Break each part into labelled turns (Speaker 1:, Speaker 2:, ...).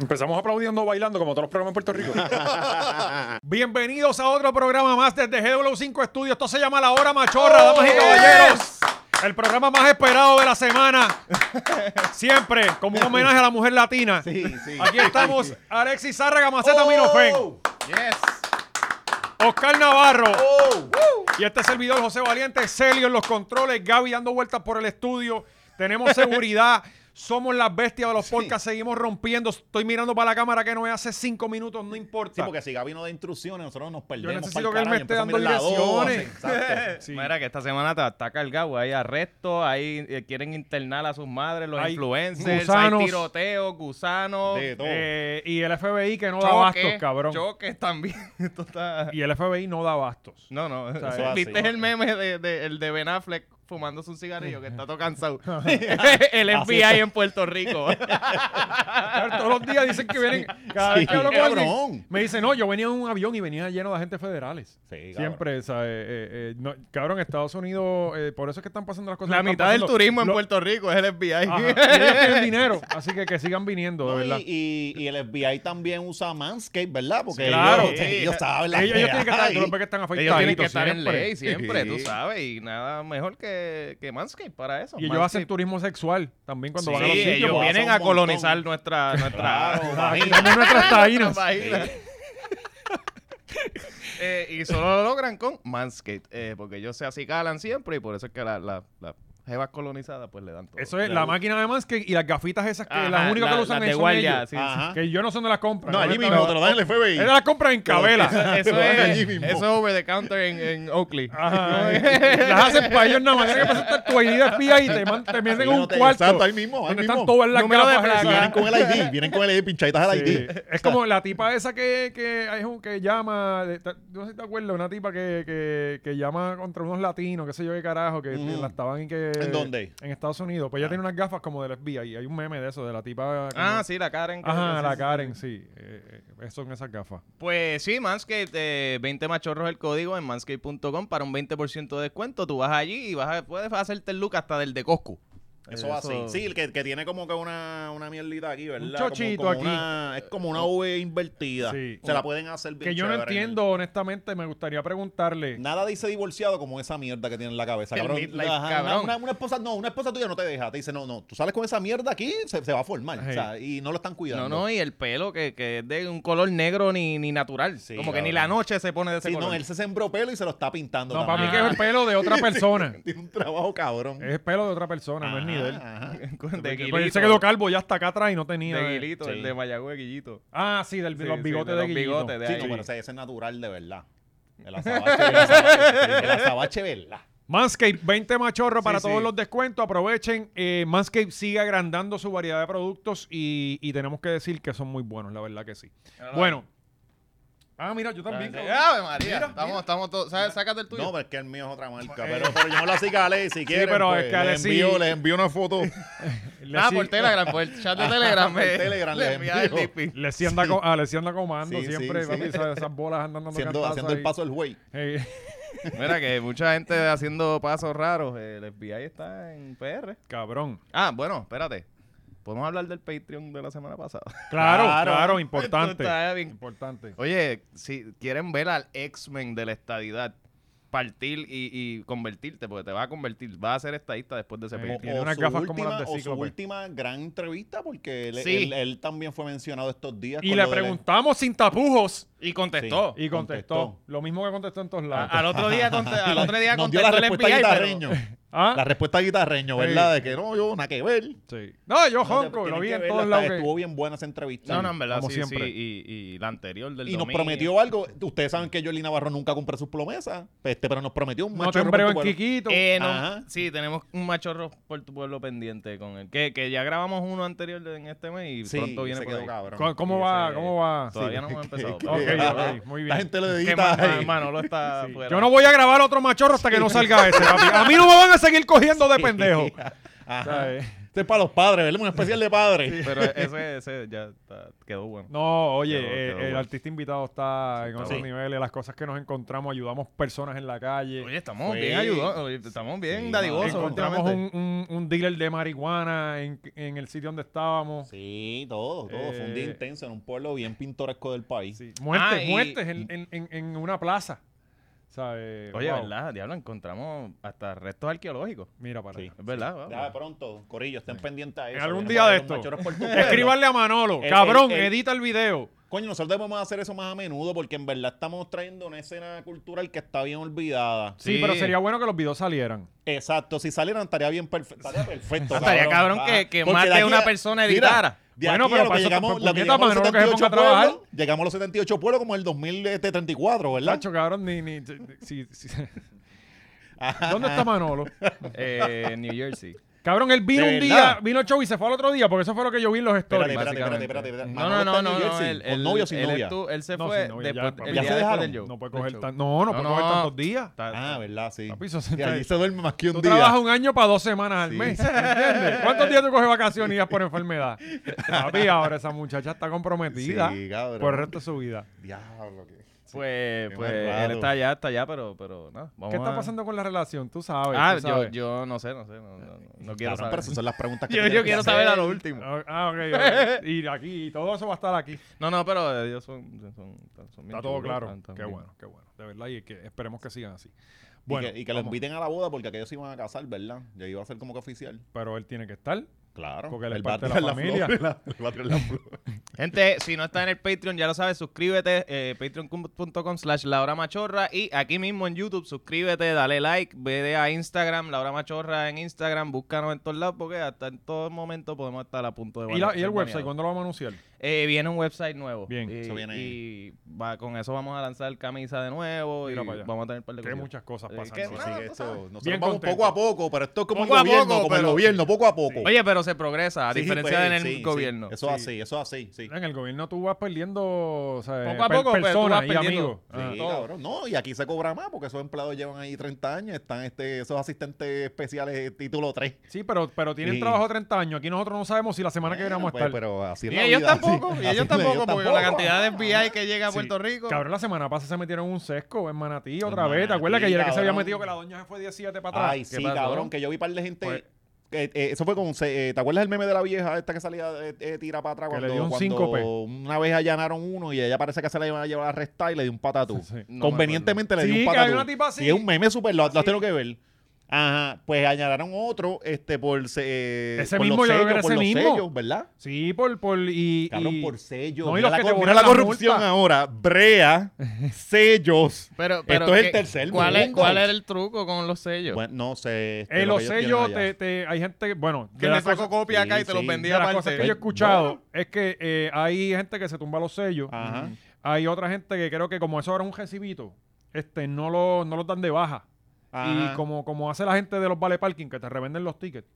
Speaker 1: Empezamos aplaudiendo, bailando, como todos los programas en Puerto Rico. Bienvenidos a otro programa más desde GW5 Estudios. Esto se llama La Hora Machorra,
Speaker 2: Oh,
Speaker 1: damas y caballeros. El programa más esperado de la semana. Siempre, como un homenaje a la mujer latina.
Speaker 2: Sí, sí. Oh.
Speaker 1: Aquí estamos Alexis Zárraga, Maceta Minofen,
Speaker 2: Yes.
Speaker 1: Oscar Navarro
Speaker 2: Oh.
Speaker 1: y este servidor José Valiente, Celio en los controles, Gaby dando vueltas por el estudio. Tenemos seguridad. Somos las bestias de los podcasts, seguimos rompiendo. Estoy mirando para la cámara que no es hace cinco minutos, no importa.
Speaker 2: Sí, porque si Gaby no da instrucciones, nosotros nos perdemos.
Speaker 1: necesito
Speaker 2: pa'l
Speaker 1: que él me
Speaker 2: carajo,
Speaker 1: esté
Speaker 2: empezamos
Speaker 1: dando
Speaker 2: a mirar la
Speaker 1: direcciones.
Speaker 2: doce, exacto.
Speaker 1: Sí.
Speaker 3: Mira, que esta semana está, está cargado. Hay arrestos, hay, eh, quieren internar a sus madres, los
Speaker 1: Hay
Speaker 3: influencers,
Speaker 1: gusanos.
Speaker 3: hay tiroteos, gusanos,
Speaker 2: De todo.
Speaker 1: Eh, y el FBI que no da bastos,
Speaker 3: choques,
Speaker 1: cabrón.
Speaker 3: choques también. Esto está-
Speaker 1: Y el FBI no da bastos.
Speaker 3: No, no.
Speaker 2: eso es
Speaker 3: ¿Viste
Speaker 2: así.
Speaker 3: el meme de, de- el de Ben Affleck fumándose un cigarrillo que está todo cansado? el FBI en Puerto Rico.
Speaker 1: Claro, Todos los días dicen que vienen. Cada
Speaker 2: Sí,
Speaker 1: vez que hablo con alguien,
Speaker 2: cabrón.
Speaker 1: me dicen, no, yo venía en un avión y venía lleno de agentes federales.
Speaker 2: Sí, cabrón.
Speaker 1: Siempre, ¿sabes? Eh, eh, no, cabrón, Estados Unidos, eh, por eso es que están pasando las cosas.
Speaker 3: La
Speaker 1: que están
Speaker 3: mitad del
Speaker 1: pasando.
Speaker 3: turismo en
Speaker 1: Lo-
Speaker 3: Puerto Rico es el FBI.
Speaker 1: Ajá, y ellos tienen dinero, así que que sigan viniendo, de
Speaker 2: No, y-
Speaker 1: verdad.
Speaker 2: y, y el FBI también usa Manscape, ¿verdad? Porque
Speaker 1: Sí, claro.
Speaker 2: ellos, ellos saben la
Speaker 1: Ellos, ellos tienen que estar, tú los ves
Speaker 2: que
Speaker 1: que están
Speaker 3: Ellos tienen que
Speaker 1: afeitaditos
Speaker 3: estar en
Speaker 1: siempre.
Speaker 3: ley siempre, tú
Speaker 2: Sí.
Speaker 3: sabes, y nada mejor que, que Manscaped para eso.
Speaker 1: Y ellos hacen turismo sexual también cuando van a los
Speaker 3: Sí,
Speaker 1: sitios. pues,
Speaker 3: ellos
Speaker 1: porque-
Speaker 2: hacen
Speaker 3: vienen
Speaker 2: un
Speaker 3: a
Speaker 2: montón.
Speaker 3: colonizar nuestra... nuestra
Speaker 2: Claro,
Speaker 1: Tenemos
Speaker 2: imagínate.
Speaker 1: nuestras
Speaker 3: nuestra
Speaker 1: taínas.
Speaker 3: vaina. Eh, y solo lo logran con Manscaped, eh, porque ellos se acicalan siempre y por eso es que las la, las jevas colonizadas pues le dan todo.
Speaker 1: Eso es
Speaker 2: Claro.
Speaker 1: la máquina de Manscaped y las gafitas esas que
Speaker 3: Ajá,
Speaker 1: las únicas que
Speaker 3: la-
Speaker 1: lo usan
Speaker 3: las de
Speaker 1: es
Speaker 3: guardia, sí, sí.
Speaker 2: Ajá.
Speaker 1: Ah. Que yo no sé dónde las compran.
Speaker 2: No, allí
Speaker 1: Ellos
Speaker 2: mismo te lo dan en el FBI.
Speaker 1: Ellos las compran en
Speaker 3: Eso,
Speaker 1: Cabela.
Speaker 3: eso
Speaker 2: Lo dan allí
Speaker 3: es,
Speaker 2: mismo.
Speaker 3: eso es over the counter en, en Oakley.
Speaker 1: Ajá. las hacen para ellos nada más. Tienen que presentar tu ID de FBI y te, man- te meten en
Speaker 2: Sí,
Speaker 1: un
Speaker 2: no te-
Speaker 1: cuarto.
Speaker 2: exacto, ahí mismo, ahí
Speaker 1: donde
Speaker 2: mismo.
Speaker 1: están todas las
Speaker 3: Número de
Speaker 1: gafas
Speaker 3: placa.
Speaker 1: esas.
Speaker 2: Vienen con el ID, vienen con el ID, pinchaditas al
Speaker 1: Sí.
Speaker 2: ID.
Speaker 1: Es como la tipa esa que, que hay un- que llama, de- ta- no sé si te acuerdas, una tipa que, que, que llama contra unos latinos, qué sé yo qué carajo, que
Speaker 2: Mm.
Speaker 1: la estaban en que...
Speaker 2: ¿En dónde?
Speaker 1: En Estados Unidos. Pues ella tiene unas gafas como de lesbia y hay un meme de eso, de la tipa... como-
Speaker 3: Ah, sí, la Karen.
Speaker 1: Ajá,
Speaker 3: sí,
Speaker 1: la
Speaker 3: sí, sí.
Speaker 1: Karen, sí. Eh, eh, son esas gafas.
Speaker 3: Pues sí, Manscaped, eh, 20 machorros el código en manscaped.com para un 20% de descuento. Tú vas allí y vas a, puedes hacerte el look hasta del de Costco.
Speaker 1: Eh,
Speaker 2: Eso así. Sí, el que, que tiene como que una, una mierdita aquí, ¿verdad? Como-
Speaker 1: chochito
Speaker 2: como
Speaker 1: aquí. Eh,
Speaker 2: una- es como una V invertida.
Speaker 1: Sí.
Speaker 2: Se la pueden hacer bien
Speaker 1: Que yo no
Speaker 2: chévere en el-
Speaker 1: entiendo, honestamente, me gustaría preguntarle...
Speaker 2: Nada dice divorciado como esa mierda que tiene en la cabeza,
Speaker 3: El
Speaker 2: cabrón.
Speaker 3: midlife,
Speaker 2: Ajá, una-
Speaker 3: cabrón.
Speaker 2: Una, una esposa, no, una esposa tuya no te deja. Te dice, no, no, tú sales con esa mierda aquí, se, se va a formar.
Speaker 1: Sí.
Speaker 2: o sea, y no lo están cuidando.
Speaker 3: No, no, y el pelo que, que es de un color negro ni, ni natural.
Speaker 2: Sí,
Speaker 3: Como que ni
Speaker 2: cabrón.
Speaker 3: la noche se pone de ese
Speaker 2: Sí,
Speaker 3: color.
Speaker 2: no, él se sembró pelo y se lo está pintando.
Speaker 1: No, para mí
Speaker 2: también.
Speaker 1: que es el pelo de otra persona.
Speaker 2: Tiene un trabajo cabrón.
Speaker 1: Es el pelo de otra persona, no es ni de él.
Speaker 2: Ajá, ajá.
Speaker 3: Con- Ah, de
Speaker 1: Porque,
Speaker 3: guilito.
Speaker 1: pues, él se quedó calvo ya hasta acá atrás y no tenía...
Speaker 3: de
Speaker 1: eh.
Speaker 3: Guilito,
Speaker 2: Sí.
Speaker 3: el de Mayagüez, Guillito.
Speaker 1: Ah, sí, del,
Speaker 3: Sí,
Speaker 1: los
Speaker 3: sí,
Speaker 1: bigotes
Speaker 3: de
Speaker 1: de,
Speaker 3: los
Speaker 1: Guillito.
Speaker 3: bigotes de
Speaker 2: Sí,
Speaker 3: ahí.
Speaker 2: no, pero ese, ese es natural de verdad. El azabache, el azabache, el azabache, ¿verdad?
Speaker 1: Manscaped, 20 machorro para
Speaker 3: Sí, sí.
Speaker 1: todos los descuentos. Aprovechen. Eh, Manscaped sigue agrandando su variedad de productos y, y tenemos que decir que son muy buenos, la verdad que sí. Bueno. Ah, mira, yo también. cabrón.
Speaker 3: Ave María, estamos, estamos todos. ¿sabes? Sácate el tuyo.
Speaker 2: No, pero es que el mío es otra marca. Pero, pero yo no la sigo a Ale, si quieren.
Speaker 1: Eh. pero
Speaker 2: pues,
Speaker 1: es que Ale
Speaker 2: les
Speaker 1: sí-
Speaker 2: envío, les envío una foto.
Speaker 1: Le
Speaker 3: Nada,
Speaker 1: sí-
Speaker 3: Ah, por Telegram, por el chat de Telegram.
Speaker 2: Ah, Por
Speaker 3: eh,
Speaker 2: Telegram
Speaker 3: le
Speaker 2: le
Speaker 3: envía el
Speaker 2: envío.
Speaker 3: dick pic.
Speaker 1: le sí anda, co- ah, le sí anda comando
Speaker 2: Sí, sí,
Speaker 1: siempre.
Speaker 2: sí.
Speaker 1: papi, esas, esas bolas andan dando
Speaker 2: haciendo,
Speaker 1: cantazos
Speaker 2: haciendo el
Speaker 1: ahí.
Speaker 2: paso del güey.
Speaker 1: Eh,
Speaker 3: Mira que mucha gente haciendo pasos raros. El FBI está en PR.
Speaker 1: cabrón.
Speaker 3: Ah, bueno, espérate. Podemos hablar del Patreon de la semana pasada.
Speaker 1: Claro, claro,
Speaker 2: Claro.
Speaker 1: importante.
Speaker 3: Esto está bien.
Speaker 1: Importante.
Speaker 3: Oye, si quieren ver al X-Men de la estadidad partir y, y convertirte, porque te vas a convertir, vas a ser estadista después de ese
Speaker 1: Sí.
Speaker 3: Patreon.
Speaker 1: Tiene unas gafas como pues. las de
Speaker 2: o su
Speaker 1: Cíclope.
Speaker 2: última gran entrevista, porque él,
Speaker 3: Sí.
Speaker 2: él- él también fue mencionado estos días.
Speaker 1: Y
Speaker 2: con
Speaker 1: le
Speaker 2: lo de la-
Speaker 1: preguntamos sin tapujos.
Speaker 3: Y contestó.
Speaker 1: Y contestó.
Speaker 2: Contestó. Ah,
Speaker 1: Lo mismo que contestó en todos
Speaker 3: A-
Speaker 1: lados.
Speaker 3: al otro día, conte- al otro día
Speaker 2: Nos dio la
Speaker 3: contestó el
Speaker 2: respuesta
Speaker 3: FBI,
Speaker 2: guitarreño.
Speaker 3: pero...
Speaker 1: ¿Ah?
Speaker 2: La respuesta guitarreño, ¿verdad? De que no, yo, nada que ver.
Speaker 1: Sí. No, yo
Speaker 2: No,
Speaker 1: jonco,
Speaker 2: tienen
Speaker 1: lo vi
Speaker 2: que
Speaker 1: en
Speaker 2: verlo,
Speaker 1: todos
Speaker 2: está-
Speaker 1: lados. que-
Speaker 2: Estuvo bien buena esa entrevista.
Speaker 3: No, no, en verdad,
Speaker 1: Como
Speaker 3: sí,
Speaker 1: siempre.
Speaker 3: sí, Y, y la anterior del
Speaker 2: Y nos
Speaker 3: dominio.
Speaker 2: prometió algo. Ustedes saben que Jolie Navarro nunca compró sus promesas, este, pero nos prometió un
Speaker 1: No
Speaker 2: macho.
Speaker 1: te embreo en Kikito.
Speaker 3: Eh, no,
Speaker 2: Ajá.
Speaker 3: sí, tenemos un machorro por tu pueblo pendiente con él. Que, que ya grabamos uno anterior de- en este mes y
Speaker 2: Sí,
Speaker 3: pronto viene
Speaker 2: se
Speaker 3: por
Speaker 2: quedó
Speaker 3: ahí.
Speaker 2: cabrón.
Speaker 1: ¿Cómo, cómo
Speaker 3: Y
Speaker 1: va?
Speaker 3: ese-
Speaker 1: ¿Cómo va?
Speaker 3: Todavía no hemos empezado.
Speaker 2: que-
Speaker 3: pero-
Speaker 1: Ok, ok, muy bien. ah,
Speaker 2: La gente lo
Speaker 3: Que
Speaker 2: edita.
Speaker 3: Man-
Speaker 2: ahí.
Speaker 3: Manolo está fuera.
Speaker 1: Yo no voy a grabar otro machorro hasta que no salga ese. papi. A mí no me van a seguir cogiendo de pendejo. eh,
Speaker 2: Ajá.
Speaker 1: ¿Sabes?
Speaker 2: Este es para los padres, ¿verdad? Un especial de padres.
Speaker 3: Pero ese, ese ya está- quedó bueno.
Speaker 1: No, oye,
Speaker 3: Quedó-
Speaker 1: eh,
Speaker 3: quedó
Speaker 1: el
Speaker 3: bueno.
Speaker 1: artista invitado está en
Speaker 3: está
Speaker 1: otros
Speaker 3: bueno.
Speaker 1: niveles. Las cosas que nos encontramos, ayudamos personas en la calle.
Speaker 3: Oye, estamos
Speaker 2: Sí.
Speaker 3: bien ayudados. oye, Estamos bien
Speaker 2: Sí,
Speaker 3: dadigosos
Speaker 2: mano.
Speaker 1: encontramos
Speaker 3: últimamente.
Speaker 1: un, un- un dealer de marihuana en, en el sitio donde estábamos.
Speaker 2: Sí, todo, todo. Fue un día
Speaker 1: Eh.
Speaker 2: intenso en un pueblo bien pintoresco del país.
Speaker 1: Sí. Muertes,
Speaker 3: Ah, y-
Speaker 1: muertes en, en- en- en una plaza. ¿Sabes?
Speaker 3: Oye,
Speaker 1: Wow.
Speaker 3: ¿verdad? Diablo, encontramos hasta restos arqueológicos.
Speaker 1: Mira para
Speaker 2: Sí.
Speaker 1: allá.
Speaker 3: Es verdad. wow.
Speaker 2: Ya pronto, Corillo, estén pendientes a eso.
Speaker 1: algún
Speaker 2: Vienen
Speaker 1: día
Speaker 2: por ahí
Speaker 1: de
Speaker 2: los
Speaker 1: esto.
Speaker 2: machorros por tu pueblo.
Speaker 1: Escríbanle a Manolo.
Speaker 2: El-
Speaker 1: cabrón,
Speaker 2: el- el-
Speaker 1: edita el video.
Speaker 2: Coño, nosotros debemos hacer eso más a menudo porque en verdad estamos trayendo una escena cultural que está bien olvidada.
Speaker 1: Sí,
Speaker 3: Sí.
Speaker 1: pero sería bueno que los videos salieran.
Speaker 2: Exacto, si salieran estaría bien perfecto. Estaría perfecto.
Speaker 3: Estaría cabrón que-
Speaker 2: Ah,
Speaker 3: que
Speaker 2: porque
Speaker 3: más
Speaker 2: de
Speaker 3: de
Speaker 2: aquí
Speaker 3: una
Speaker 2: a-
Speaker 3: persona
Speaker 2: mira,
Speaker 3: editara.
Speaker 2: de
Speaker 1: Bueno,
Speaker 2: aquí a
Speaker 1: pero
Speaker 2: lo
Speaker 1: para
Speaker 2: que
Speaker 1: eso
Speaker 2: llegamos,
Speaker 1: tampoco
Speaker 2: lo que
Speaker 1: puñeta,
Speaker 2: llegamos a
Speaker 1: Manolo,
Speaker 2: los
Speaker 1: que se
Speaker 2: 78
Speaker 1: ponga a trabajar.
Speaker 2: pueblos, llegamos a los 78 pueblos como el este, 2034, ¿verdad?
Speaker 1: Nacho, cabrón, ni. ni- si- si- ¿Dónde está Manolo?
Speaker 3: Eh, New Jersey.
Speaker 1: Cabrón, él vino
Speaker 2: ¿De
Speaker 1: un
Speaker 2: verdad?
Speaker 1: día, vino al show y se fue al otro día, porque eso fue lo que yo vi en los
Speaker 2: Espérate,
Speaker 1: stories.
Speaker 2: espérate, espérate,
Speaker 3: básicamente.
Speaker 2: espérate, espérate. Manolo
Speaker 3: No, no,
Speaker 2: está
Speaker 3: no,
Speaker 2: en
Speaker 3: no,
Speaker 2: New
Speaker 3: no.
Speaker 2: Jersey,
Speaker 3: Él,
Speaker 2: con
Speaker 3: él-
Speaker 2: novio o sin
Speaker 3: él
Speaker 2: novia.
Speaker 3: estuvo- él se
Speaker 1: No,
Speaker 3: fue
Speaker 1: sin novia, ya,
Speaker 3: después,
Speaker 1: papi.
Speaker 3: el
Speaker 2: ¿Ya
Speaker 3: día
Speaker 2: se
Speaker 3: después
Speaker 2: dejaron?
Speaker 3: del show.
Speaker 1: No puede coger
Speaker 3: Del show.
Speaker 1: tan- No, no puede
Speaker 3: No,
Speaker 1: coger
Speaker 3: no.
Speaker 1: tantos días.
Speaker 3: Está-
Speaker 2: Ah, ¿verdad? Sí.
Speaker 1: Papi, eso se-
Speaker 2: Y allí se duerme más que un
Speaker 1: Tú
Speaker 2: día.
Speaker 1: trabajas un año para dos semanas al
Speaker 2: Sí.
Speaker 1: mes, ¿entiendes? ¿Cuántos días tú coges vacaciones y ya por enfermedad? Papi, ahora esa muchacha está comprometida
Speaker 2: Sí, cabrón.
Speaker 1: por el resto de su vida.
Speaker 2: Diablo. que-
Speaker 3: Pues,
Speaker 2: Qué
Speaker 3: pues
Speaker 2: mal
Speaker 3: él
Speaker 2: rato.
Speaker 3: está allá, está allá, pero, pero nada. vamos
Speaker 1: ¿Qué está
Speaker 3: a-
Speaker 1: pasando con la relación? Tú sabes.
Speaker 3: Ah,
Speaker 1: tú
Speaker 3: yo,
Speaker 1: sabes.
Speaker 3: yo no sé, no sé. No, no- no quiero
Speaker 2: Cabrón, pero
Speaker 3: saber.
Speaker 2: esas son las preguntas que
Speaker 3: Yo,
Speaker 2: tienes
Speaker 3: yo
Speaker 2: que
Speaker 3: quiero
Speaker 2: hacer.
Speaker 3: saber a lo último.
Speaker 1: Ah, ok, ok. Y aquí, y todo eso va a estar aquí.
Speaker 3: No, no, pero ellos son. son, son- son bien
Speaker 1: Está todo
Speaker 3: chulos,
Speaker 2: Ah,
Speaker 1: claro.
Speaker 3: están- están
Speaker 1: Qué
Speaker 3: bien.
Speaker 1: bueno, qué bueno. De verdad, y que esperemos que sigan así.
Speaker 2: Y
Speaker 1: Bueno,
Speaker 2: que, y que lo
Speaker 1: vamos.
Speaker 2: inviten a la boda porque aquellos se iban a casar, ¿verdad? Yo iba a ser como que oficial.
Speaker 1: pero él tiene que estar.
Speaker 2: Claro.
Speaker 1: Porque él es
Speaker 2: el
Speaker 1: parte de
Speaker 2: barrio
Speaker 1: la
Speaker 2: es
Speaker 1: familia.
Speaker 2: flor, la- el barrio es la flor.
Speaker 3: Gente, si no está en el Patreon, ya lo sabes, suscríbete, eh, patreon.com slash Laura Machorra y aquí mismo en YouTube, suscríbete, dale like, vete a Instagram, Laura Machorra en Instagram, búscanos en todos lados porque hasta en todo momento podemos estar a punto de...
Speaker 1: ¿Y, la- y el
Speaker 3: ser
Speaker 1: website?
Speaker 3: baneados.
Speaker 1: ¿Cuándo lo vamos a anunciar?
Speaker 3: Eh, viene un website nuevo.
Speaker 1: Bien,
Speaker 3: y,
Speaker 2: eso viene
Speaker 3: y va- con eso vamos a lanzar camisa de nuevo
Speaker 1: Mira
Speaker 3: y
Speaker 1: para allá.
Speaker 3: vamos a tener un par de
Speaker 1: Que hay
Speaker 3: cositas.
Speaker 1: muchas cosas
Speaker 3: Eh,
Speaker 1: pasan.
Speaker 3: ¿qué
Speaker 1: sí.
Speaker 3: más?
Speaker 2: Así que
Speaker 3: tú
Speaker 2: esto,
Speaker 3: sabes.
Speaker 2: nosotros
Speaker 1: Bien
Speaker 2: vamos
Speaker 1: contento.
Speaker 2: poco a poco, pero esto es como
Speaker 3: Poco a
Speaker 2: el gobierno,
Speaker 3: poco,
Speaker 2: como el
Speaker 3: pero-
Speaker 2: gobierno, poco a poco.
Speaker 3: Oye, pero se progresa, a
Speaker 2: Sí,
Speaker 3: diferencia
Speaker 2: pues,
Speaker 3: del
Speaker 2: sí, sí.
Speaker 3: gobierno.
Speaker 2: Eso es así, eso es así, sí.
Speaker 1: En el gobierno tú vas perdiendo o sea,
Speaker 3: Poco a
Speaker 1: per-
Speaker 3: poco, pero tú
Speaker 1: personas
Speaker 3: vas
Speaker 1: y
Speaker 3: perdiendo.
Speaker 1: amigos.
Speaker 2: Sí,
Speaker 1: Ah.
Speaker 3: todo.
Speaker 2: cabrón. No, y aquí se cobra más porque esos empleados llevan ahí 30 años, están este, esos asistentes especiales de título 3.
Speaker 1: Sí, pero, pero tienen
Speaker 2: Sí.
Speaker 1: trabajo 30 años. Aquí nosotros no sabemos si la semana que viene vamos a
Speaker 2: Pues,
Speaker 1: estar.
Speaker 2: Pero así es
Speaker 3: Y
Speaker 2: la
Speaker 3: ellos
Speaker 2: vida,
Speaker 3: tampoco,
Speaker 2: así-
Speaker 3: y
Speaker 2: así
Speaker 3: ellos
Speaker 2: es la-
Speaker 3: tampoco, porque con la
Speaker 2: tampoco.
Speaker 3: cantidad de FBI que llega a
Speaker 1: Sí.
Speaker 3: Puerto Rico.
Speaker 1: Cabrón, la semana pasada se metieron en un sesco en Manatí otra
Speaker 2: En
Speaker 1: vez. ¿Te acuerdas que
Speaker 2: Manatí,
Speaker 1: ayer que se había
Speaker 2: cabrón.
Speaker 1: metido que la doña se fue 17 para atrás?
Speaker 2: Ay,
Speaker 3: ¿Qué
Speaker 2: sí,
Speaker 3: pasó?
Speaker 2: cabrón, que yo vi un par de gente.
Speaker 1: Pues-
Speaker 2: eh, eh, eso fue con. se- eh, ¿Te acuerdas el meme de la vieja esta que salía eh, eh, tira para atrás?
Speaker 1: Que le
Speaker 2: Cuando,
Speaker 1: dio un
Speaker 2: cuando
Speaker 1: síncope.
Speaker 2: una vez allanaron uno y ella parece que se la iban a llevar a arrestar y le dio un patatú.
Speaker 1: Sí.
Speaker 3: No me
Speaker 2: Convenientemente le dio
Speaker 1: Sí,
Speaker 2: un
Speaker 1: que
Speaker 2: patatú.
Speaker 1: hay una tipa así.
Speaker 2: Sí, es un meme súper. Lo, lo
Speaker 1: Sí.
Speaker 2: tengo que ver. Ajá, pues allanaron otro este, por. se- eh,
Speaker 1: Ese
Speaker 2: por los
Speaker 1: mismo, yo creo que
Speaker 2: sellos,
Speaker 1: era
Speaker 2: por
Speaker 1: ese
Speaker 2: los
Speaker 1: mismo.
Speaker 2: sellos, ¿verdad?
Speaker 1: Sí, por, por y,
Speaker 2: Cabrón,
Speaker 1: y-
Speaker 2: por sellos.
Speaker 1: No, y
Speaker 2: mira
Speaker 1: los
Speaker 2: la,
Speaker 1: que
Speaker 2: co-
Speaker 1: te
Speaker 2: mira
Speaker 1: borran
Speaker 2: la
Speaker 1: la
Speaker 2: corrupción
Speaker 1: multa.
Speaker 2: ahora. Brea, sellos.
Speaker 3: Pero,
Speaker 2: Esto
Speaker 3: pero
Speaker 2: es el
Speaker 3: ¿qué-
Speaker 2: tercer
Speaker 3: ¿cuál es,
Speaker 2: mundo.
Speaker 3: ¿Cuál era el truco con los sellos?
Speaker 2: Bueno, no sé. este,
Speaker 1: Eh,
Speaker 2: lo
Speaker 1: los
Speaker 2: que ellos tienen
Speaker 1: sellos,
Speaker 2: allá.
Speaker 1: te, te- hay gente que, bueno,
Speaker 3: que
Speaker 1: de
Speaker 3: le
Speaker 1: las
Speaker 3: sacó
Speaker 1: cosas-
Speaker 3: copia acá y
Speaker 2: Sí,
Speaker 3: te los
Speaker 2: sí.
Speaker 1: de
Speaker 3: vendía
Speaker 1: las
Speaker 3: aparte.
Speaker 1: cosas que yo he escuchado es que eh, hay gente que se tumba los sellos.
Speaker 2: Ajá.
Speaker 1: Hay otra gente que creo que como eso era un recibito, este, no lo, no los dan de baja.
Speaker 2: Ajá.
Speaker 1: Y como, como hace la gente de los vale parking, que te revenden los tickets,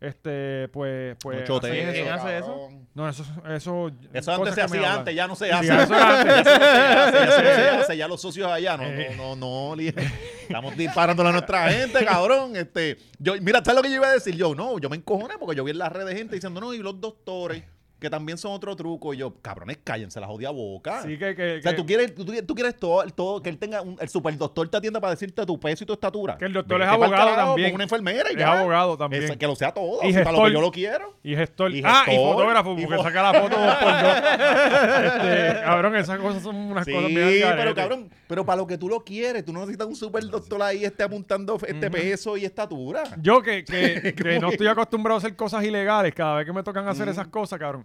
Speaker 1: este, pues, pues.
Speaker 2: Mucho
Speaker 1: hacen
Speaker 3: hotel.
Speaker 1: eso.
Speaker 3: ¿Quién hace eso?
Speaker 2: cabrón.
Speaker 1: No, eso, eso.
Speaker 2: Eso antes se hacía antes, ya no se hace.
Speaker 1: Sí, eso era antes.
Speaker 2: Ya se hace, ya se hace, ya se hace, ya los socios allá, no,
Speaker 1: Eh.
Speaker 2: no, no, no, li- estamos disparando a nuestra gente, cabrón. Este, yo, mira, ¿sabes lo que yo iba a decir? Yo, no, yo me encojoné porque yo vi en las redes gente diciendo, no, y los doctores, que también son otro truco. Y yo, cabrones, cállense la jodida boca.
Speaker 1: Así que, que,
Speaker 2: o sea,
Speaker 1: que-
Speaker 2: tú quieres, tú, tú quieres todo, todo, que él tenga, un, el superdoctor te atienda para decirte tu peso y tu estatura.
Speaker 1: Que el doctor
Speaker 2: Vete
Speaker 1: es
Speaker 2: pa'l
Speaker 1: abogado
Speaker 2: carajo,
Speaker 1: también.
Speaker 2: pon una enfermera y
Speaker 1: Es
Speaker 2: ya.
Speaker 1: abogado también.
Speaker 2: Esa- que lo sea todo,
Speaker 1: Y
Speaker 2: hasta lo
Speaker 1: gestor.
Speaker 2: que yo lo quiero.
Speaker 1: Y gestor.
Speaker 2: Y
Speaker 1: Ah, y
Speaker 2: gestor,
Speaker 1: fotógrafo,
Speaker 2: y
Speaker 1: porque
Speaker 2: fo-
Speaker 1: saca la foto dos por dos. Este, cabrón, esas cosas son unas
Speaker 2: Sí,
Speaker 1: cosas bien al garete.
Speaker 2: pero cabrón, pero para lo que tú lo quieres, tú no necesitas un super doctor ahí esté apuntando este peso y estatura.
Speaker 1: Yo que, que, que no estoy acostumbrado a hacer cosas ilegales, cada vez que me tocan hacer esas cosas, cabrón.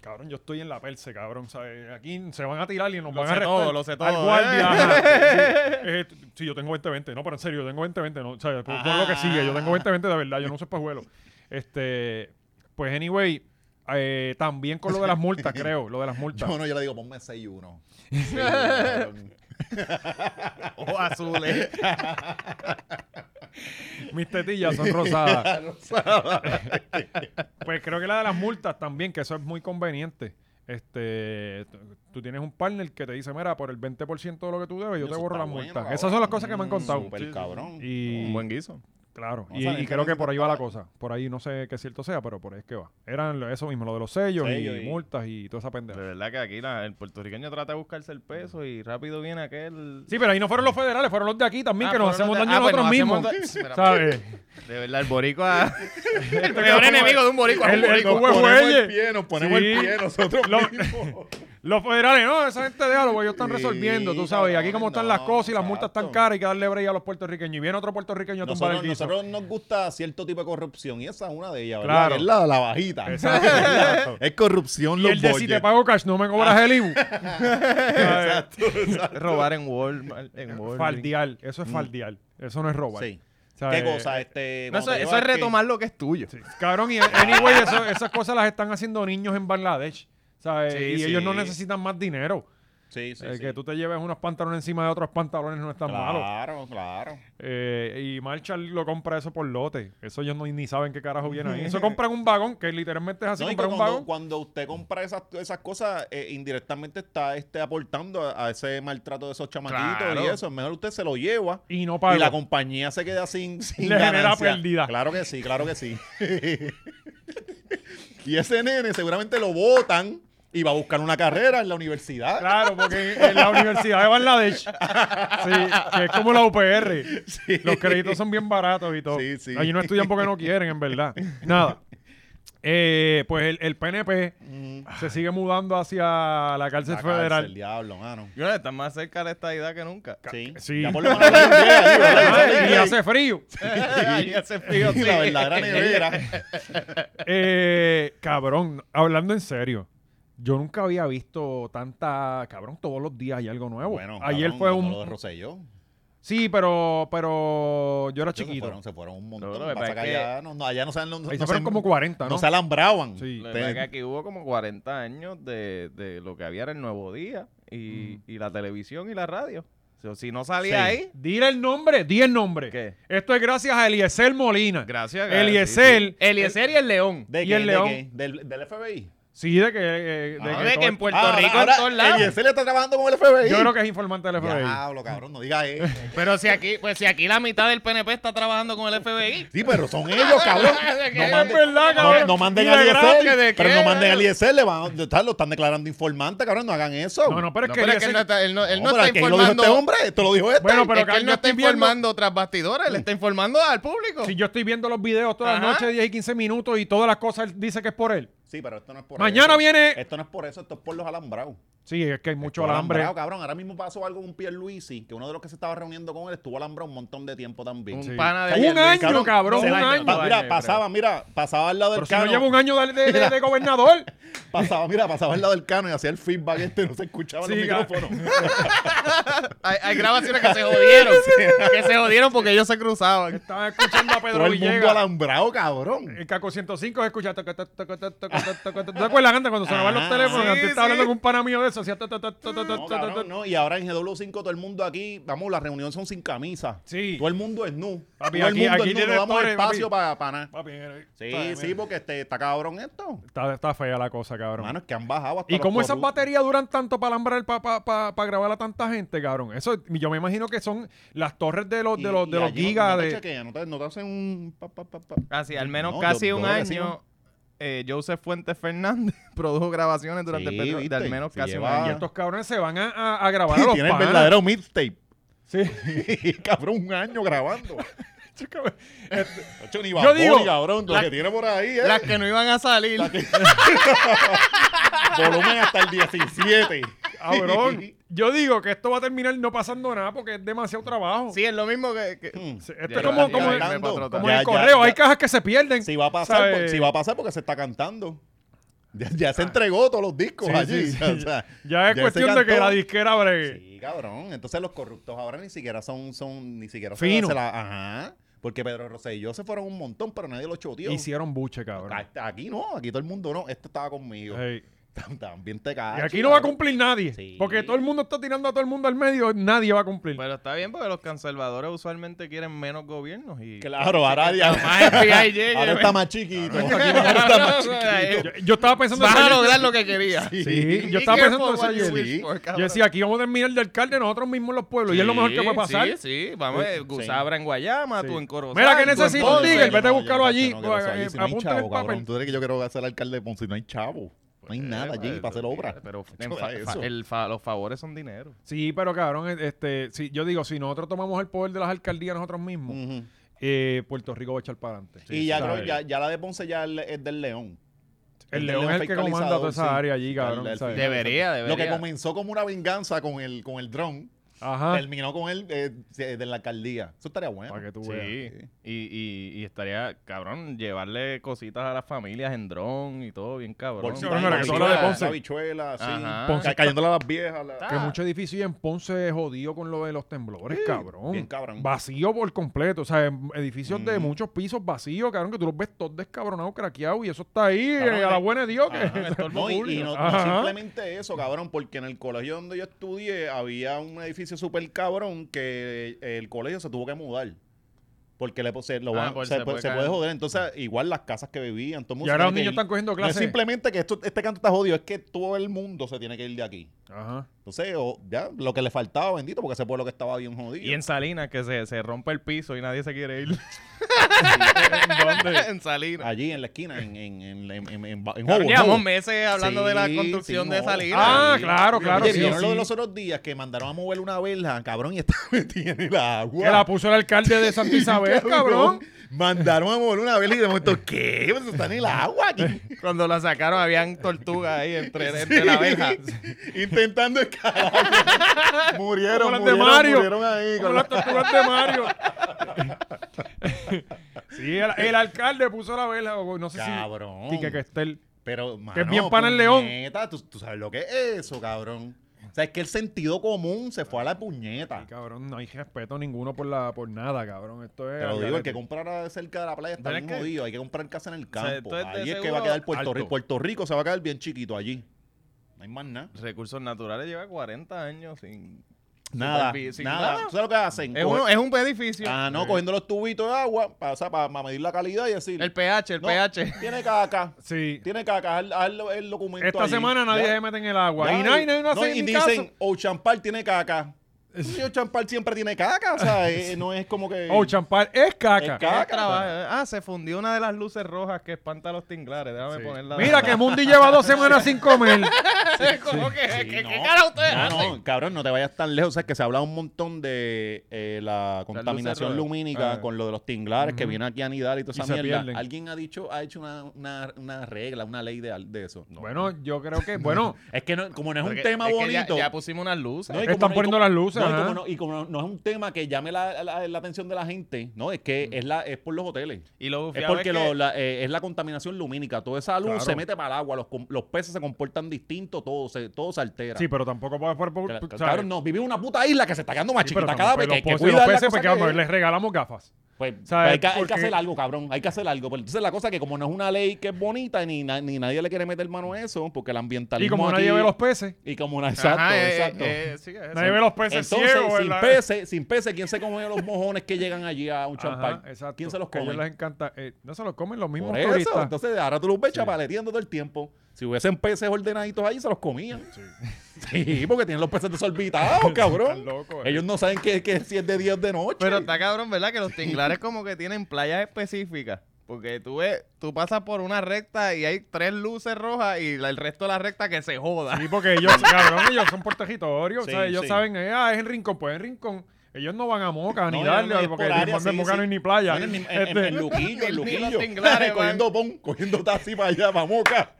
Speaker 1: Cabrón, yo estoy en la perse, cabrón. ¿sabes? Aquí se van a tirar y nos
Speaker 3: Lo
Speaker 1: van
Speaker 3: sé
Speaker 1: a arrestar.
Speaker 3: todo, lo sé todo,
Speaker 1: Al guardia.
Speaker 3: ¿eh?
Speaker 1: ajá. Sí, eh, t- sí, yo tengo 20-20. No, pero en serio, yo tengo 20-20. No, o sea, por, por lo que sigue, yo
Speaker 3: Ah.
Speaker 1: tengo 20-20 de verdad. Yo no soy pajuelo. Este, pues, anyway, eh, también con lo de las multas, creo. Lo de las multas.
Speaker 2: Yo no, yo le digo, ponme 6-1. 6-1.
Speaker 3: O azules.
Speaker 1: Mis tetillas son rosadas.
Speaker 2: cabrón.
Speaker 1: Pues creo que la de las multas también, que eso es muy conveniente. Este, t- tú tienes un partner que te dice, mira, por el 20% de lo que tú debes, yo
Speaker 2: Eso
Speaker 1: te borro
Speaker 2: está
Speaker 1: las
Speaker 2: bueno,
Speaker 1: multas. Esas
Speaker 2: cabrón.
Speaker 1: son las cosas que me han
Speaker 2: Mm,
Speaker 1: contado.
Speaker 2: súper
Speaker 1: Sí, sí, sí.
Speaker 2: cabrón.
Speaker 1: Y
Speaker 3: Un buen guiso.
Speaker 1: Claro,
Speaker 2: Vamos
Speaker 1: y,
Speaker 2: a ver,
Speaker 1: y creo que
Speaker 2: entonces,
Speaker 1: por ahí va la cosa. Por ahí no sé qué cierto sea, pero por ahí es que va. Eran lo- eso mismo, lo de los sellos
Speaker 2: Sellos
Speaker 1: y,
Speaker 2: y-
Speaker 1: multas y toda esa
Speaker 3: De
Speaker 1: pendeja.
Speaker 3: verdad que aquí la- el puertorriqueño trata de buscarse el peso y rápido viene aquel.
Speaker 1: Sí, pero ahí no fueron los federales, fueron los de aquí también,
Speaker 3: Ah,
Speaker 1: que nos
Speaker 3: fueron
Speaker 1: hacemos
Speaker 3: los de-
Speaker 1: daño
Speaker 3: ah, pues
Speaker 1: nosotros
Speaker 3: nos
Speaker 1: mismos.
Speaker 3: hacemos da-
Speaker 1: ¿Sabes?
Speaker 3: De verdad, el boricua. el peor enemigo de un boricua. es un
Speaker 1: El- el-
Speaker 3: boricua.
Speaker 2: Nos
Speaker 1: Huevo,
Speaker 2: ponemos
Speaker 1: güey.
Speaker 2: el pie, nos ponemos
Speaker 1: Sí.
Speaker 2: el pie nosotros
Speaker 1: Lo-
Speaker 2: mismos.
Speaker 1: Los federales, no, esa gente de algo, ellos están
Speaker 2: Sí,
Speaker 1: resolviendo, tú sabes. Y aquí como están las
Speaker 2: no,
Speaker 1: cosas y las multas están
Speaker 2: exacto.
Speaker 1: caras, hay que darle break a los puertorriqueños. Y viene otro puertorriqueño a tumbar el
Speaker 2: Nosotros,
Speaker 1: guiso.
Speaker 2: nosotros nos gusta cierto tipo de corrupción y esa es una de ellas, ¿verdad?
Speaker 1: Claro.
Speaker 2: Que Es la, la bajita.
Speaker 1: Exacto, exacto.
Speaker 2: Es corrupción
Speaker 1: Y
Speaker 2: los
Speaker 1: el de si te
Speaker 2: budgets.
Speaker 1: pago cash, no me cobras el IBU. ¿Sabes?
Speaker 3: Robar en Walmart. En Walmart.
Speaker 1: faldear, eso es faldear. Eso no es robar.
Speaker 2: Mm. Sí.
Speaker 1: ¿Sabes?
Speaker 2: ¿Qué cosa? Este,
Speaker 3: No, eso,
Speaker 2: cuando te
Speaker 3: eso
Speaker 2: llevas
Speaker 3: es
Speaker 2: que-
Speaker 3: retomar lo que es tuyo.
Speaker 1: Sí, Cabrón, y anyway, eso- esas cosas las están haciendo niños en Bangladesh. ¿sabes?
Speaker 3: Sí,
Speaker 1: y
Speaker 3: sí.
Speaker 1: ellos no necesitan más dinero.
Speaker 2: Sí, sí,
Speaker 1: Eh,
Speaker 2: sí.
Speaker 1: Que tú te lleves unos pantalones encima de otros pantalones no es tan malo.
Speaker 2: Claro, claro.
Speaker 1: Eh, y Marshall lo compra eso por lote. Eso ellos no, ni saben qué carajo viene ahí. Eso compran un vagón, que literalmente es así,
Speaker 2: No, y
Speaker 1: compran
Speaker 2: que
Speaker 1: un
Speaker 2: cuando,
Speaker 1: vagón.
Speaker 2: cuando usted compra esas, esas cosas, eh, indirectamente está este, aportando a, a ese maltrato de esos chamaquitos
Speaker 3: Claro.
Speaker 2: y eso. Es mejor usted se lo lleva
Speaker 1: Y no paga.
Speaker 2: y la compañía se queda sin, sin
Speaker 1: Le genera
Speaker 2: ganancia.
Speaker 1: pérdida.
Speaker 2: Claro que sí, claro que sí. y ese nene seguramente lo votan y va a buscar una carrera en la universidad.
Speaker 1: Claro, porque en la Universidad de Bangladesh, sí, que es como la UPR,
Speaker 2: Sí.
Speaker 1: los créditos son bien baratos y todo.
Speaker 2: Sí, sí.
Speaker 1: Allí no estudian porque no quieren, en verdad. Nada. Eh, pues el, el PNP
Speaker 2: Mm.
Speaker 1: se sigue mudando hacia la cárcel
Speaker 2: La
Speaker 1: federal.
Speaker 2: cárcel, diablo, mano.
Speaker 3: Yo no, están más cerca de esta idea que nunca.
Speaker 2: Sí.
Speaker 1: sí.
Speaker 2: Ya por lo menos hay un día ahí, ¿verdad?
Speaker 1: Ah, y hace frío.
Speaker 3: Ahí hace frío, sí.
Speaker 2: La verdadera nevera.
Speaker 1: Eh, cabrón, hablando en serio. Yo nunca había visto tanta. Cabrón, todos los días hay algo nuevo.
Speaker 2: Bueno,
Speaker 1: Ayer
Speaker 2: cabrón,
Speaker 1: fue
Speaker 2: con
Speaker 1: un.
Speaker 2: lo de Rosselló.
Speaker 1: Sí, pero, pero yo era
Speaker 2: Chico, Se
Speaker 1: chiquito.
Speaker 2: fueron, se fueron un montón.
Speaker 3: No, lo que
Speaker 2: Pasa
Speaker 3: pasa
Speaker 2: que
Speaker 3: es que-
Speaker 2: allá no, no, allá no se, no,
Speaker 1: Ahí
Speaker 2: no
Speaker 1: se fueron
Speaker 2: se-
Speaker 1: como 40, ¿no?
Speaker 2: no se alambraban.
Speaker 1: Sí.
Speaker 3: La
Speaker 2: Te-
Speaker 3: verdad que aquí hubo como 40 años de, de lo que había era el Nuevo Día y, y la televisión y la radio. O sea, si no salía
Speaker 2: Sí.
Speaker 3: ahí,
Speaker 1: Dile el nombre, di el nombre.
Speaker 3: ¿Qué?
Speaker 1: Esto es gracias a Eliezer Molina.
Speaker 3: gracias.
Speaker 1: Eliezer.
Speaker 3: sí, sí. Eliecer y el León.
Speaker 2: ¿De
Speaker 1: Y
Speaker 2: qué?
Speaker 1: el
Speaker 2: ¿De
Speaker 1: león.
Speaker 2: qué? ¿Del, del FBI?
Speaker 1: Sí, de que. eh,
Speaker 3: No,
Speaker 1: que
Speaker 3: de
Speaker 1: todo-
Speaker 3: que en Puerto
Speaker 2: Ah,
Speaker 3: Rico
Speaker 2: ahora-
Speaker 3: en todos lados.
Speaker 2: ¿El ISL está trabajando con el FBI?
Speaker 1: Yo creo que es informante del FBI.
Speaker 2: Diablo, cabrón, no diga eso.
Speaker 3: Pero si aquí, pues si aquí la mitad del PNP está trabajando con el FBI.
Speaker 2: Sí, pero son ellos, cabrón. pues, No
Speaker 3: Es
Speaker 2: manden,
Speaker 1: verdad, cabrón.
Speaker 2: no- no manden
Speaker 1: Y
Speaker 2: al
Speaker 1: de gratis,
Speaker 3: ¿de
Speaker 2: ISL. Pero
Speaker 3: qué?
Speaker 2: no manden al ISL. le van a- está- Lo están declarando informante, cabrón. No hagan eso.
Speaker 1: No, no, pero es
Speaker 3: No,
Speaker 1: que.
Speaker 3: pero pues, es que
Speaker 1: Eliezer-
Speaker 3: él no está, él no, él no
Speaker 2: pero
Speaker 3: está
Speaker 2: aquí lo dijo
Speaker 3: informando.
Speaker 2: este hombre. Esto lo dijo este.
Speaker 1: Bueno, pero
Speaker 3: es que él
Speaker 1: yo
Speaker 3: no está
Speaker 1: estoy viendo-
Speaker 3: informando tras bastidores, él está informando al público.
Speaker 1: Si yo estoy viendo los videos todas las
Speaker 3: Ajá.
Speaker 1: noches, 10 y 15 minutos, y todas las cosas él dice que es por él.
Speaker 2: sí, pero esto no es por
Speaker 1: Mañana
Speaker 2: eso.
Speaker 1: viene-
Speaker 2: Esto no es por eso. Esto es por los alambrados.
Speaker 1: Sí, es que hay mucho
Speaker 2: Estuvo
Speaker 1: alambre.
Speaker 2: alambrado, cabrón. Ahora mismo pasó algo con Pierluisi, que uno de los que se estaba reuniendo con él estuvo alambrado un montón de tiempo también.
Speaker 3: Un
Speaker 1: Sí.
Speaker 3: pana de
Speaker 1: Un
Speaker 3: Pierluisi.
Speaker 1: año, cabrón,
Speaker 2: se
Speaker 1: un
Speaker 2: la-
Speaker 1: año.
Speaker 2: pa-
Speaker 3: Año,
Speaker 2: mira,
Speaker 3: creo.
Speaker 2: pasaba, mira, pasaba al lado del
Speaker 1: Pero si no
Speaker 2: cano.
Speaker 1: lleva un año de, de- de- de gobernador.
Speaker 2: Pasaba, mira, pasaba al lado del cano y hacía el feedback este, no se escuchaban
Speaker 1: Sí,
Speaker 2: los
Speaker 1: ca-
Speaker 2: micrófonos.
Speaker 3: Hay, hay grabaciones que se jodieron. que se jodieron porque ellos se cruzaban.
Speaker 1: Estaban escuchando a
Speaker 2: Todo
Speaker 1: Pedro
Speaker 2: el mundo
Speaker 1: Villegas. Eh,
Speaker 2: alambrado, cabrón.
Speaker 1: El Caco 105 se escucha. toca, toca, toca, toca, toca, toca, toca. ¿Tú te acuerdas antes cuando sonaban los
Speaker 2: Ah,
Speaker 1: teléfonos?
Speaker 3: sí,
Speaker 1: antes estaba
Speaker 3: sí.
Speaker 1: hablando con un pana mío de eso. hacía ta, ta, ta, ta, ta, ta,
Speaker 2: No,
Speaker 1: ta, ta, ta.
Speaker 2: cabrón, no. Y ahora en GW5 todo el mundo aquí, vamos, las reuniones son sin camisa.
Speaker 1: Sí.
Speaker 2: Todo el mundo es nu.
Speaker 1: Papi,
Speaker 2: todo el
Speaker 1: aquí-
Speaker 2: mundo
Speaker 1: aquí
Speaker 2: es nu, no
Speaker 1: tienes
Speaker 2: damos
Speaker 1: todo,
Speaker 2: espacio
Speaker 1: papi.
Speaker 2: para nada.
Speaker 1: Papi, mira,
Speaker 2: Sí,
Speaker 1: está bien,
Speaker 2: sí,
Speaker 1: mira.
Speaker 2: porque este, está cabrón esto.
Speaker 1: Está, está fea la cosa, cabrón.
Speaker 2: Hermano, es que han bajado hasta
Speaker 1: ¿Y
Speaker 2: los
Speaker 1: cómo esas
Speaker 2: corruptos.
Speaker 1: baterías duran tanto para alambrar, para grabar a tanta gente, cabrón? Eso, yo me imagino que son las torres de los, de
Speaker 2: Y-
Speaker 1: los,
Speaker 2: y
Speaker 1: de los
Speaker 2: allí no-
Speaker 1: gigas
Speaker 2: no te
Speaker 1: de...
Speaker 2: chequean, no, te, no te hacen un... pa, pa, pa, pa.
Speaker 3: Así, al menos
Speaker 2: No,
Speaker 3: casi
Speaker 2: yo-
Speaker 3: un
Speaker 2: yo creo que sí,
Speaker 3: año, eh, Joseph Fuentes Fernández produjo grabaciones durante
Speaker 2: Sí,
Speaker 3: el periodo y de al
Speaker 2: ¿viste?
Speaker 3: menos
Speaker 2: Se
Speaker 3: casi
Speaker 2: lleva-
Speaker 3: un
Speaker 1: Y
Speaker 3: año.
Speaker 1: estos cabrones se van a, a- a grabar a los
Speaker 2: Tiene el
Speaker 1: panas.
Speaker 2: verdadero mixtape.
Speaker 1: Sí.
Speaker 2: cabrón, un año grabando. Ocho, ni
Speaker 1: Yo digo,
Speaker 2: Baboni, cabrón, lo que tiene por ahí es
Speaker 3: Las que no iban a salir.
Speaker 2: volumen hasta el 17.
Speaker 1: Cabrón, yo digo que esto va a terminar no pasando nada porque es demasiado trabajo.
Speaker 3: Sí, es lo mismo que... que-
Speaker 2: Hmm.
Speaker 1: Sí, Esto es
Speaker 3: Ya,
Speaker 1: como,
Speaker 3: ya,
Speaker 1: como,
Speaker 3: ya,
Speaker 1: el-
Speaker 3: ya.
Speaker 1: como
Speaker 3: Ya,
Speaker 1: en el correo, hay cajas que se pierden. eh,
Speaker 2: Si va a pasar,
Speaker 1: ¿sabes? Ah.
Speaker 2: por- si va a pasar porque se está cantando. Ya, ya se entregó todos los discos
Speaker 1: Sí,
Speaker 2: allí.
Speaker 1: sí, sí.
Speaker 2: o sea,
Speaker 1: Ya es
Speaker 2: se
Speaker 1: cuestión de que
Speaker 2: cantó.
Speaker 1: la disquera bregue.
Speaker 2: Sí, cabrón. Entonces los corruptos ahora ni siquiera son, son ni siquiera
Speaker 1: Fino.
Speaker 2: se la, ajá. Porque Pedro Rosselló se fueron un montón, pero nadie lo choteó.
Speaker 1: Hicieron buche, cabrón.
Speaker 2: Aquí no, aquí todo el mundo no. Este estaba conmigo.
Speaker 1: Ey.
Speaker 2: Estaban bien te
Speaker 1: Y aquí no va a cumplir nadie.
Speaker 2: Sí.
Speaker 1: Porque todo el mundo está tirando a todo el mundo al medio. Nadie va a cumplir.
Speaker 3: Pero está bien porque los conservadores usualmente quieren menos gobiernos y...
Speaker 2: Claro, ahora ya-
Speaker 3: Más FBI llegue,
Speaker 2: ahora
Speaker 3: güey.
Speaker 2: está más chiquito.
Speaker 1: Yo, yo estaba pensando
Speaker 3: Vas
Speaker 1: eso
Speaker 3: a
Speaker 1: ayer.
Speaker 3: lograr lo que quería.
Speaker 1: Sí, yo
Speaker 3: Be
Speaker 1: estaba
Speaker 3: careful
Speaker 1: pensando eso
Speaker 3: what you
Speaker 1: ayer.
Speaker 3: wish for,
Speaker 1: Yo
Speaker 3: cabrón.
Speaker 1: decía, aquí vamos a terminar el alcalde nosotros mismos los pueblos. y es lo mejor que puede
Speaker 3: Sí,
Speaker 1: pasar.
Speaker 3: Sí, sí, vamos, eh, Gusabra en Guayama,
Speaker 1: Sí.
Speaker 3: tú en Corozal.
Speaker 1: Mira, que
Speaker 3: tú en
Speaker 1: necesito un
Speaker 3: Ponce.
Speaker 1: Tigre, vete a
Speaker 2: Pues No,
Speaker 1: buscarlo
Speaker 2: yo,
Speaker 1: allí.
Speaker 2: macho, no quiero eso
Speaker 1: eh,
Speaker 2: allí. Si no hay
Speaker 1: apunta en el
Speaker 2: chavo,
Speaker 1: papel. Pues,
Speaker 2: cabrón. ¿Tú crees que yo quiero ser alcalde de Ponce? y No hay chavo. No hay nada allí
Speaker 3: Eh,
Speaker 2: para hacer obra.
Speaker 3: Pero en
Speaker 2: Macho,
Speaker 3: fa-
Speaker 2: eso.
Speaker 3: fa- el fa- los favores son dinero.
Speaker 1: Sí, pero cabrón, este, sí, yo digo, si nosotros tomamos el poder de las alcaldías nosotros mismos,
Speaker 2: Ujú.
Speaker 1: eh, Puerto Rico va a echar para adelante.
Speaker 2: Y Mm. ya, creo,
Speaker 1: ¿Sabes?
Speaker 2: ya, ya la de Ponce ya el- es del León.
Speaker 1: El
Speaker 2: del
Speaker 1: León es el que comanda
Speaker 2: fiscalizador,
Speaker 1: toda esa
Speaker 2: sí.
Speaker 1: área allí, cabrón.
Speaker 2: El- el
Speaker 1: ¿sabes?
Speaker 2: fiscal.
Speaker 3: Debería,
Speaker 2: Lo que
Speaker 3: debería.
Speaker 2: comenzó como una venganza con el, con el dron,
Speaker 1: Ajá.
Speaker 2: terminó con él eh, de de la alcaldía. Eso estaría bueno.
Speaker 1: Para Ah. que tú veas.
Speaker 3: Sí, y, y, y estaría, cabrón, llevarle cositas a las familias en dron y todo, bien cabrón.
Speaker 2: Bolsita
Speaker 1: Cabrón, era que solo
Speaker 2: habichuela,
Speaker 1: de Ponce.
Speaker 2: habichuela, sí.
Speaker 3: Ajá.
Speaker 1: Ponce
Speaker 2: Ca- Cayéndole a las viejas. la-
Speaker 1: Que mucho edificio en Ponce jodido con lo de los temblores, cabrón.
Speaker 2: bien cabrón.
Speaker 1: Vacío por completo. O sea, em- edificios de
Speaker 2: Mm.
Speaker 1: muchos pisos vacíos, cabrón, que tú los ves todos descabronados, craqueados, y eso está ahí, eh,
Speaker 2: Cabrón,
Speaker 1: a la
Speaker 2: eh.
Speaker 1: buena de Dios. que-
Speaker 3: Ajá, estorbo
Speaker 2: No, y, y
Speaker 3: público.
Speaker 2: no, no
Speaker 1: Ajá.
Speaker 2: simplemente eso, cabrón, porque en el colegio donde yo estudié había un edificio súper cabrón que el colegio se tuvo que mudar. Porque le, pues, se, lo
Speaker 3: Ah,
Speaker 2: van-
Speaker 3: por-
Speaker 2: se,
Speaker 3: se puede
Speaker 2: se
Speaker 3: caer.
Speaker 2: puede joder. Entonces, igual las casas que vivían, todo el mundo
Speaker 1: y
Speaker 2: se
Speaker 1: ahora los
Speaker 2: tiene que
Speaker 1: niños
Speaker 2: ir.
Speaker 1: están cogiendo
Speaker 2: No es
Speaker 1: clases.
Speaker 2: simplemente que esto, este canto está jodido, es que todo el mundo se tiene que ir de aquí.
Speaker 1: Ajá.
Speaker 2: Entonces, o- ya, lo que le faltaba, bendito, porque ese pueblo que estaba bien jodido.
Speaker 3: Y en Salinas, que se, se rompe el piso y nadie se quiere ir. en Salinas.
Speaker 2: Allí en la esquina, en, en, en, en, en, en Howard,
Speaker 3: Cabrón, Llevamos
Speaker 2: Howard.
Speaker 3: meses hablando
Speaker 2: Sí,
Speaker 3: de la
Speaker 2: sí,
Speaker 3: construcción de
Speaker 2: no.
Speaker 3: Salinas.
Speaker 1: Ah,
Speaker 3: Sí.
Speaker 1: claro, claro.
Speaker 2: Oye,
Speaker 1: sí,
Speaker 2: vieron lo
Speaker 1: sí.
Speaker 2: de los otros días que mandaron a mover una verja, cabrón, y está metida en el agua.
Speaker 1: Que la puso el alcalde de Santa Isabel, cabrón.
Speaker 2: Mandaron a mover una verja y de momento, ¿qué? Pues está en el agua. aquí.
Speaker 3: Cuando la sacaron, habían tortugas ahí entre, entre la verja.
Speaker 2: Intentando escalar.
Speaker 1: Como
Speaker 2: murieron,
Speaker 1: las de
Speaker 2: murieron,
Speaker 1: Mario.
Speaker 2: murieron ahí.
Speaker 1: Como
Speaker 2: con
Speaker 1: las
Speaker 2: la-
Speaker 1: tortugas de Mario. sí, el, el alcalde puso la vela, o no sé
Speaker 2: Cabrón.
Speaker 1: si. Tique Questel. Que
Speaker 2: Pero,
Speaker 1: es
Speaker 2: mano,
Speaker 1: bien pana el león.
Speaker 2: puñeta, ¿tú, tú sabes lo que es eso, cabrón. O sea, es que el sentido común se fue a la puñeta.
Speaker 1: Sí, cabrón, no hay respeto ninguno por la por nada, cabrón. Esto es.
Speaker 2: Te lo digo, el que
Speaker 1: algarete.
Speaker 2: comprara cerca de la playa está
Speaker 3: Pero
Speaker 2: bien
Speaker 3: es que-
Speaker 2: jodido. Hay que comprar casa en el
Speaker 3: sea,
Speaker 2: campo.
Speaker 3: esto es de
Speaker 2: Ahí es que
Speaker 3: seguro
Speaker 2: va a quedar Puerto
Speaker 3: alto.
Speaker 2: Rico. Puerto Rico se va a quedar bien chiquito allí. No hay más nada.
Speaker 3: Recursos Naturales lleva 40 años sin...
Speaker 2: Nada,
Speaker 3: Supervi- sin
Speaker 2: nada.
Speaker 3: nada.
Speaker 2: ¿Tú sabes lo que hacen?
Speaker 3: Es
Speaker 2: Coge-
Speaker 3: un, es un edificio.
Speaker 2: Ah, no, cogiendo los tubitos de agua para, o sea, para medir la calidad y decir...
Speaker 3: El pH, el
Speaker 2: no,
Speaker 3: pH.
Speaker 2: Tiene caca,
Speaker 1: Sí.
Speaker 2: tiene caca, haz, haz lo- el documento
Speaker 1: Esta
Speaker 2: allí.
Speaker 1: semana nadie
Speaker 2: Ya,
Speaker 1: se mete en el agua.
Speaker 2: ya,
Speaker 1: y nadie, nadie no hace
Speaker 2: y
Speaker 1: ni
Speaker 2: dicen,
Speaker 1: caso.
Speaker 2: Ocean Park tiene caca. Y Ocean Park siempre tiene caca, o sea, eh, no es como que...
Speaker 1: Oh, champán es caca.
Speaker 2: Es caca.
Speaker 3: Ah, traba- Ah, se fundió una de las luces rojas que espanta a los tinglares. Déjame
Speaker 1: Sí.
Speaker 3: ponerla.
Speaker 1: Mira que Mundi lleva dos semanas sin comer.
Speaker 3: ¿Cómo que,
Speaker 2: Sí,
Speaker 3: que-
Speaker 2: no.
Speaker 3: ¿Qué cara ustedes
Speaker 2: No,
Speaker 3: hacen?
Speaker 2: no, cabrón, no te vayas tan lejos. O sea, que se habla un montón de eh, la contaminación
Speaker 3: rojas.
Speaker 2: lumínica
Speaker 3: Ah.
Speaker 2: con lo de los tinglares que
Speaker 1: Ujú.
Speaker 2: viene aquí a anidar y toda
Speaker 1: Y
Speaker 2: esa
Speaker 1: se
Speaker 2: mierda.
Speaker 1: pierden.
Speaker 2: ¿Alguien ha dicho, ha hecho una, una- una regla, una ley de, de eso? No.
Speaker 1: Bueno, yo creo que. Bueno,
Speaker 2: Es que no- como no es
Speaker 3: Porque-
Speaker 2: un tema
Speaker 3: es que ya-
Speaker 2: bonito.
Speaker 3: Ya, pusimos unas luces.
Speaker 2: no, y
Speaker 1: Están
Speaker 2: como no- y
Speaker 1: poniendo
Speaker 2: como-
Speaker 1: las luces, ¿eh?
Speaker 2: no, y,
Speaker 1: ajá.
Speaker 2: como no, y como no- no es un tema que llame la, la- la atención de la gente, no, es
Speaker 1: Mm.
Speaker 2: que es, la, es por los hoteles.
Speaker 3: y lo
Speaker 2: Es
Speaker 3: bufiado
Speaker 2: porque
Speaker 3: es
Speaker 2: lo-
Speaker 3: que-
Speaker 2: la- eh, es la contaminación lumínica. Toda esa luz
Speaker 1: Claro.
Speaker 2: se mete para el agua. Los, com- los peces se comportan distintos, todo se, todo se altera.
Speaker 1: sí, pero tampoco puede ser por.
Speaker 2: Cla-
Speaker 1: ¿sabes?
Speaker 2: pues, Claro, no, vivimos en una puta isla que se está quedando más
Speaker 1: Sí, pero
Speaker 2: chiquita
Speaker 1: tampoco,
Speaker 2: cada vez
Speaker 1: pues,
Speaker 2: que, que
Speaker 1: los,
Speaker 2: cuida
Speaker 1: los
Speaker 2: la
Speaker 1: peces,
Speaker 2: cosa
Speaker 1: pues,
Speaker 2: que
Speaker 1: cabrón,
Speaker 2: es.
Speaker 1: les regalamos gafas.
Speaker 2: Pues,
Speaker 1: o sea,
Speaker 2: pues, hay, que, hay que
Speaker 1: porque-
Speaker 2: hacer algo, cabrón, hay que hacer algo. Pero entonces la cosa es que como no es una ley que es bonita ni, na- ni nadie le quiere meter mano a eso, porque el ambientalismo
Speaker 1: Y como
Speaker 2: aquí,
Speaker 1: nadie ve los peces,
Speaker 2: Y como una... Exacto,
Speaker 3: Ajá, eh,
Speaker 2: exacto.
Speaker 3: eh, sí, eso.
Speaker 1: nadie ve los peces
Speaker 2: entonces,
Speaker 1: ciegos.
Speaker 2: sin
Speaker 1: pues, ¿verdad?
Speaker 2: peces, sin peces, ¿quién se come los mojones que llegan allí a un
Speaker 1: Ajá,
Speaker 2: champán?
Speaker 1: exacto.
Speaker 2: ¿Quién se los
Speaker 1: Que a ellos les
Speaker 2: come?
Speaker 1: encanta. eh, no se los comen los mismos
Speaker 2: Por eso,
Speaker 1: turistas.
Speaker 2: entonces ahora tú los ves chapaleteando todo el tiempo. Si hubiesen peces ordenaditos ahí, se los comían.
Speaker 1: Sí.
Speaker 2: Sí, porque tienen los peces desorbitados, cabrón.
Speaker 1: Están locos, eh.
Speaker 2: Ellos no saben que, que si es de día o es de noche.
Speaker 3: Pero está cabrón, ¿verdad? Que los tinglares como que tienen playas específicas. Porque tú ves, tú pasas por una recta y hay tres luces rojas y la- el resto de la recta que se joda.
Speaker 1: Sí, porque ellos, cabrón, ellos son puertejitorios.
Speaker 2: Sí,
Speaker 1: o sea, ellos
Speaker 2: sí.
Speaker 1: saben, eh, ah, es en Rincón, pues en Rincón. Ellos no van a Moca ni
Speaker 2: No,
Speaker 1: darle,
Speaker 2: no, no, es
Speaker 1: porque en
Speaker 2: por área,
Speaker 1: Rincón de
Speaker 2: sí,
Speaker 1: Moca
Speaker 2: sí.
Speaker 1: no hay ni playa.
Speaker 2: Miren, en, en-
Speaker 1: Este,
Speaker 2: en Luquillo, en
Speaker 3: Ni los
Speaker 2: Luquillo.
Speaker 3: tinglares,
Speaker 2: cogiendo pon, cogiendo taxi para allá, para Moca.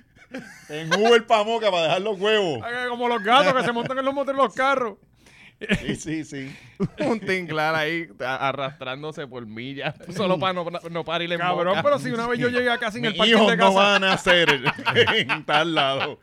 Speaker 2: en Uber para Moca, para dejar los huevos.
Speaker 1: ah, como los gatos que se montan en los motores de los carros.
Speaker 2: Sí, sí, sí.
Speaker 3: Un tinglar ahí a- arrastrándose por millas solo para no, no parir en
Speaker 1: Cabrón,
Speaker 3: Moca.
Speaker 1: pero si una vez yo llegué acá sin
Speaker 2: Mis
Speaker 1: el parking
Speaker 2: hijos
Speaker 1: de
Speaker 2: no
Speaker 1: casa.
Speaker 2: van a nacer en tal lado.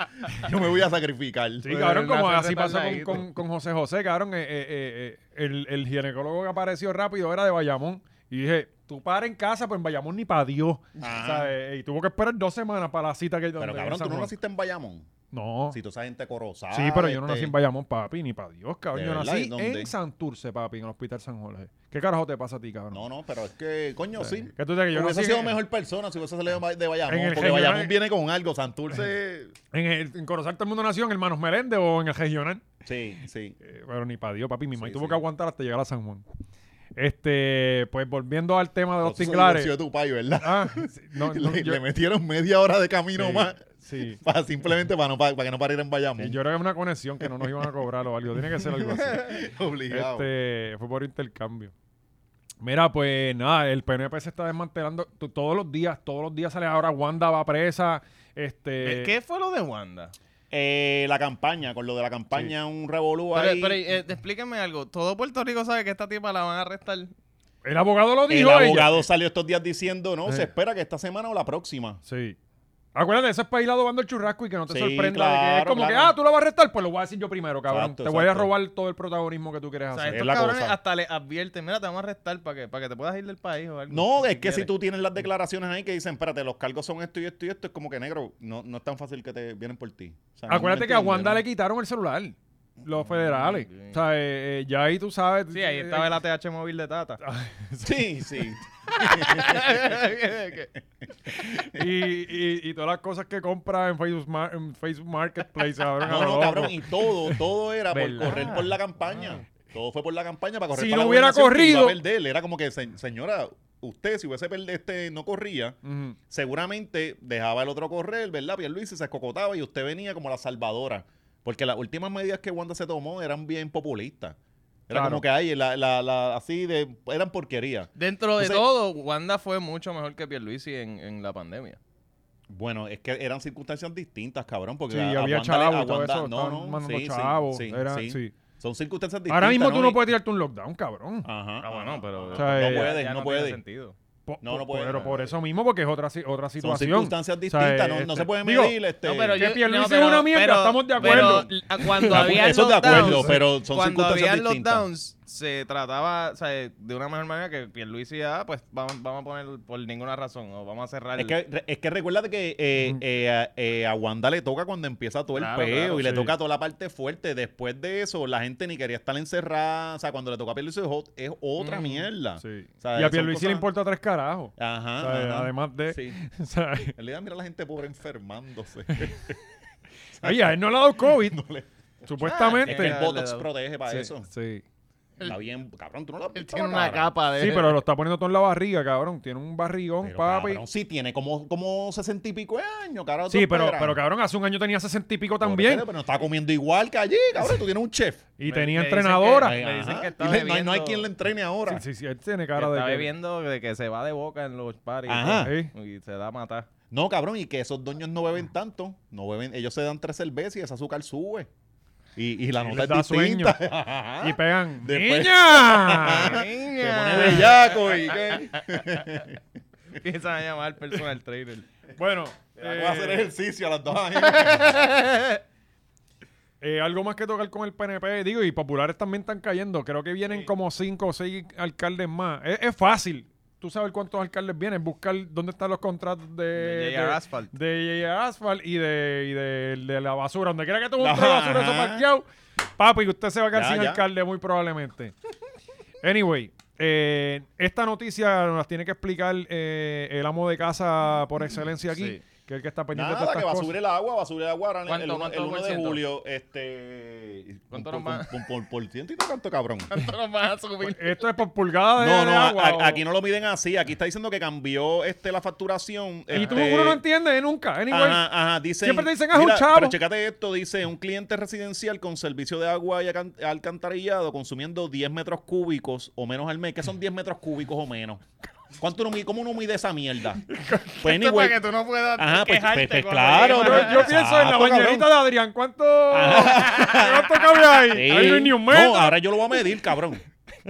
Speaker 2: Yo me voy a sacrificar.
Speaker 1: Sí, cabrón,
Speaker 3: Pero
Speaker 1: como
Speaker 3: nacer
Speaker 1: así pasó con,
Speaker 3: retardadito.
Speaker 1: con- con José José, cabrón. eh, eh, eh, eh, el, el ginecólogo que apareció rápido era de Bayamón. Y dije, tú paras en casa, pues en Bayamón ni para Dios. ¿sabes? eh, Y tuvo que esperar dos semanas para la cita que
Speaker 2: Ah. Pero
Speaker 1: donde
Speaker 2: cabrón,
Speaker 1: San
Speaker 2: tú no
Speaker 1: Juan.
Speaker 2: naciste en Bayamón.
Speaker 1: No.
Speaker 2: Si toda esa gente corozada.
Speaker 1: Sí, pero yo no
Speaker 2: este,
Speaker 1: nací en Bayamón, papi, ni para Dios, cabrón.
Speaker 2: ¿De
Speaker 1: Yo
Speaker 2: verdad?
Speaker 1: nací
Speaker 2: ¿Y dónde?
Speaker 1: en Santurce, papi, en el Hospital San Jorge. ¿Qué carajo te pasa a ti, cabrón?
Speaker 2: No, no, pero es que, coño, sí.
Speaker 1: ¿Qué tú dices que yo
Speaker 2: hubiese
Speaker 1: nací
Speaker 2: sido
Speaker 1: en-
Speaker 2: mejor persona si hubiese salido de Bayamón.
Speaker 1: en el
Speaker 2: porque
Speaker 1: regional-
Speaker 2: Bayamón viene con algo. Santurce.
Speaker 1: En, el, en Corozal todo el mundo nació en Hermanos Meléndez o en el Regional.
Speaker 2: Sí, sí.
Speaker 1: Eh, pero ni para Dios, papi. Mi mamá
Speaker 2: Sí,
Speaker 1: tuvo
Speaker 2: sí.
Speaker 1: que aguantar hasta llegar a San Juan. Este, pues volviendo al tema de los
Speaker 2: Eso es el
Speaker 1: tinglares.
Speaker 2: divorcio de tu país, ¿verdad?
Speaker 1: Ah, sí, no, no,
Speaker 2: le,
Speaker 1: yo-
Speaker 2: le metieron media hora de camino
Speaker 1: sí,
Speaker 2: más.
Speaker 1: sí.
Speaker 2: Para simplemente para, no, para, para que no pariera en Bayamón.
Speaker 1: Sí, yo creo que es una conexión que no nos iban a cobrar o algo. Tiene que ser algo así.
Speaker 2: Obligado.
Speaker 1: Este, fue por intercambio. Mira, pues nada, el PNP se está desmantelando t- todos los días, todos los días sale ahora Wanda va presa, este...
Speaker 3: ¿Qué fue lo de Wanda?
Speaker 2: Eh, la campaña, con lo de la campaña, un revolú
Speaker 3: Pero,
Speaker 2: ahí.
Speaker 3: pero, eh, explíquenme algo. Todo Puerto Rico sabe que esta tipa la van a arrestar.
Speaker 1: El abogado lo
Speaker 2: el
Speaker 1: dijo ella. Eh.
Speaker 2: abogado salió estos días diciendo, no,
Speaker 1: Sí.
Speaker 2: se espera que esta semana o la próxima.
Speaker 1: Sí. Acuérdate, eso es para ir adobando el churrasco y que no te
Speaker 2: Sí,
Speaker 1: sorprenda de que es
Speaker 2: claro,
Speaker 1: como
Speaker 2: claro.
Speaker 1: que, ah, tú lo vas a arrestar, pues lo voy a decir yo primero, cabrón.
Speaker 2: Exacto,
Speaker 1: te voy a
Speaker 2: exacto.
Speaker 1: robar todo el protagonismo que tú quieres
Speaker 3: O sea,
Speaker 1: hacer.
Speaker 2: es
Speaker 3: estos
Speaker 2: la
Speaker 3: cabrones
Speaker 2: cosa.
Speaker 3: hasta le advierten, mira, te vamos a arrestar para que, para que te puedas ir del país o algo.
Speaker 2: No, es que si
Speaker 3: quieres.
Speaker 2: tú tienes las declaraciones ahí que dicen, espérate, los cargos son esto y esto y esto, es como que negro, no, no es tan fácil que te vienen por ti. O sea, no
Speaker 1: Acuérdate
Speaker 2: me
Speaker 1: que a
Speaker 2: entiendes,
Speaker 1: Wanda
Speaker 2: ¿no?
Speaker 1: le quitaron el celular, los
Speaker 2: Mm,
Speaker 1: federales.
Speaker 3: ok.
Speaker 1: O sea, eh, eh, ya ahí tú sabes...
Speaker 3: Sí, ahí estaba el ATH móvil de Tata.
Speaker 2: Sí, sí.
Speaker 1: y, y, y todas las cosas que compra en Facebook, Mar- en Facebook Marketplace. cabrón, a
Speaker 2: No,
Speaker 1: lo
Speaker 2: no,
Speaker 1: loco.
Speaker 2: cabrón, y todo, todo era por
Speaker 1: ¿Verdad? Ah.
Speaker 2: correr por la campaña. Todo fue por la campaña para correr
Speaker 1: Si
Speaker 2: para
Speaker 1: no
Speaker 2: la
Speaker 1: hubiera
Speaker 2: gobernación, que iba a
Speaker 1: corrido-
Speaker 2: perder. Era como que, "Se- señora, usted si hubiese perdido este, no corría,
Speaker 1: Ujú.
Speaker 2: seguramente dejaba el otro correr, ¿verdad? Pierluisi se escocotaba y usted venía como la salvadora. Porque las últimas medidas que Wanda se tomó eran bien populistas. Era
Speaker 1: Claro.
Speaker 2: como que ahí, la, la, la- así de, eran porquería.
Speaker 3: Dentro de
Speaker 2: Entonces-
Speaker 3: todo, Wanda fue mucho mejor que Pierluisi en, en la pandemia.
Speaker 2: Bueno, es que eran circunstancias distintas, cabrón. Porque
Speaker 1: Sí,
Speaker 2: a- a
Speaker 1: había
Speaker 2: Wanda le- a
Speaker 1: chavos y todo
Speaker 2: Wanda-
Speaker 1: eso.
Speaker 2: no,
Speaker 1: estaban
Speaker 2: no,
Speaker 1: mandando
Speaker 2: sí, sí,
Speaker 1: chavos.
Speaker 2: sí,
Speaker 1: era-
Speaker 2: sí.
Speaker 1: sí.
Speaker 2: Son circunstancias distintas.
Speaker 1: Ahora mismo tú no
Speaker 2: Y-
Speaker 1: puedes tirarte un lockdown, cabrón.
Speaker 2: Ajá.
Speaker 3: Ah, bueno, pero...
Speaker 1: O sea, eh,
Speaker 2: no puedes,
Speaker 3: ya
Speaker 2: no
Speaker 3: tiene
Speaker 2: puedes.
Speaker 3: sentido.
Speaker 1: Po-
Speaker 2: No,
Speaker 1: po-
Speaker 2: no puede.
Speaker 1: Pero por eso mismo, porque es otra, si- otra
Speaker 2: Son
Speaker 1: situación.
Speaker 2: circunstancias
Speaker 1: O sea,
Speaker 2: distintas, no, no
Speaker 1: este-
Speaker 2: se pueden
Speaker 1: digo,
Speaker 2: medir. este,
Speaker 3: No, pero
Speaker 1: Que
Speaker 3: yo,
Speaker 1: Pierluisi
Speaker 3: no,
Speaker 1: es una mierda, estamos de acuerdo.
Speaker 3: Pero a- cuando
Speaker 2: De acu-
Speaker 3: había
Speaker 2: eso de acuerdo,
Speaker 3: lockdowns,
Speaker 2: pero son
Speaker 3: cuando
Speaker 2: circunstancias
Speaker 3: había
Speaker 2: distintas.
Speaker 3: lockdowns, se trataba o sea, de una mejor manera que Pierluisi, ah, pues vamos, vamos a poner por ninguna razón, o vamos a cerrar.
Speaker 2: Es que, re- es que recuerda que eh,
Speaker 1: Ujú.
Speaker 2: eh, a- eh, a Wanda le toca cuando empieza todo el
Speaker 3: Claro,
Speaker 2: peo
Speaker 3: claro,
Speaker 2: y le
Speaker 1: sí.
Speaker 2: toca toda la parte fuerte. Después de eso, la gente ni quería estar encerrada. O sea, cuando le toca a Pierluisi es ot- es otra
Speaker 3: Mm,
Speaker 2: mierda.
Speaker 1: Sí.
Speaker 2: O sea,
Speaker 1: y a
Speaker 2: son
Speaker 1: Pierluisi le
Speaker 2: cosas-
Speaker 1: importa tres carajos.
Speaker 2: Ajá,
Speaker 1: O sea,
Speaker 2: ajá.
Speaker 1: además de-
Speaker 2: Sí.
Speaker 1: O sea,
Speaker 2: En realidad, mira a la gente pobre enfermándose.
Speaker 1: Ay, a él no le ha dado COVID,
Speaker 2: No le- Ah,
Speaker 1: supuestamente.
Speaker 2: es que el
Speaker 3: le
Speaker 2: Botox
Speaker 3: da-
Speaker 2: protege para
Speaker 1: sí,
Speaker 2: eso.
Speaker 1: sí.
Speaker 2: Está bien, cabrón, tú no lo has
Speaker 3: Él
Speaker 2: visto,
Speaker 3: tiene una
Speaker 2: cabrón.
Speaker 3: capa de...
Speaker 1: Sí, pero lo está poniendo todo en la barriga, cabrón. Tiene un barrigón,
Speaker 2: Pero,
Speaker 1: papi.
Speaker 2: cabrón, sí, tiene como, como 60 y pico de años, cabrón. tú
Speaker 1: sí, pero,
Speaker 2: esperas.
Speaker 1: pero cabrón, hace un año tenía sesenta y pico
Speaker 2: Por
Speaker 1: también.
Speaker 2: eso, Pero no está comiendo igual que allí, cabrón. Tú tienes un chef.
Speaker 1: Y tenía
Speaker 3: me dicen que-
Speaker 1: entrenadora.
Speaker 3: Ay, Me dicen
Speaker 2: Ajá.
Speaker 3: que está
Speaker 2: Y le- no, hay- no hay
Speaker 3: bebiendo-
Speaker 2: quien le entrene ahora.
Speaker 1: Sí, sí, sí, él tiene
Speaker 3: que
Speaker 1: cara de.
Speaker 3: está
Speaker 1: que-
Speaker 3: bebiendo de que se va de boca en los paris.
Speaker 2: Ajá.
Speaker 1: Sí.
Speaker 3: Y se da a matar.
Speaker 2: No, cabrón, y que esos dueños no
Speaker 1: Ah.
Speaker 2: beben tanto. No beben, ellos se dan tres cervezas y ese azúcar sube. Y, y la
Speaker 1: Sí,
Speaker 2: nota
Speaker 1: les
Speaker 2: es
Speaker 1: da
Speaker 2: distinta.
Speaker 1: sueño.
Speaker 2: Ajá.
Speaker 1: Y pegan.
Speaker 2: Después-
Speaker 1: ¡Niña!
Speaker 2: se
Speaker 3: Niña.
Speaker 2: pone bellaco y que
Speaker 3: Eh. Empiezan a llamar personal trainer.
Speaker 1: bueno,
Speaker 2: voy a hacer
Speaker 1: eh,
Speaker 2: ejercicio a las dos
Speaker 1: eh, algo más que tocar con el PNP, digo, y populares también están cayendo. Creo que vienen como cinco o seis alcaldes más. Es, es fácil. Tú sabes cuántos alcaldes vienen, buscar dónde están los contratos de.
Speaker 3: De J.R. Asphalt.
Speaker 1: De J.R. Asphalt y de, y de, de la basura. Donde quiera que tú montes
Speaker 2: Ajá.
Speaker 1: basura, eso parqueado. Papi, que usted se va a quedar
Speaker 2: Ya,
Speaker 1: sin
Speaker 2: ya.
Speaker 1: alcalde muy probablemente. Anyway, eh, esta noticia nos tiene que explicar eh, el amo de casa por excelencia aquí,
Speaker 3: Sí.
Speaker 1: que es el que está pendiente de
Speaker 2: Nada,
Speaker 1: estas
Speaker 2: que va a
Speaker 1: cosas.
Speaker 2: subir el agua, va a subir el agua ahora en el,
Speaker 3: ¿Cuánto,
Speaker 2: el uno-
Speaker 3: cuánto
Speaker 2: el 1
Speaker 3: por
Speaker 2: de
Speaker 3: ciento?
Speaker 2: julio. Este.
Speaker 3: ¿Cuánto
Speaker 2: por,
Speaker 3: nos va?
Speaker 2: por- por- por ciento y tanto, cabrón.
Speaker 3: ¿Cuánto nos vas a
Speaker 2: Pues,
Speaker 3: subir?
Speaker 1: Esto es por pulgada de,
Speaker 2: No,
Speaker 1: de
Speaker 2: no, a-
Speaker 1: agua.
Speaker 2: a-
Speaker 1: o-
Speaker 2: aquí no lo miden así. Aquí está diciendo que cambió este, la facturación.
Speaker 1: Y tú
Speaker 2: este,
Speaker 1: uno no entiende eh, nunca. Anyway,
Speaker 2: Ajá, ajá, dicen-
Speaker 1: Siempre te dicen, "Haz un
Speaker 2: mira,
Speaker 1: chavo".
Speaker 2: Pero checate esto, dice, un cliente residencial con servicio de agua y acan- alcantarillado consumiendo 10 metros cúbicos o menos al mes. ¿Qué son 10 metros cúbicos o menos? ¿Cuánto uno mide? ¿Cómo uno mide esa mierda? Pues
Speaker 3: Esto es
Speaker 2: anyway,
Speaker 3: para que tú no puedas
Speaker 2: Ajá, pues,
Speaker 3: quejarte
Speaker 2: pues, pues,
Speaker 3: cuando
Speaker 2: claro,
Speaker 1: yo,
Speaker 3: llegas.
Speaker 2: no,
Speaker 1: yo pienso en la
Speaker 2: Exacto, cabrón.
Speaker 1: bañerita de Adrián. ¿Cuánto, ¿cuánto cabe ahí?
Speaker 2: sí.
Speaker 1: Ahí no hay ni un metro.
Speaker 2: eh, No, ahora yo lo voy a medir, cabrón.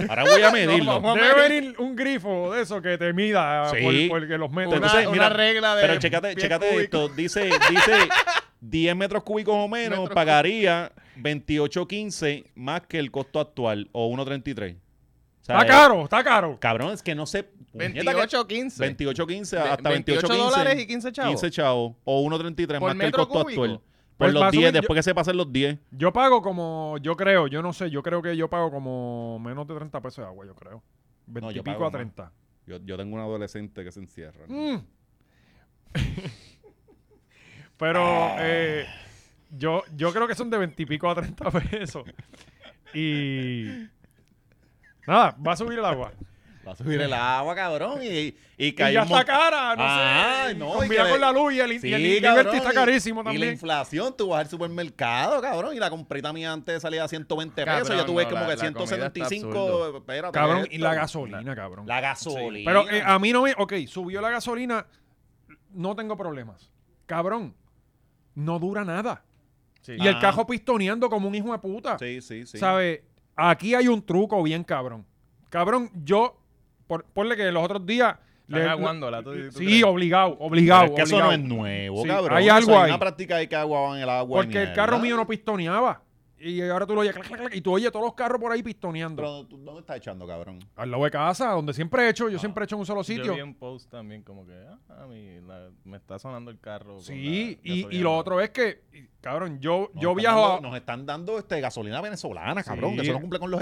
Speaker 2: Ahora voy a medirlo.
Speaker 3: vamos a-
Speaker 1: Debe venir un grifo de eso que te mida
Speaker 2: Sí.
Speaker 1: por, porque los metros.
Speaker 3: Una- una regla de
Speaker 2: Pero checate,
Speaker 3: pies
Speaker 2: checate esto, dice, dice 10 metros cúbicos o menos
Speaker 3: Metros
Speaker 2: pagaría 28.15 más que el costo actual o 1.33. O sea, eh,
Speaker 1: Está caro, está caro.
Speaker 2: Cabrón, es que no sé. puñeta, que-
Speaker 3: 28, 15.
Speaker 2: 28, 15,
Speaker 3: Ve-
Speaker 2: hasta 28,
Speaker 3: 28 dólares y 15 chavos.
Speaker 2: 15 chavos. O 1.33
Speaker 3: Por
Speaker 2: más que el
Speaker 3: metro
Speaker 2: costo
Speaker 3: cúbico.
Speaker 2: actual.
Speaker 1: Pues
Speaker 2: Por
Speaker 1: más o
Speaker 2: los 10,
Speaker 1: menos
Speaker 2: después que se pasen los 10.
Speaker 1: Yo pago como, yo creo, yo no sé, yo creo que yo pago como menos de 30 pesos de agua, yo creo. 20 y
Speaker 2: yo
Speaker 1: pico
Speaker 2: pago
Speaker 1: a
Speaker 2: más.
Speaker 1: 30.
Speaker 2: Yo, yo tengo un adolescente que se encierra. ¿no?
Speaker 1: Mm. Pero eh, yo, yo creo que son de 20 y pico a 30 pesos. Y. Nada, va a subir el agua.
Speaker 2: Va a subir el agua, cabrón. Y, y
Speaker 1: Y ya
Speaker 2: cae un
Speaker 1: está
Speaker 2: mon-
Speaker 1: cara, no
Speaker 2: Ah,
Speaker 1: sé.
Speaker 2: no, y
Speaker 1: combina
Speaker 2: que
Speaker 1: con
Speaker 2: le-
Speaker 1: la luz y el, y
Speaker 2: Sí,
Speaker 1: el
Speaker 2: cabrón,
Speaker 1: Liberty está
Speaker 2: y-
Speaker 1: carísimo
Speaker 2: Y la
Speaker 1: también.
Speaker 2: inflación, tú vas al supermercado, cabrón, y la comprita mía antes salía a 120 pesos,
Speaker 3: Cabrón,
Speaker 2: ya tuve
Speaker 3: no,
Speaker 2: como
Speaker 3: la-
Speaker 2: que
Speaker 3: la comida está
Speaker 2: 175,
Speaker 3: absurdo.
Speaker 2: espérate.
Speaker 1: Cabrón,
Speaker 2: esto.
Speaker 1: y la gasolina, cabrón.
Speaker 2: La gasolina.
Speaker 1: Pero eh, a mí no me. Ok, subió la gasolina. No tengo problemas. Cabrón, no dura nada.
Speaker 3: Sí.
Speaker 1: Y el
Speaker 2: Ah.
Speaker 1: cajo pistoneando como un hijo de puta.
Speaker 2: Sí, sí, sí.
Speaker 1: ¿Sabe? Aquí hay un truco bien cabrón. Cabrón, yo, por, ponle que los otros días...
Speaker 3: Están
Speaker 1: le-
Speaker 3: aguándola, tú- tú
Speaker 1: sí,
Speaker 3: crees.
Speaker 1: obligado,
Speaker 2: Pero
Speaker 1: obligado.
Speaker 2: es que eso no
Speaker 1: obligado.
Speaker 2: es nuevo,
Speaker 1: Sí,
Speaker 2: cabrón.
Speaker 1: hay algo
Speaker 2: Eso
Speaker 1: ahí.
Speaker 2: una práctica de que aguaban el agua.
Speaker 1: Porque el carro mío no pistoneaba. Y ahora tú lo oyes, clac, clac, clac, y tú oyes todos los carros por ahí pistoneando.
Speaker 2: Pero ¿tú ¿dónde estás echando, cabrón?
Speaker 1: Al lado de casa, donde siempre he hecho, yo siempre he hecho en un solo
Speaker 3: Ah, Yo
Speaker 1: sitio.
Speaker 3: vi un post también como que, ah, a mí la- me está sonando el carro. con
Speaker 1: Sí, y,
Speaker 3: la
Speaker 1: y
Speaker 3: gasolina.
Speaker 1: lo otro es que, y, cabrón, yo,
Speaker 2: Nos
Speaker 1: yo
Speaker 2: están
Speaker 1: viajo
Speaker 2: dando-
Speaker 1: a...
Speaker 2: Nos están dando este, gasolina venezolana,
Speaker 1: Sí.
Speaker 2: cabrón. que Eso no cumple con los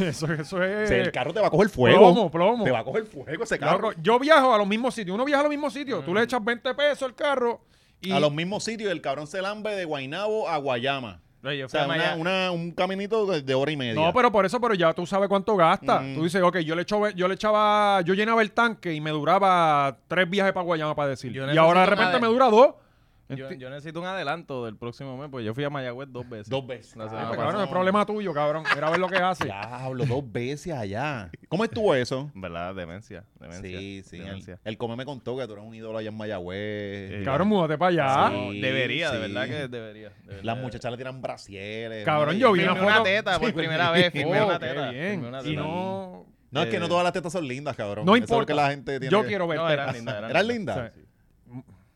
Speaker 1: Eso, eso
Speaker 2: O
Speaker 1: es...
Speaker 2: sea, el carro te va a coger fuego.
Speaker 1: plomo, plomo.
Speaker 2: Te va a coger fuego ese
Speaker 1: Loco,
Speaker 2: carro.
Speaker 1: yo viajo a los mismos sitios. Uno viaja a los mismos sitios. Tú le echas 20 pesos al carro y...
Speaker 2: A los mismos sitios, el cabrón se lambe de Guainabo a Guayama.
Speaker 3: Oye, yo
Speaker 2: O
Speaker 3: fui a
Speaker 2: sea, una,
Speaker 3: Maya-
Speaker 2: una- un caminito de, de hora y media.
Speaker 1: No, pero por eso, pero ya tú sabes cuánto gasta.
Speaker 2: Mm.
Speaker 1: Tú dices, ok, yo le, echo- yo le echaba, yo llenaba el tanque y me duraba tres viajes para Guayama para decir.
Speaker 3: Yo
Speaker 1: Y
Speaker 3: necesito
Speaker 1: ahora de
Speaker 3: una
Speaker 1: repente
Speaker 3: de-
Speaker 1: me dura dos.
Speaker 3: yo,
Speaker 1: Enti-
Speaker 3: yo necesito un adelanto del próximo mes, porque yo fui a Mayagüez dos veces.
Speaker 2: Dos veces.
Speaker 3: La
Speaker 2: Ah,
Speaker 3: semana
Speaker 1: Este,
Speaker 2: pues
Speaker 1: cabrón,
Speaker 2: no.
Speaker 1: es problema tuyo, cabrón. Era ver lo que hace.
Speaker 2: Diablo, dos veces allá. ¿Cómo estuvo eso?
Speaker 3: ¿Verdad? Demencia. demencia
Speaker 2: Sí, sí. El,
Speaker 3: demencia.
Speaker 2: el Come me contó que tú eras un ídolo allá en Mayagüez.
Speaker 3: Eh,
Speaker 1: Cabrón, múdate para allá.
Speaker 2: Sí.
Speaker 3: No, debería, de
Speaker 2: sí.
Speaker 3: verdad que debería. debería.
Speaker 2: Las muchachas le tiran brasieres.
Speaker 1: Cabrón,
Speaker 2: ¿no?
Speaker 1: yo vi
Speaker 2: Y-
Speaker 3: Firmé
Speaker 1: una
Speaker 3: una,
Speaker 1: foto-
Speaker 3: teta por
Speaker 2: Sí,
Speaker 3: primera
Speaker 2: pero-
Speaker 3: vez. Firmé
Speaker 1: Oh,
Speaker 3: una
Speaker 1: qué
Speaker 3: teta.
Speaker 1: bien.
Speaker 3: firmé una
Speaker 1: Y
Speaker 3: teta.
Speaker 1: no,
Speaker 2: No, es que
Speaker 3: Eh,
Speaker 2: no todas las tetas son lindas, cabrón.
Speaker 1: no
Speaker 2: Eso es lo
Speaker 1: importa.
Speaker 2: que la gente tiene
Speaker 1: yo
Speaker 2: que-
Speaker 1: quiero ver.
Speaker 3: No, eran
Speaker 1: tetas.
Speaker 3: lindas. Eran,
Speaker 2: ¿Eran
Speaker 1: O
Speaker 2: lindas?
Speaker 1: sea,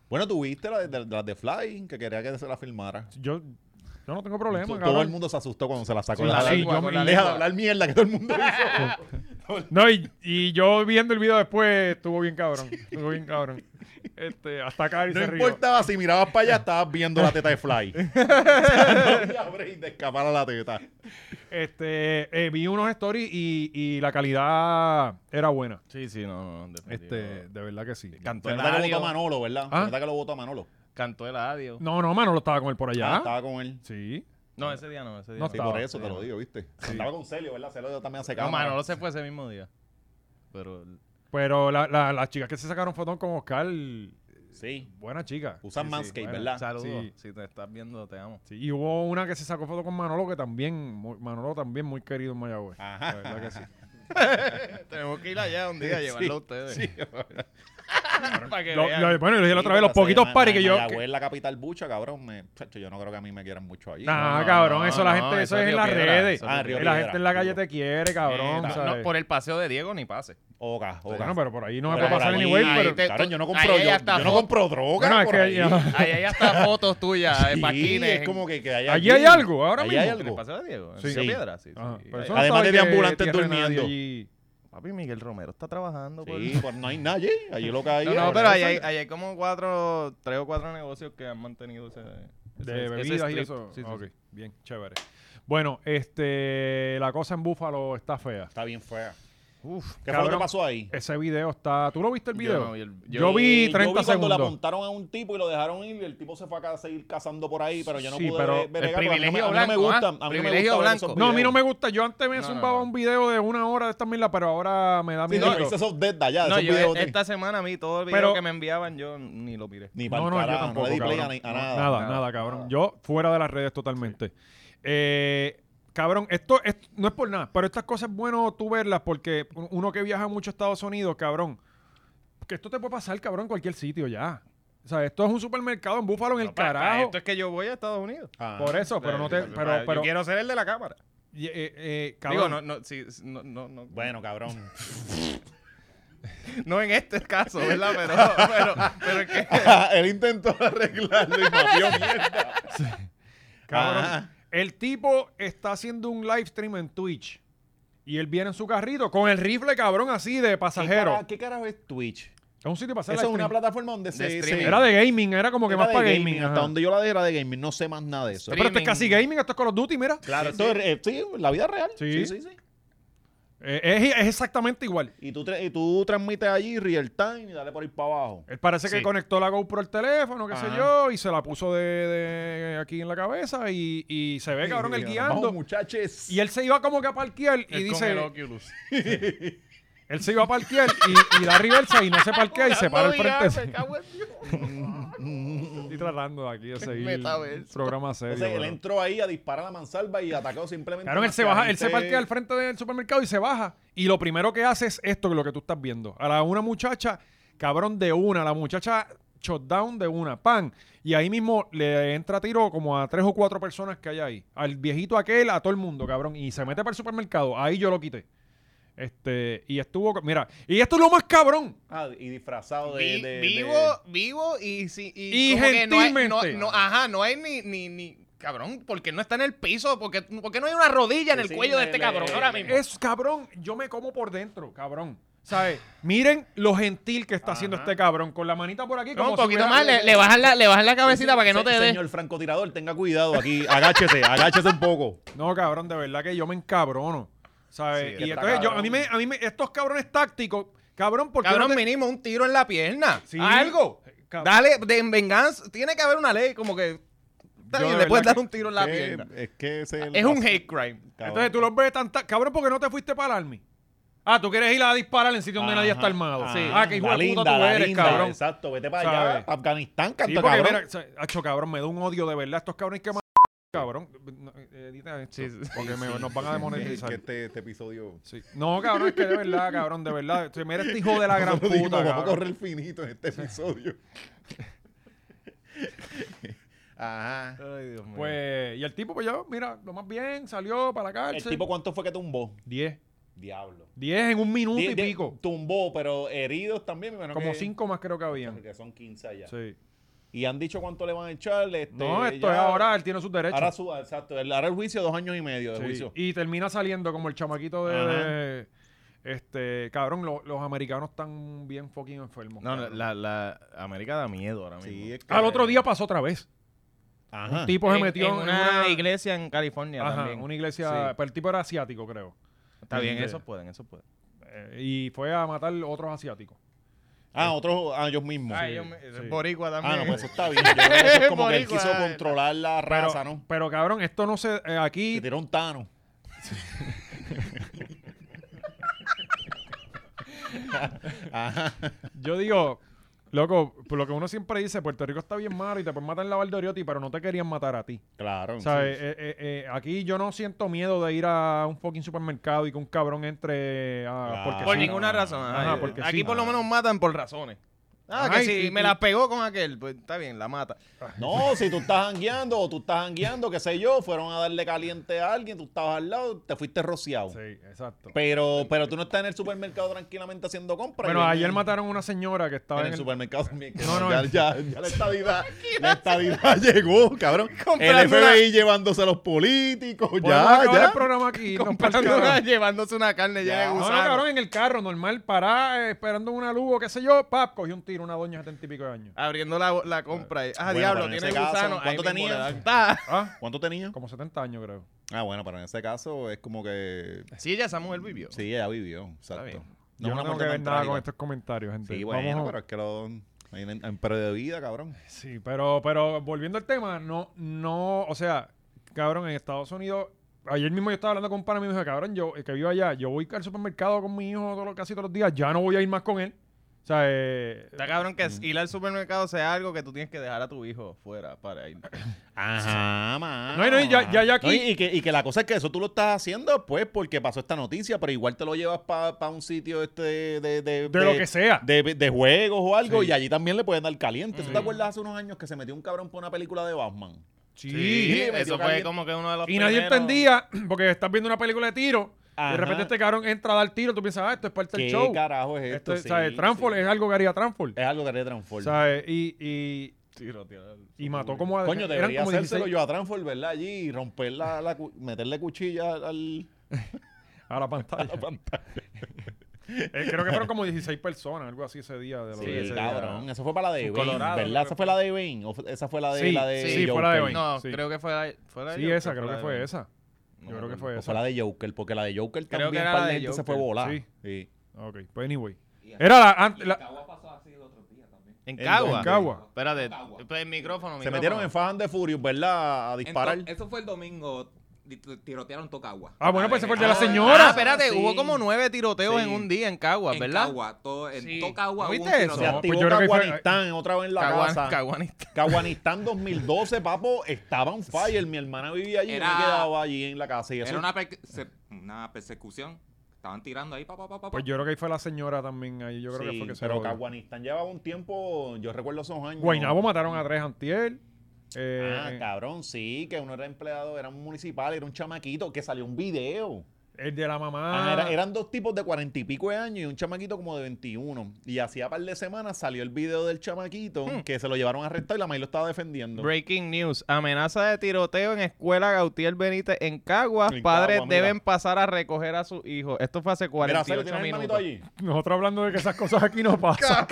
Speaker 2: Bueno, tuviste la de, la de Fly, que quería que se la filmara.
Speaker 1: yo, yo no tengo problema,
Speaker 2: Todo-
Speaker 1: cabrón.
Speaker 2: Todo el mundo se asustó cuando se la sacó.
Speaker 3: Con
Speaker 1: Sí,
Speaker 2: la
Speaker 3: la
Speaker 1: Ah, sí,
Speaker 2: lengua.
Speaker 3: lengua,
Speaker 1: yo
Speaker 3: con
Speaker 1: me-
Speaker 3: la
Speaker 2: Deja de
Speaker 3: lengua.
Speaker 2: hablar mierda que todo el mundo hizo.
Speaker 1: No, y, y yo viendo el video después estuvo bien cabrón. Estuvo bien cabrón. Este, hasta acá y
Speaker 2: No
Speaker 1: se rió.
Speaker 2: importaba si mirabas para allá, estabas viendo la teta de Fly. O sea, no había break de escapar a la teta.
Speaker 1: Este, eh, vi unos stories y, y la calidad era buena.
Speaker 3: Sí, sí, no, no, no, definitivo.
Speaker 1: Este, de verdad que sí.
Speaker 3: Cantó
Speaker 2: Se
Speaker 3: el
Speaker 2: nota que lo votó
Speaker 3: adio.
Speaker 2: Manolo, ¿verdad?
Speaker 1: ¿Ah?
Speaker 2: Se nota que lo votó Manolo.
Speaker 3: Cantó el adio.
Speaker 1: No, no, mano, lo estaba con él por allá.
Speaker 2: Ah, Estaba con él.
Speaker 1: Sí.
Speaker 3: No, ese día no, ese día
Speaker 1: No
Speaker 3: no.
Speaker 2: Sí,
Speaker 1: Estaba,
Speaker 2: por eso
Speaker 3: sí,
Speaker 2: te
Speaker 3: no.
Speaker 2: lo digo, ¿viste? Estaba con Celio, ¿verdad? Celio también hace
Speaker 3: No,
Speaker 2: cámara.
Speaker 3: Manolo se fue ese mismo día. Pero
Speaker 1: Pero la- la- las chicas que se sacaron fotos con Oscar,
Speaker 2: Sí.
Speaker 1: buena chica.
Speaker 2: Usan
Speaker 3: Sí, sí,
Speaker 2: Manscaped,
Speaker 1: bueno,
Speaker 2: ¿verdad?
Speaker 3: saludos.
Speaker 1: Sí.
Speaker 3: Si te estás viendo, te amo.
Speaker 1: Sí, y hubo una que se sacó foto con Manolo, que también, muy- Manolo también muy querido en Mayagüez.
Speaker 2: Ajá.
Speaker 1: De verdad que sí.
Speaker 3: Tenemos que ir allá un día a llevarlo a ustedes.
Speaker 2: Sí.
Speaker 3: Para que
Speaker 1: Lo-
Speaker 3: vean.
Speaker 1: lo- bueno, yo le dije la otra vez, los poquitos paris que yo... que-
Speaker 2: Mayagüez, la capital bucha, cabrón. me- chacho, yo no creo que a mí me quieran mucho ahí.
Speaker 1: Nah,
Speaker 3: No, no,
Speaker 1: ah, cabrón,
Speaker 3: no,
Speaker 1: eso la
Speaker 3: no,
Speaker 1: gente, eso,
Speaker 3: eso
Speaker 1: es
Speaker 3: es
Speaker 1: en
Speaker 3: Río
Speaker 1: las
Speaker 3: Piedra,
Speaker 1: redes.
Speaker 3: eso es
Speaker 1: Y
Speaker 2: Ah, Río
Speaker 1: la
Speaker 2: Piedra,
Speaker 1: gente en la calle
Speaker 2: digo.
Speaker 1: te quiere,
Speaker 3: Eh,
Speaker 1: cabrón.
Speaker 3: no,
Speaker 1: ¿sabes?
Speaker 3: no, por el paseo de Diego ni pase.
Speaker 2: Oca, oca.
Speaker 1: Bueno, pero por ahí no me
Speaker 2: Pero
Speaker 1: puede pasar
Speaker 2: por ahí-
Speaker 1: anyway,
Speaker 2: ahí
Speaker 1: pero...
Speaker 3: te-
Speaker 2: Cabrón, yo no
Speaker 3: ahí
Speaker 2: compro, yo,
Speaker 3: ya está
Speaker 2: yo no
Speaker 3: foto.
Speaker 2: compro droga.
Speaker 1: Bueno, es
Speaker 2: por
Speaker 1: que
Speaker 2: ahí.
Speaker 1: ya-
Speaker 3: Ahí hay hasta fotos tuyas, eh,
Speaker 2: Sí,
Speaker 3: de paquines.
Speaker 2: es como que, que hay
Speaker 1: Allí hay algo, ahora
Speaker 2: Ahí
Speaker 1: mismo.
Speaker 2: hay
Speaker 3: ¿En el
Speaker 2: algo.
Speaker 3: paseo de Diego? ¿En
Speaker 1: Sí.
Speaker 3: Río Piedra? Sí, sí.
Speaker 1: Ajá, Ah, pero
Speaker 3: Ahí-
Speaker 1: eso no
Speaker 2: Además
Speaker 1: sabe
Speaker 2: de
Speaker 1: que
Speaker 2: ambulantes
Speaker 1: tierra de nadie
Speaker 2: durmiendo.
Speaker 1: allí.
Speaker 3: Papi, Miguel Romero está trabajando. por-
Speaker 2: Sí, pues no hay nadie. Allí lo que hay.
Speaker 3: No,
Speaker 2: es-
Speaker 3: no, pero ahí hay, ahí hay como cuatro, tres o cuatro negocios que han mantenido ese... ese-
Speaker 1: De
Speaker 3: ese
Speaker 1: bebidas y
Speaker 3: strip.
Speaker 1: eso.
Speaker 3: Sí, sí,
Speaker 1: ok,
Speaker 3: sí.
Speaker 1: bien, chévere. Bueno, este, la cosa en Búfalo está fea.
Speaker 2: Está bien fea.
Speaker 1: Uf,
Speaker 2: ¿Qué fue lo que pasó ahí?
Speaker 1: Ese video está... ¿Tú lo viste el
Speaker 3: Yo
Speaker 1: video?
Speaker 3: no vi el-
Speaker 1: Yo
Speaker 3: yo-
Speaker 1: vi
Speaker 2: Eh,
Speaker 1: 30
Speaker 2: cuando le
Speaker 1: segundos.
Speaker 2: apuntaron a un tipo y lo dejaron ir y el tipo se fue acá a seguir cazando por ahí, pero yo no
Speaker 1: Sí,
Speaker 2: pude
Speaker 1: pero
Speaker 2: ver-
Speaker 1: el
Speaker 2: bregar porque
Speaker 3: privilegio
Speaker 2: a mí no, me- a mí
Speaker 3: blanco, ¿ah?
Speaker 2: no me gusta, a mí no me
Speaker 3: Privilegio
Speaker 2: gusta ver esos
Speaker 3: blanco.
Speaker 1: No, a mí
Speaker 2: videos.
Speaker 1: no me gusta. Yo antes me
Speaker 3: No, no,
Speaker 1: zumbaba
Speaker 3: no.
Speaker 1: un video de una hora de esta mierda, pero ahora me da
Speaker 2: Sí,
Speaker 1: miedo.
Speaker 2: no, Races of Death de allá,
Speaker 3: No,
Speaker 2: esos
Speaker 3: yo e-
Speaker 2: videos.
Speaker 1: eh,
Speaker 3: esta semana a mí todo el video
Speaker 1: Pero-
Speaker 3: que me enviaban yo ni lo miré.
Speaker 2: Ni para
Speaker 1: No, no, yo tampoco.
Speaker 2: no le di play a,
Speaker 1: cabrón.
Speaker 2: ni- a
Speaker 1: No,
Speaker 2: nada.
Speaker 1: Nada,
Speaker 3: nada,
Speaker 1: nada, cabrón.
Speaker 2: nada.
Speaker 1: Yo fuera de las redes totalmente. Eh, cabrón, esto, esto no es por nada, pero estas cosas es bueno tú verlas porque uno que viaja mucho a Estados Unidos, cabrón, que esto te puede pasar, cabrón, en cualquier sitio ya. O sea, esto es un supermercado en Búfalo en el
Speaker 3: No, pa- pa-
Speaker 1: carajo.
Speaker 3: Esto es que yo voy a Estados Unidos. Eh,
Speaker 2: Ah.
Speaker 1: Por eso, pero no te...
Speaker 3: Yo-
Speaker 1: Pero,
Speaker 3: yo
Speaker 1: pero,
Speaker 3: quiero ser el de la cámara.
Speaker 1: y- eh, eh,
Speaker 3: Digo,
Speaker 1: cabrón,
Speaker 3: no, no, sí, s- no, no, no,
Speaker 2: Bueno, cabrón.
Speaker 3: no en este caso, ¿verdad? Pero, pero, pero es que...
Speaker 2: Él intentó arreglarlo y matió mierda.
Speaker 1: cabrón.
Speaker 2: Ajá.
Speaker 3: ah.
Speaker 2: Ah.
Speaker 1: El tipo está haciendo un live stream en Twitch Y él viene en su carrito con el rifle cabrón así de
Speaker 2: ¿Qué,
Speaker 1: pasajero.
Speaker 2: cara- qué carajo es Twitch?
Speaker 1: Es un sitio para hacer
Speaker 2: Esa es
Speaker 1: live
Speaker 2: una
Speaker 1: stream.
Speaker 2: plataforma donde se,
Speaker 3: streaming.
Speaker 2: se-
Speaker 1: Era de gaming, era como que
Speaker 2: era
Speaker 1: más
Speaker 2: de
Speaker 1: para gaming.
Speaker 2: gaming, hasta
Speaker 1: ajá.
Speaker 2: donde yo la de era de gaming, no sé más nada de eso.
Speaker 1: Pero esto es
Speaker 3: streaming.
Speaker 1: casi gaming, esto es Call of Duty, mira.
Speaker 2: Claro, esto es eh, sí, la vida real.
Speaker 1: Sí.
Speaker 2: Sí, sí, sí.
Speaker 1: Eh, es, es exactamente igual.
Speaker 2: Y tú, tra- y tú transmites allí real time y dale por ahí para abajo.
Speaker 1: Él parece que
Speaker 3: Sí.
Speaker 1: conectó la GoPro al teléfono, qué sé
Speaker 2: Ajá.
Speaker 1: yo, y se la puso de, de aquí en la cabeza y, y se ve cabrón el
Speaker 2: Y, Vamos,
Speaker 1: guiando.
Speaker 2: muchachos.
Speaker 1: Y él se iba como que a parquear y
Speaker 4: Es con
Speaker 1: dice,
Speaker 4: el Oculus.
Speaker 1: él se iba a parquear y, y da reversa y no se parquea y se para al frente. Estoy tratando aquí de seguir el programa serio.
Speaker 2: Entonces, él
Speaker 1: bro.
Speaker 2: entró ahí a disparar a la mansalva y atacó simplemente.
Speaker 1: Claro, él se
Speaker 2: hacia
Speaker 1: baja, él se
Speaker 2: adelante.
Speaker 1: parquea al frente del supermercado y se baja. Y lo primero que hace es esto, que lo que tú estás viendo. A la una muchacha, cabrón, de una, la muchacha shutdown de una, pan. Y ahí mismo le entra tiro como a tres o cuatro personas que hay ahí. Al viejito aquel, a todo el mundo, cabrón. Y se mete para el supermercado. Ahí yo lo quité. Este, y estuvo, co- mira, y esto es lo más cabrón.
Speaker 2: Ah, y disfrazado de.
Speaker 3: Vi-
Speaker 2: de- de-
Speaker 3: vivo, vivo y sí.
Speaker 1: Y
Speaker 3: Y, como que no hay- no-
Speaker 1: gentilmente.
Speaker 3: no- ajá, no hay ni, ni, ni. Cabrón, ¿por qué no está en el piso? ¿Por qué, por qué no hay una rodilla en
Speaker 2: Sí,
Speaker 3: el
Speaker 2: sí,
Speaker 3: cuello de
Speaker 2: le-
Speaker 3: este
Speaker 2: le-
Speaker 3: cabrón ahora mismo?
Speaker 1: Es cabrón, yo me como por dentro, cabrón. ¿Sabes? Miren lo gentil que está haciendo este cabrón. Con la manita por aquí.
Speaker 3: No,
Speaker 1: como
Speaker 3: un
Speaker 1: si
Speaker 3: poquito
Speaker 1: hubiera-
Speaker 3: más, le, le bajas la, le bajas la cabecita para que no
Speaker 2: Se-
Speaker 3: te dé.
Speaker 2: Señor francotirador, tenga cuidado aquí. Agáchese, agáchese un poco.
Speaker 1: No, cabrón, de verdad que yo me encabrono. ¿Sabes?
Speaker 2: Sí,
Speaker 1: y
Speaker 2: está
Speaker 1: entonces yo,
Speaker 2: cabrón.
Speaker 1: a mí me, a mí me, estos cabrones tácticos, cabrón, porque
Speaker 3: Cabrón, mínimo un tiro en la pierna.
Speaker 1: Sí.
Speaker 3: Algo.
Speaker 1: Cab-
Speaker 3: Dale, de en venganza. Tiene que haber una ley como que.
Speaker 1: Yo de
Speaker 3: Está bien, le
Speaker 1: verdad
Speaker 3: puedes dar
Speaker 1: que-
Speaker 3: un tiro en la
Speaker 2: Que-
Speaker 3: pierna.
Speaker 2: Es que es el-
Speaker 3: Es un hate crime.
Speaker 2: Cabrón.
Speaker 1: entonces tú los ves tan tá- cabrón porque no te fuiste para el army. Ah, tú quieres ir a disparar en sitio donde nadie está
Speaker 2: Ajá,
Speaker 1: armado.
Speaker 2: ajá.
Speaker 1: Ah, que hijo de puta
Speaker 2: La linda,
Speaker 1: tú
Speaker 2: la
Speaker 1: eres,
Speaker 2: linda,
Speaker 1: cabrón.
Speaker 2: Exacto, vete para allá.
Speaker 1: ¿Sabes?
Speaker 2: Afganistán,
Speaker 1: Sí,
Speaker 2: canta,
Speaker 1: porque
Speaker 2: cabrón.
Speaker 1: mira, sa- acho, cabrón, me da un odio de verdad. Estos cabrones que más cabrón. No, eh, edita esto, porque me- nos van a
Speaker 2: Que
Speaker 1: demonetizar.
Speaker 2: este, este episodio.
Speaker 1: Sí. No, cabrón, es que de verdad, cabrón, de verdad. Este- Mira este hijo de la gran
Speaker 2: Nosotros dijimos,
Speaker 1: puta,
Speaker 2: vamos a
Speaker 1: cabrón.
Speaker 2: correr finito en este episodio. Ajá.
Speaker 3: Ay, Dios mío.
Speaker 1: Pues, y el tipo, pues ya, mira, lo más bien, salió para la
Speaker 2: ¿El
Speaker 1: cárcel.
Speaker 2: tipo cuánto fue que tumbó?
Speaker 1: 10.
Speaker 2: Diablo.
Speaker 1: 10 en un minuto
Speaker 2: Die-
Speaker 1: y
Speaker 2: die-
Speaker 1: pico.
Speaker 2: Tumbó, pero heridos también. me imagino
Speaker 1: Como
Speaker 2: que-
Speaker 1: 5 más creo que habían.
Speaker 2: Que son 15 allá.
Speaker 1: Sí.
Speaker 2: Y han dicho cuánto le van a echar. Este,
Speaker 1: No, esto
Speaker 2: ya-
Speaker 1: es ahora, él tiene sus derechos.
Speaker 2: Ahora, su, exacto, el- ahora el juicio, dos años y medio de
Speaker 1: Sí.
Speaker 2: juicio.
Speaker 1: Y termina saliendo como el chamaquito de.
Speaker 2: Ajá.
Speaker 1: de- este, cabrón, lo- los americanos están bien fucking enfermos.
Speaker 3: No,
Speaker 1: cabrón.
Speaker 3: la, la América da miedo ahora mismo.
Speaker 2: Sí, es que-
Speaker 1: Al otro día pasó otra vez.
Speaker 2: Ajá.
Speaker 1: El tipo se
Speaker 3: En-
Speaker 1: metió
Speaker 3: en, una,
Speaker 1: una-
Speaker 3: iglesia en California
Speaker 1: Ah. Ajá,
Speaker 3: también.
Speaker 1: una iglesia. Pero el tipo era asiático, creo.
Speaker 3: Está bien,
Speaker 1: Sí.
Speaker 3: eso pueden, eso pueden.
Speaker 1: Eh, y fue a matar otros asiáticos.
Speaker 2: Ah, otros, a Ah, ellos mismos.
Speaker 1: yo me- es
Speaker 3: Boricua
Speaker 2: Ah, no, pues eso está bien. Yo creo que eso es como que él
Speaker 3: Boricua.
Speaker 2: quiso controlar la
Speaker 1: Pero,
Speaker 2: raza, ¿no?
Speaker 1: pero cabrón, esto no se. eh, aquí.
Speaker 2: Se tiró un tano. Ajá.
Speaker 1: Yo digo, loco, por lo que uno siempre dice, Puerto Rico está bien malo y te pueden matar en la Valdoriotti, pero no te querían matar a ti.
Speaker 2: Claro.
Speaker 1: ¿Sabes? Eh, eh, eh, aquí yo no siento miedo de ir a un fucking supermercado y que un cabrón entre ah,
Speaker 2: Claro.
Speaker 1: porque
Speaker 3: Por
Speaker 1: sí.
Speaker 3: ninguna razón. ajá.
Speaker 1: Ajá, porque
Speaker 3: Aquí
Speaker 1: sí.
Speaker 3: por lo menos matan por razones. Ah,
Speaker 1: Ay,
Speaker 3: que si
Speaker 1: y- y-
Speaker 3: me la pegó con aquel, pues está bien, la mata.
Speaker 2: No, si tú estás jangueando o tú estás jangueando, qué sé yo, fueron a darle caliente a alguien, tú estabas al lado, te fuiste rociado.
Speaker 1: Sí, exacto.
Speaker 2: Pero, pero tú no estás en el supermercado tranquilamente haciendo compras.
Speaker 1: Bueno,
Speaker 2: Y
Speaker 1: ayer
Speaker 2: en-
Speaker 1: mataron a una señora que estaba
Speaker 2: En
Speaker 1: en,
Speaker 2: el supermercado también. que
Speaker 1: No, no,
Speaker 2: ya,
Speaker 1: en-
Speaker 2: ya, ya la estadidad, la estadidad llegó, cabrón. El
Speaker 3: Comprando
Speaker 2: FBI llevándose a los políticos,
Speaker 1: Podemos
Speaker 2: ya,
Speaker 1: acabar
Speaker 2: ya.
Speaker 1: el programa aquí. irnos
Speaker 3: Comprando
Speaker 1: pa'l
Speaker 3: una-
Speaker 1: carajo.
Speaker 3: llevándose una carne ya, de
Speaker 1: pues, No, no,
Speaker 3: gusano.
Speaker 1: cabrón, en el carro, normal, pará, eh, esperando una luz o qué sé yo, pap, cogió un tiro, una doña de setenta y pico de años.
Speaker 3: Abriendo la, la compra. y, Ah,
Speaker 2: Bueno,
Speaker 3: diablo,
Speaker 2: pero en
Speaker 3: tiene
Speaker 2: ese caso,
Speaker 3: gusano.
Speaker 2: ¿cuánto
Speaker 3: ahí mismo
Speaker 2: tenía?
Speaker 3: le dan. Ta.
Speaker 1: Ah,
Speaker 2: ¿Cuánto tenía?
Speaker 1: como 70 años creo.
Speaker 2: Ah, bueno, pero en ese caso es como que.
Speaker 3: Sí, ya esa mujer vivió.
Speaker 2: Sí, ella vivió, exacto.
Speaker 3: bien.
Speaker 1: Yo no,
Speaker 2: una
Speaker 1: tengo
Speaker 2: muerte
Speaker 1: que ver
Speaker 2: tan
Speaker 1: nada con
Speaker 2: trágica.
Speaker 1: estos comentarios, gente.
Speaker 2: Sí, bueno,
Speaker 1: Vamos-
Speaker 2: pero es que lo. Hay un empleo de vida, cabrón.
Speaker 1: Sí, pero, pero volviendo al tema, no, no, o sea, cabrón, en Estados Unidos, ayer mismo yo estaba hablando con un pana mío y me dijo, cabrón, yo eh, que vivo allá, yo voy al supermercado con mi hijo todos los- casi todos los días, ya no voy a ir más con él. O sea, eh,
Speaker 3: Está cabrón que ir al supermercado sea algo que tú tienes que dejar a tu hijo fuera para ir.
Speaker 2: Ajá, mano.
Speaker 1: No, y no, y ya- ya- ya aquí-
Speaker 2: No, y, y que, y que la cosa es que eso tú lo estás haciendo, pues, porque pasó esta noticia, pero igual te lo llevas para un sitio este de, de,
Speaker 1: de lo que sea.
Speaker 2: De, de juegos o algo,
Speaker 1: Sí.
Speaker 2: y allí también le pueden dar caliente. ¿Tú
Speaker 1: Sí.
Speaker 2: te acuerdas hace unos años que se metió un cabrón por una película de Batman?
Speaker 1: sí.
Speaker 2: me dio
Speaker 3: eso fue
Speaker 2: caliente.
Speaker 3: como que uno de los
Speaker 1: Y nadie
Speaker 3: primeros-
Speaker 1: entendía, porque estás viendo una película de tiro, y de
Speaker 2: Ajá.
Speaker 1: repente este cabrón entra a dar tiro, tú piensas, ah, esto es parte del
Speaker 2: ¿Qué
Speaker 1: show.
Speaker 2: carajo es
Speaker 1: Esto,
Speaker 2: esto?
Speaker 1: es- o sea,
Speaker 2: Sí,
Speaker 1: Transport
Speaker 2: sí.
Speaker 1: es algo que haría Transport.
Speaker 2: Es algo de Retransform.
Speaker 1: ¿Sabes? Y, y,
Speaker 3: Tiro, tiro.
Speaker 1: y mató como a...
Speaker 2: Coño,
Speaker 1: eran
Speaker 2: debería
Speaker 1: como
Speaker 2: hacérselo
Speaker 1: 16.
Speaker 2: yo a Transform, ¿verdad? Allí y romper la, la cu- meterle cuchilla al...
Speaker 1: a la pantalla. Eh, creo que fueron como 16 personas, algo así ese día. De la
Speaker 3: Sí,
Speaker 1: de-
Speaker 3: ese día.
Speaker 2: cabrón. Eso fue para la de Bane,
Speaker 3: Colorado,
Speaker 2: ¿verdad? Esa fue la de Bane. o fue- Esa fue la de
Speaker 1: Sí,
Speaker 2: la de
Speaker 1: sí, fue la de Bane.
Speaker 3: No,
Speaker 1: Sí.
Speaker 3: creo que fue la, fue la de
Speaker 1: Sí,
Speaker 3: Joker,
Speaker 1: esa, creo
Speaker 3: la
Speaker 1: que
Speaker 3: de
Speaker 1: fue
Speaker 3: Bane.
Speaker 1: esa.
Speaker 3: No
Speaker 1: Yo
Speaker 3: me
Speaker 1: creo que
Speaker 3: acuerdo.
Speaker 1: fue
Speaker 2: O
Speaker 1: esa.
Speaker 2: fue la de Joker, porque la de Joker
Speaker 3: Creo que
Speaker 2: también
Speaker 3: era
Speaker 2: par
Speaker 3: la
Speaker 2: de
Speaker 3: de
Speaker 2: gente se
Speaker 3: Joker,
Speaker 2: fue volada.
Speaker 1: sí.
Speaker 2: Sí.
Speaker 1: Ok, pues anyway. Era la. ant- la-
Speaker 3: En
Speaker 2: En
Speaker 3: Cagua.
Speaker 1: Cagua.
Speaker 3: Espérate, pues, el micrófono,
Speaker 2: Se metieron en Fan de Furious, ¿verdad? A disparar.
Speaker 4: Ento- eso fue el domingo. di- tu- Tirotearon Tocagua.
Speaker 1: Ah, bueno, pues ese fue el de la
Speaker 2: Ah,
Speaker 1: señora.
Speaker 3: Ah, espérate,
Speaker 2: Sí.
Speaker 3: hubo como nueve tiroteos
Speaker 2: Sí.
Speaker 3: en un día en Cagua,
Speaker 4: en
Speaker 3: ¿verdad?
Speaker 4: Cagua, todo, en
Speaker 3: Sí.
Speaker 4: Tocagua
Speaker 3: ¿No
Speaker 4: hubo un
Speaker 3: viste
Speaker 1: No,
Speaker 3: eso?
Speaker 2: Se
Speaker 4: tiroteo.
Speaker 1: pues
Speaker 2: activó
Speaker 1: yo creo que fue-
Speaker 2: Caguanistán otra vez en la
Speaker 3: Caguan-
Speaker 2: casa.
Speaker 3: Caguanista.
Speaker 2: Caguanistán 2012, papo, estaba on fire. Mi hermana vivía allí, yo
Speaker 4: Era-
Speaker 2: me quedaba allí en la casa. Y eso,
Speaker 4: Era una, perse- se- una persecución. Estaban tirando ahí, pa, pa, pa, pa, pa.
Speaker 1: Pues yo creo que ahí fue la señora también. Ahí yo creo que
Speaker 2: Sí,
Speaker 1: fue que se
Speaker 2: pero
Speaker 1: jodió.
Speaker 2: Caguanistán llevaba un tiempo, yo recuerdo esos años.
Speaker 1: Guaynabo mataron a tres antier. Eh,
Speaker 2: Ah, cabrón, sí, que uno era empleado, era un municipal, era un chamaquito, que salió un video.
Speaker 1: el de la mamá.
Speaker 2: Ah, era- eran dos tipos de cuarenta y pico de años y un chamaquito como de 21. Y hacía par de semanas salió el video del chamaquito
Speaker 1: Hmm.
Speaker 2: que se lo llevaron arrestado y la maíz lo estaba defendiendo.
Speaker 3: Breaking news. Amenaza de tiroteo en escuela Gautier Benítez en Caguas.
Speaker 2: En
Speaker 3: Padres
Speaker 2: Caguas, mira.
Speaker 3: deben pasar a recoger a sus hijos. Esto fue hace
Speaker 2: Mira,
Speaker 3: 48
Speaker 2: Celio, ¿tienes hermanito
Speaker 3: minutos.
Speaker 2: allí?
Speaker 1: Nosotros hablando de que esas cosas aquí no pasan.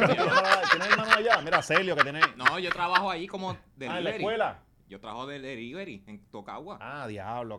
Speaker 2: ¿Tienes hermano allá? Mira, Celio, que tiene...
Speaker 4: No, yo trabajo ahí como
Speaker 2: ah, en la
Speaker 4: delivery.
Speaker 2: escuela.
Speaker 4: yo trabajo de delivery en Tocagua.
Speaker 2: Ah, diablo,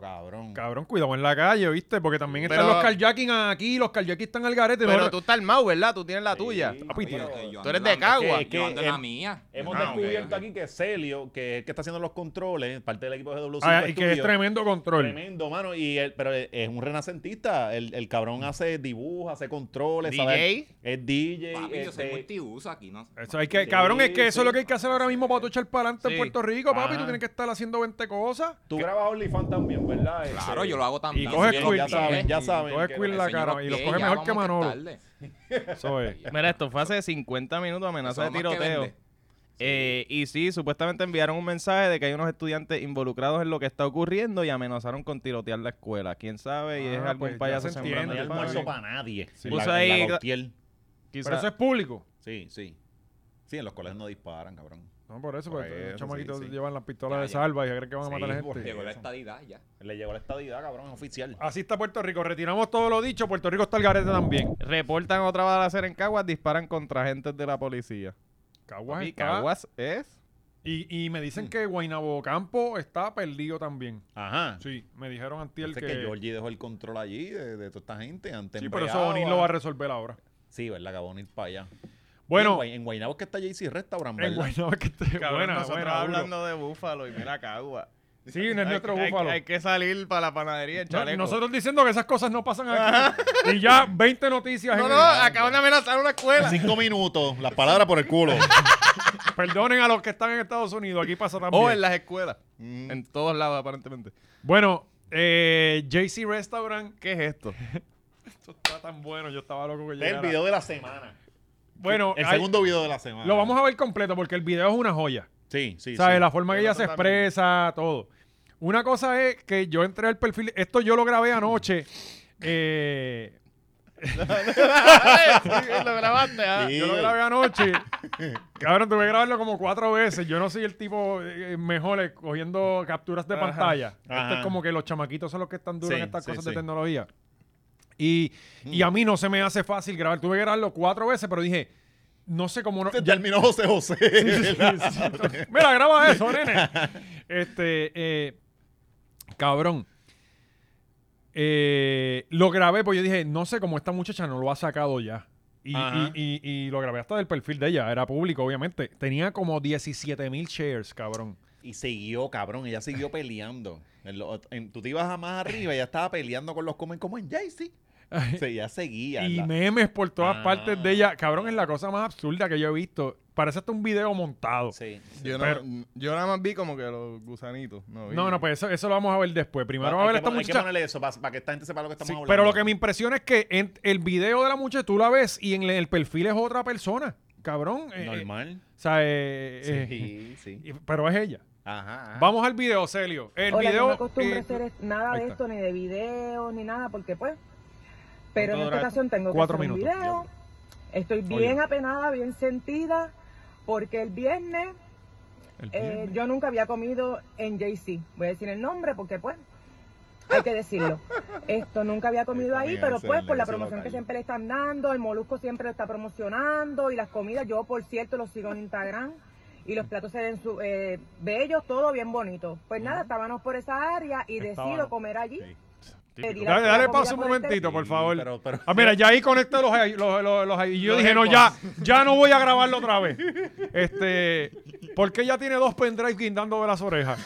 Speaker 2: cabrón.
Speaker 1: Cabrón, cuidado en la calle, ¿viste? Porque también están
Speaker 3: Pero-
Speaker 1: los carjacking aquí, los carjacking están al garete.
Speaker 3: Pero
Speaker 1: no-
Speaker 3: tú estás mal, ¿verdad? Tú tienes la
Speaker 2: Sí.
Speaker 3: tuya.
Speaker 1: Papi,
Speaker 4: Oye,
Speaker 1: pero-
Speaker 4: yo- yo
Speaker 3: tú
Speaker 4: ando
Speaker 3: eres
Speaker 4: en
Speaker 3: de
Speaker 4: la-
Speaker 3: Cagua.
Speaker 2: Es que-
Speaker 4: Yo ando en la
Speaker 2: em-
Speaker 4: mía.
Speaker 2: Hemos
Speaker 4: Ah, ok,
Speaker 2: descubierto
Speaker 4: ok.
Speaker 2: aquí que Celio, que es el que está haciendo los controles, parte del equipo de GW5
Speaker 1: Ah, y que es
Speaker 2: Studios,
Speaker 1: tremendo control.
Speaker 2: Tremendo, mano. Y él, pero es un renacentista. El, el
Speaker 1: Mm.
Speaker 2: cabrón hace dibujos, hace controles.
Speaker 3: DJ.
Speaker 2: ¿sabes? Es DJ.
Speaker 4: Papi, yo soy
Speaker 2: este,
Speaker 4: multiuso aquí, ¿no?
Speaker 1: Eso hay que,
Speaker 2: Sí,
Speaker 1: cabrón, es que eso
Speaker 2: sí.
Speaker 1: es lo que hay que hacer ahora mismo para tú echar para adelante en
Speaker 3: Sí.
Speaker 1: Puerto Rico, papi.
Speaker 2: Ah.
Speaker 1: Tú tienes que estar haciendo 20 cosas.
Speaker 2: Tú grabas OnlyFans también, ¿verdad? Este,
Speaker 4: Claro, yo lo hago también.
Speaker 1: Y coge
Speaker 4: Así que
Speaker 2: bien,
Speaker 1: Quill.
Speaker 2: Ya
Speaker 4: los
Speaker 2: saben,
Speaker 4: pies,
Speaker 2: ya
Speaker 4: y
Speaker 2: saben.
Speaker 1: coge
Speaker 2: que-
Speaker 1: Quill la-
Speaker 4: enseño
Speaker 1: cara,
Speaker 4: los
Speaker 1: y los
Speaker 4: pies,
Speaker 1: coge
Speaker 4: ya
Speaker 1: mejor
Speaker 4: vamos
Speaker 1: que
Speaker 4: más
Speaker 1: Manolo.
Speaker 4: tarde.
Speaker 1: Eso es.
Speaker 3: Mira, esto fue hace 50 minutos amenaza de
Speaker 4: Eso es lo más que
Speaker 3: tiroteo.
Speaker 4: vende.
Speaker 3: Eh, y sí, supuestamente enviaron un mensaje de que hay unos estudiantes involucrados en lo que está ocurriendo y amenazaron con tirotear la escuela. ¿Quién sabe? Y
Speaker 1: Ah,
Speaker 3: es algún
Speaker 1: pues, ya
Speaker 3: payaso
Speaker 1: se
Speaker 2: No
Speaker 3: sembrando
Speaker 2: hay
Speaker 1: entiende,
Speaker 3: el
Speaker 2: almuerzo
Speaker 1: Está bien.
Speaker 2: para nadie.
Speaker 1: Sí.
Speaker 2: En la-
Speaker 3: Puso
Speaker 2: en la
Speaker 3: ahí-
Speaker 2: Gautier.
Speaker 3: Quizá-
Speaker 1: Pero eso es público.
Speaker 2: Sí, sí. Sí, en los colegios no disparan, cabrón.
Speaker 1: No, por eso,
Speaker 2: Por
Speaker 1: porque los
Speaker 2: eso,
Speaker 1: chamaquitos
Speaker 2: sí, sí.
Speaker 1: llevan las pistolas
Speaker 4: Ya,
Speaker 1: de
Speaker 4: ya.
Speaker 1: salva y creen que van a
Speaker 2: Sí,
Speaker 1: matar a la gente.
Speaker 2: porque-
Speaker 4: Llegó la estadidad ya.
Speaker 2: Le llegó la estadidad, cabrón, es oficial.
Speaker 1: Así está Puerto Rico. Retiramos todo lo dicho. Puerto Rico está al garete también.
Speaker 3: Reportan otra balacera en Caguas, disparan contra agentes de la policía.
Speaker 1: Caguas
Speaker 3: Papi,
Speaker 1: está-
Speaker 3: Caguas es.
Speaker 1: Y, y me dicen que Guaynabo Campo está perdido también.
Speaker 2: Ajá.
Speaker 1: Sí, me dijeron antiel
Speaker 2: Parece
Speaker 1: que...
Speaker 2: que... Georgie dejó el control allí de, de toda esta gente. Antes
Speaker 1: sí, pero eso
Speaker 2: bregaba.
Speaker 1: Bonil lo va a resolver ahora.
Speaker 2: Sí, ¿verdad? Que van a ir para allá.
Speaker 1: Bueno,
Speaker 2: Y En, Guay- en Guaynabo es que está JC Restaurant,
Speaker 1: en
Speaker 2: ¿verdad?
Speaker 1: Guaynabo es que esté buena,
Speaker 3: nosotros
Speaker 1: buena, duro.
Speaker 3: hablando de Búfalo y mira Caguas.
Speaker 1: Sí, no es nuestro búfalo.
Speaker 3: Hay, que salir para la panadería, el
Speaker 1: No,
Speaker 3: chaleco.
Speaker 1: nosotros diciendo que esas cosas no pasan aquí. y ya 20 noticias.
Speaker 3: No,
Speaker 1: en
Speaker 3: no,
Speaker 1: el-
Speaker 3: acaban de amenazar una escuela.
Speaker 2: Cinco minutos, las palabras por el culo.
Speaker 1: Perdonen a los que están en Estados Unidos. Aquí pasa también. Mm.
Speaker 3: O Oh, en las escuelas. En todos lados, aparentemente.
Speaker 1: Bueno, eh, JC Restaurant.
Speaker 3: ¿Qué es esto?
Speaker 1: Esto está tan bueno. Yo estaba loco que
Speaker 2: Este es el
Speaker 1: llegara.
Speaker 2: video de la semana.
Speaker 1: Bueno,
Speaker 2: El
Speaker 1: hay-
Speaker 2: segundo video de la semana.
Speaker 1: lo vamos a ver completo porque el video es una joya.
Speaker 2: Sí, sí.
Speaker 1: ¿Sabes?
Speaker 2: sí.
Speaker 1: La forma que
Speaker 3: El
Speaker 1: ella se
Speaker 3: otro también.
Speaker 1: expresa, todo. Una cosa es que yo entré al perfil. Esto yo lo grabé anoche. Eh, Ah,
Speaker 3: lo grabaste, ¿ah?
Speaker 2: Sí.
Speaker 1: Yo lo grabé anoche. Cabrón, tuve que grabarlo como cuatro veces. Yo no soy el tipo eh, mejor eh, cogiendo capturas de
Speaker 3: Ajá.
Speaker 1: pantalla. Esto
Speaker 2: Ajá.
Speaker 1: es como que los chamaquitos son los que están duros
Speaker 2: Sí,
Speaker 1: en estas
Speaker 2: sí,
Speaker 1: cosas
Speaker 2: sí. Mm.
Speaker 1: de tecnología. Y, y a mí no se me hace fácil grabar. Tuve que grabarlo cuatro veces, pero dije, no sé cómo no.
Speaker 2: Este Terminó José José.
Speaker 1: Mira, graba eso, nene. Este, eh, cabrón. Eh, lo grabé porque yo dije, no sé cómo esta muchacha no lo ha sacado ya. Y,
Speaker 2: Ajá.
Speaker 1: y- y- y lo grabé hasta del perfil de ella, era público, obviamente. Tenía como 17 mil shares, cabrón.
Speaker 2: y siguió, cabrón. Ella siguió peleando. En lo- en- tú te ibas a más arriba y ella estaba peleando con los comen como en JC. Sí, ella seguía.
Speaker 1: Y
Speaker 2: la-
Speaker 1: memes por todas
Speaker 2: Ah.
Speaker 1: partes de ella. Cabrón, es la cosa más absurda que yo he visto. Parece hasta un video montado.
Speaker 2: Sí.
Speaker 3: Yo, no-
Speaker 1: Pero-
Speaker 3: yo nada más vi como que los gusanitos. No, vi- Ah.
Speaker 1: No, no, pues eso, eso lo vamos a ver después. Primero vamos a
Speaker 2: Hay
Speaker 1: ver
Speaker 2: que
Speaker 1: esta
Speaker 2: pon- hay que
Speaker 1: muchacha.
Speaker 2: ponerle eso para, que esta gente sepa lo que estamos
Speaker 1: Sí,
Speaker 2: hablando.
Speaker 1: pero lo que me impresiona es que en el video de la muchacha tú la ves y en el perfil es otra persona, cabrón. eh,
Speaker 2: Normal.
Speaker 1: eh, o sea, eh, eh,
Speaker 2: Sí, sí.
Speaker 1: y- pero es ella.
Speaker 2: Ajá. ajá.
Speaker 1: Vamos al video, Celio. El
Speaker 5: Hola,
Speaker 1: video.
Speaker 5: yo no acostumbro
Speaker 1: eh,
Speaker 5: a hacer es- nada
Speaker 1: ahí
Speaker 5: de
Speaker 1: está.
Speaker 5: esto, ni de videos, ni nada, porque pues... Pero en
Speaker 3: ¿Cuánto
Speaker 5: esta
Speaker 3: dura
Speaker 5: ocasión tengo que
Speaker 1: Cuatro
Speaker 5: hacer un
Speaker 1: minutos.
Speaker 5: video. Estoy
Speaker 1: Oye.
Speaker 5: bien apenada, bien sentida, porque el viernes,
Speaker 1: el
Speaker 5: eh,
Speaker 1: viernes.
Speaker 5: yo nunca había comido en JC. Voy a decir el nombre porque pues hay que decirlo. Esto nunca había comido ahí,
Speaker 2: También
Speaker 5: pero
Speaker 2: ese
Speaker 5: pues por la
Speaker 2: negocio
Speaker 5: promoción
Speaker 2: local.
Speaker 5: que siempre le están dando, el molusco siempre lo está promocionando y las comidas, yo por cierto los sigo en Instagram y los platos se ven su- eh, bellos, todo bien bonito. Pues nada, estábamos por esa área y
Speaker 1: Estábamos.
Speaker 5: decido comer allí.
Speaker 2: Sí.
Speaker 5: Pedí la-
Speaker 1: Dale, dale
Speaker 5: la
Speaker 1: pausa un
Speaker 5: comida por este-
Speaker 1: momentito, por favor.
Speaker 2: pero- pero-
Speaker 1: Ah, mira, ya ahí conecté los, los, los- los- y yo
Speaker 3: Los
Speaker 1: dije, no,
Speaker 3: ecos.
Speaker 1: ya, ya no voy a grabarlo otra vez. Este, porque ya tiene dos pendrives guindando de las orejas.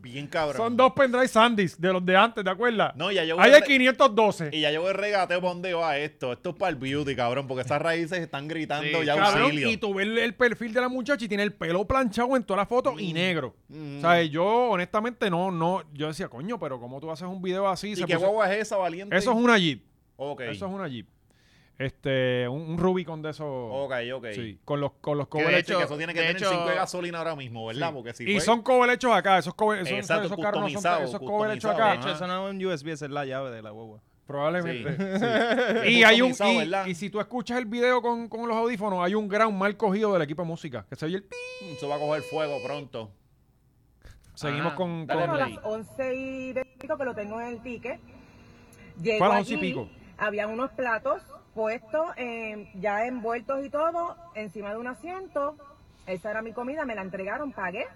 Speaker 2: Bien cabrón.
Speaker 1: Son dos pendrives Sandys de los de antes, ¿te acuerdas?
Speaker 2: No, ya yo voy
Speaker 1: Ahí
Speaker 2: a-
Speaker 1: hay 512.
Speaker 2: Y ya yo voy regateo para dónde va esto. Esto es para el beauty, cabrón, porque esas raíces están gritando
Speaker 3: Sí,
Speaker 2: ya
Speaker 1: Cabrón,
Speaker 2: auxilio.
Speaker 1: y tú ves el perfil de la muchacha y tiene el pelo planchado en todas las fotos
Speaker 2: Mm.
Speaker 1: y negro. O sea, yo honestamente no, no, yo decía, coño, pero ¿cómo tú haces un video así?
Speaker 2: ¿Y
Speaker 1: Se
Speaker 2: qué
Speaker 1: puso-
Speaker 2: guagua es esa, valiente?
Speaker 1: Eso es una Jeep.
Speaker 2: Ok,
Speaker 1: Eso es una Jeep. Este, un, un Rubicon de esos.
Speaker 2: ok, ok.
Speaker 1: Sí, con los, con los
Speaker 2: Que
Speaker 1: cover
Speaker 2: de
Speaker 1: hechos.
Speaker 2: hecho, que eso tiene que
Speaker 3: de
Speaker 2: tener
Speaker 3: hecho-
Speaker 2: 5 de gasolina ahora mismo, ¿verdad?
Speaker 1: Sí.
Speaker 2: Porque si pues,
Speaker 1: y
Speaker 2: fue-
Speaker 1: son cover hechos acá, esos cover, esos,
Speaker 2: Exacto,
Speaker 1: esos carros no son,
Speaker 2: customizados,
Speaker 1: esos cover hechos
Speaker 2: customizados,
Speaker 1: acá.
Speaker 3: De hecho, pues, eso no es un USB, esa es la llave de la guagua.
Speaker 2: Sí,
Speaker 1: Probablemente.
Speaker 2: sí.
Speaker 1: Y hay un
Speaker 2: Customizado,
Speaker 1: y-
Speaker 2: ¿verdad?
Speaker 1: y, si tú escuchas el video con, con los audífonos, hay un gran mal cogido del equipo de música, que se oye el pi.
Speaker 2: Mm, Eso va a coger fuego pronto.
Speaker 1: Seguimos con,
Speaker 2: dale
Speaker 1: con-
Speaker 5: Bueno, a
Speaker 2: play.
Speaker 5: las 11 y de- pico que lo tengo en el ticket. Llego
Speaker 1: Fue a las 11 y
Speaker 5: allí,
Speaker 1: pico.
Speaker 5: Había unos platos puestos, eh, ya envueltos y todo, encima de un asiento. Esa era mi comida, me la entregaron, pagué.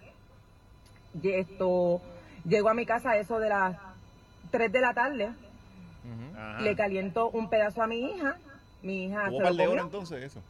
Speaker 5: Y esto, llego a mi casa a eso de las 3 de la tarde.
Speaker 1: Ah.
Speaker 2: Ajá.
Speaker 5: Le caliento un pedazo a mi hija. Mi hija
Speaker 2: Tuvo
Speaker 5: Ah, se
Speaker 2: un par
Speaker 5: lo
Speaker 2: de
Speaker 5: comió.
Speaker 2: horas entonces eso.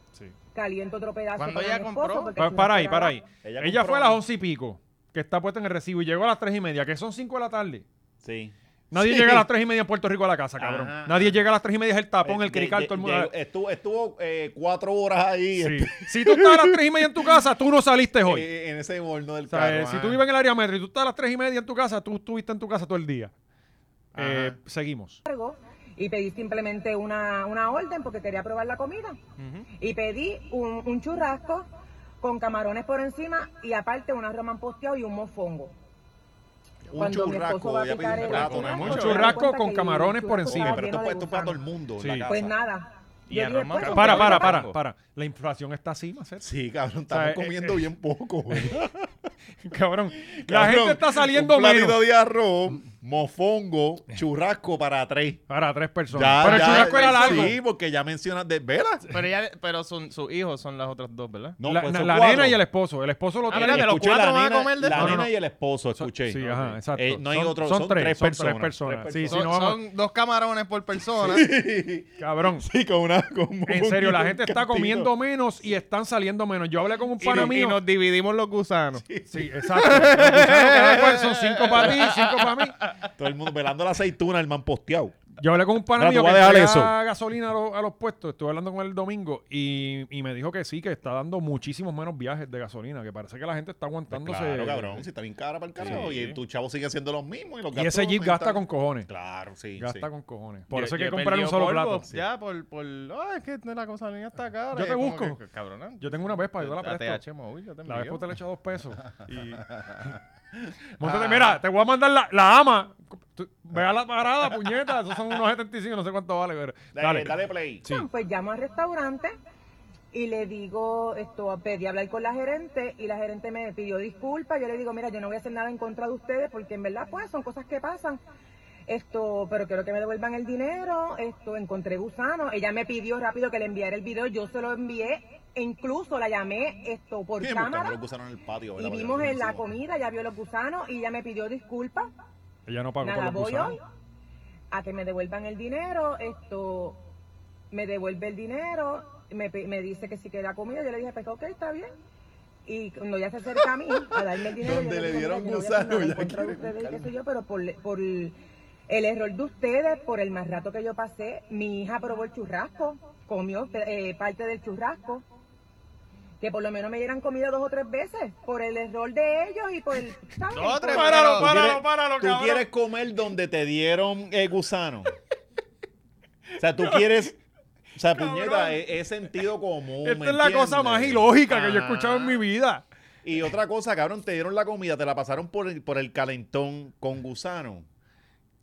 Speaker 5: Caliento otro pedazo.
Speaker 3: ¿Cuándo
Speaker 5: para
Speaker 3: ella
Speaker 5: mi
Speaker 3: compró?
Speaker 5: esposo, porque
Speaker 1: Pa-
Speaker 5: si no
Speaker 1: Pues para ahí,
Speaker 5: esperaba-
Speaker 1: para ahí.
Speaker 2: Ella
Speaker 1: Ella,
Speaker 2: compró-
Speaker 1: fue a las once y pico, que está puesta en el recibo, y llegó a las tres y media, que son cinco de la tarde.
Speaker 2: Sí.
Speaker 1: Nadie
Speaker 2: Sí.
Speaker 1: llega a las tres y media en Puerto Rico a la casa, cabrón.
Speaker 2: Ajá.
Speaker 1: Nadie llega a las tres y media, es el tapón,
Speaker 2: Eh,
Speaker 1: Ah, el crical,
Speaker 2: lle-
Speaker 1: todo el mundo.
Speaker 2: lle- Estuvo, estuvo eh, cuatro horas ahí
Speaker 1: Sí.
Speaker 2: este,
Speaker 1: Si tú estás a las tres y media en tu casa, tú no saliste hoy.
Speaker 2: eh, en ese horno del
Speaker 1: O sea, eh,
Speaker 2: carro. ah.
Speaker 1: si
Speaker 2: ajá.
Speaker 1: tú vives en el área metro y tú estás a las tres y media en tu casa, tú estuviste en tu casa todo el día. Eh,
Speaker 2: Ajá.
Speaker 1: seguimos.
Speaker 5: cargo y pedí simplemente una, una orden porque quería probar la comida. Y pedí un, un churrasco con camarones por encima y aparte una roman posteado y un mofongo.
Speaker 2: un churrasco, voy a pedir un plato, no es
Speaker 1: Un
Speaker 2: mucho.
Speaker 1: churrasco
Speaker 2: ¿verdad?
Speaker 1: con camarones por encima.
Speaker 2: Pero esto es puesto para todo el mundo. en
Speaker 1: Sí.
Speaker 2: la
Speaker 1: Pues
Speaker 2: casa.
Speaker 5: Pues nada.
Speaker 3: Y
Speaker 5: Yo
Speaker 3: a
Speaker 5: dije,
Speaker 3: Román-
Speaker 5: pues,
Speaker 1: Para,
Speaker 5: compré
Speaker 1: para,
Speaker 5: una
Speaker 1: para,
Speaker 3: Mango.
Speaker 1: para. La inflación está así, Macet.
Speaker 2: Sí, cabrón,
Speaker 1: sea,
Speaker 2: estamos
Speaker 1: eh,
Speaker 2: comiendo bien poco, güey.
Speaker 1: Cabrón. La
Speaker 2: Cabrón,
Speaker 1: gente está saliendo Mm.
Speaker 2: un platito
Speaker 1: menos.
Speaker 2: de arroz, mofongo, churrasco para tres.
Speaker 1: Para tres personas.
Speaker 2: Ya,
Speaker 1: Pero el
Speaker 2: ya,
Speaker 1: churrasco era largo.
Speaker 2: Sí, porque ya mencionas de vela.
Speaker 3: Pero, ella, pero son- sus hijos son las otras dos, ¿verdad?
Speaker 2: No,
Speaker 1: la
Speaker 2: pues
Speaker 1: la-
Speaker 2: son
Speaker 1: la
Speaker 2: cuatro.
Speaker 1: nena y el esposo. El esposo lo
Speaker 3: Ah,
Speaker 1: tiene.
Speaker 3: ¿verdad? De los
Speaker 2: Escuché, la
Speaker 3: cuatro van a
Speaker 2: nena-
Speaker 3: comer de
Speaker 2: La
Speaker 1: No, no,
Speaker 2: nena
Speaker 1: no.
Speaker 2: y el esposo,
Speaker 1: Son-
Speaker 2: escuché.
Speaker 1: Sí,
Speaker 2: Ok.
Speaker 1: ajá, exacto.
Speaker 2: Eh, no hay
Speaker 1: son,
Speaker 2: otro,
Speaker 1: son tres, son
Speaker 2: personas.
Speaker 1: tres personas. Sí, sí,
Speaker 3: son,
Speaker 1: no vamos.
Speaker 3: son dos camarones por persona.
Speaker 1: Cabrón.
Speaker 2: Sí, con una... con
Speaker 1: En serio, la
Speaker 2: un
Speaker 1: gente está
Speaker 2: cantito.
Speaker 1: comiendo menos y están saliendo menos. Yo hablé con un
Speaker 3: y,
Speaker 1: pana
Speaker 3: nos- y
Speaker 1: mío.
Speaker 3: nos dividimos los gusanos.
Speaker 1: Sí, exacto. Los gusanos cada cual pues? son cinco para ti, cinco para mí.
Speaker 2: Todo el mundo velando la aceituna, el man posteado.
Speaker 1: Yo hablé con un pana
Speaker 2: Mira,
Speaker 1: mío
Speaker 2: tú
Speaker 1: que
Speaker 2: vas a dejar
Speaker 1: entrega
Speaker 2: eso.
Speaker 1: gasolina a, los- a los puestos. Estuve hablando con él el domingo y, y me dijo que sí, que está dando muchísimos menos viajes de gasolina, que parece que la gente está aguantándose.
Speaker 2: Claro, cabrón, si está bien cara para el carajo.
Speaker 1: Sí.
Speaker 2: Y tu chavo sigue siendo los mismos. Y, los
Speaker 1: Y
Speaker 2: gastos
Speaker 1: ese Jeep gasta con
Speaker 2: aumentan.
Speaker 1: cojones.
Speaker 2: Claro, sí,
Speaker 1: Gasta
Speaker 2: sí.
Speaker 1: con cojones. Por
Speaker 3: Yo-
Speaker 1: eso hay
Speaker 3: yo
Speaker 1: que
Speaker 3: he
Speaker 1: comprar un
Speaker 3: perdido
Speaker 1: solo
Speaker 3: polvo,
Speaker 1: plato.
Speaker 3: Ya, por, por... Ay, es que la cosa niña está cara.
Speaker 1: Yo te
Speaker 3: Es como
Speaker 1: busco.
Speaker 3: que, cabrona.
Speaker 1: Yo tengo una Vespa, yo la
Speaker 3: La
Speaker 1: presto.
Speaker 3: TH móvil,
Speaker 2: Este
Speaker 3: yo te
Speaker 1: La Vespa
Speaker 3: envío.
Speaker 1: te le echa dos pesos. Y...
Speaker 2: Ah.
Speaker 1: Móntate, mira, te voy a mandar la, la ama. Tú- Ve a la parada, puñeta. Esos son unos 75, no sé cuánto vale. Pero...
Speaker 2: Dale, dale play.
Speaker 1: Sí.
Speaker 5: Pues llamo al restaurante y le digo, esto, pedí hablar con la gerente y la gerente me pidió disculpas. Yo le digo, mira, yo no voy a hacer nada en contra de ustedes porque en verdad, pues, son cosas que pasan. Esto, pero quiero que me devuelvan el dinero. Esto, encontré gusano. Ella me pidió rápido que le enviara el video. Yo se lo envié e incluso la llamé esto por
Speaker 2: Sí, porque
Speaker 5: cámara.
Speaker 2: los gusanos en el patio.
Speaker 5: Y
Speaker 2: ¿verdad?
Speaker 5: vimos
Speaker 2: Porque
Speaker 5: en la
Speaker 2: encima.
Speaker 5: comida, ya vio los gusanos y ella me pidió disculpas.
Speaker 1: Ella no pagó
Speaker 5: Nada,
Speaker 1: por los
Speaker 5: voy
Speaker 1: gusanos.
Speaker 5: hoy a que me devuelvan el dinero, esto, me devuelve el dinero, me, pe- me dice que si queda comida, yo le dije, pues ok, está bien. Y cuando ya se acerca a mí, a darme el dinero, yo
Speaker 2: Donde le
Speaker 5: digo,
Speaker 2: dieron
Speaker 5: "Mira, yo no voy a
Speaker 2: gusano
Speaker 5: hacer nada
Speaker 2: y
Speaker 5: en
Speaker 2: la
Speaker 5: contra de
Speaker 2: quieren
Speaker 5: ustedes y qué
Speaker 2: buscar".
Speaker 5: sé yo, pero por, por el error de ustedes, por el mal rato que yo pasé, mi hija probó el churrasco, comió eh, parte del churrasco, que por lo menos me dieran comida dos o tres veces, por el error de ellos y por el... ¿saben?
Speaker 3: Dos o tres,
Speaker 5: Por-
Speaker 3: Páralo,
Speaker 2: ¿Tú
Speaker 3: páralo,
Speaker 2: quieres-
Speaker 1: páralo,
Speaker 2: Tú
Speaker 1: cabrón.
Speaker 2: quieres comer donde te dieron eh, gusano. o sea, tú quieres. O sea, puñeta, es, es sentido común.
Speaker 1: Esta
Speaker 2: ¿me
Speaker 1: es la cosa
Speaker 2: entiendes? Ah.
Speaker 1: más ilógica que yo he escuchado en
Speaker 2: Ajá.
Speaker 1: mi vida.
Speaker 2: Y otra cosa, cabrón, te dieron la comida, te la pasaron por el, por el calentón con gusano.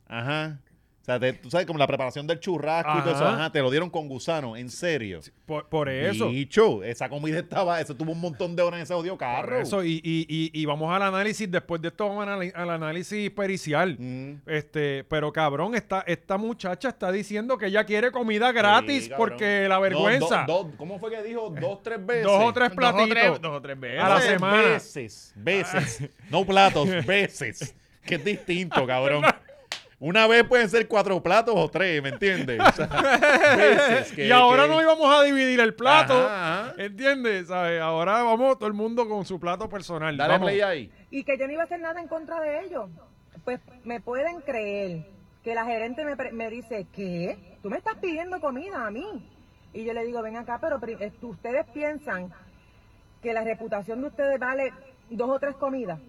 Speaker 2: Ajá. O sea, te- tú sabes, como la preparación del churrasco y todo eso,
Speaker 1: Ajá.
Speaker 2: ajá, te lo dieron con gusano, en serio.
Speaker 1: Por, por eso.
Speaker 2: Bicho, esa comida estaba, eso tuvo un montón de horas en ese odio
Speaker 1: por
Speaker 2: carro.
Speaker 1: eso. Y, y- y- y vamos al análisis, después de esto vamos al, anali- al análisis pericial.
Speaker 2: Mm.
Speaker 1: Este, pero cabrón, esta, esta muchacha está diciendo que ella quiere comida gratis
Speaker 2: Sí, cabrón.
Speaker 1: porque la vergüenza. Eh,
Speaker 2: Dos- dos- ¿Cómo fue que dijo? Dos, tres veces.
Speaker 1: Dos o tres
Speaker 3: Dos o
Speaker 1: platitos.
Speaker 3: tres, dos o tres veces.
Speaker 1: a la
Speaker 2: Veces,
Speaker 1: semana.
Speaker 2: Veces, veces. No platos, veces. Que es distinto, cabrón. Una vez pueden ser cuatro platos o tres, ¿me entiendes? O sea, veces que-
Speaker 1: y ahora
Speaker 2: que-
Speaker 1: no íbamos a dividir el plato.
Speaker 2: Ajá, ajá.
Speaker 1: ¿Entiendes? ¿Sabes? Ahora vamos todo el mundo con su plato personal.
Speaker 2: Dale
Speaker 1: vamos.
Speaker 2: play ahí.
Speaker 5: y que yo no iba a hacer nada en contra de ellos. Pues me pueden creer que la gerente me, pre- me dice, ¿qué? Tú me estás pidiendo comida a mí. Y yo le digo, ven acá, pero pri- eh, ustedes piensan que la reputación de ustedes vale dos o tres comidas.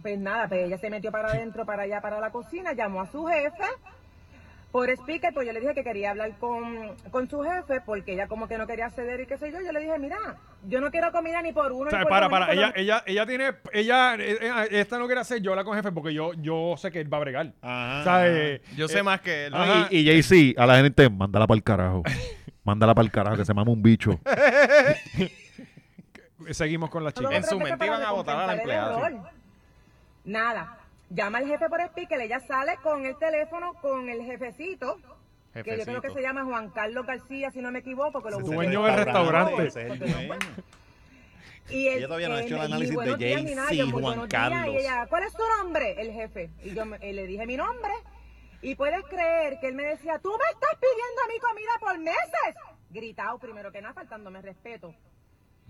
Speaker 5: Pues nada, pues ella se metió para adentro, para allá, para la cocina, llamó a su jefe por speaker, pues yo le dije que quería hablar con, con su jefe, porque ella como que no quería ceder y qué sé yo. Yo le dije, mira, yo no quiero comida ni por uno.
Speaker 1: O sea,
Speaker 5: ni por
Speaker 1: para,
Speaker 5: dos, ni
Speaker 1: para,
Speaker 5: por
Speaker 1: ella,
Speaker 5: dos".
Speaker 1: ella, ella tiene, ella, eh, eh, esta no quiere hacer yo la con jefe porque yo, yo sé que él va a bregar.
Speaker 2: Ajá.
Speaker 1: O sea, eh,
Speaker 3: Yo sé más que él.
Speaker 1: ah,
Speaker 2: No, Y, y Jay-Z, a la gente, mándala para el carajo. Mándala para el carajo, que se mama un bicho.
Speaker 1: eh, seguimos con las
Speaker 5: Luego
Speaker 1: chicas.
Speaker 3: En su
Speaker 5: otra cosa
Speaker 3: mente
Speaker 5: para
Speaker 3: iban a votar a la
Speaker 5: compensar el
Speaker 3: empleada,
Speaker 5: error. Nada. Llama al jefe por speaker, ella sale con el teléfono con el jefecito, que yo creo que
Speaker 3: Jefecito.
Speaker 5: se llama Juan Carlos García, si no me equivoco, que lo
Speaker 1: Ese
Speaker 5: busqué.
Speaker 1: dueño del restaurante.
Speaker 2: Ese es el dueño.
Speaker 5: Y él-
Speaker 2: Ella todavía no ha
Speaker 5: él
Speaker 2: hecho el
Speaker 5: me- y
Speaker 2: análisis
Speaker 5: buenos
Speaker 2: de
Speaker 5: días,
Speaker 2: Jay-Z,
Speaker 5: mi nada, yo, muy
Speaker 2: Juan
Speaker 5: buenos días.
Speaker 2: Carlos.
Speaker 5: Y ella, ¿cuál es tu nombre? El jefe. Y yo me- eh, le dije mi nombre. Y puedes creer que él me decía, tú me estás pidiendo a mí comida por meses. Gritado primero que nada, faltándome respeto.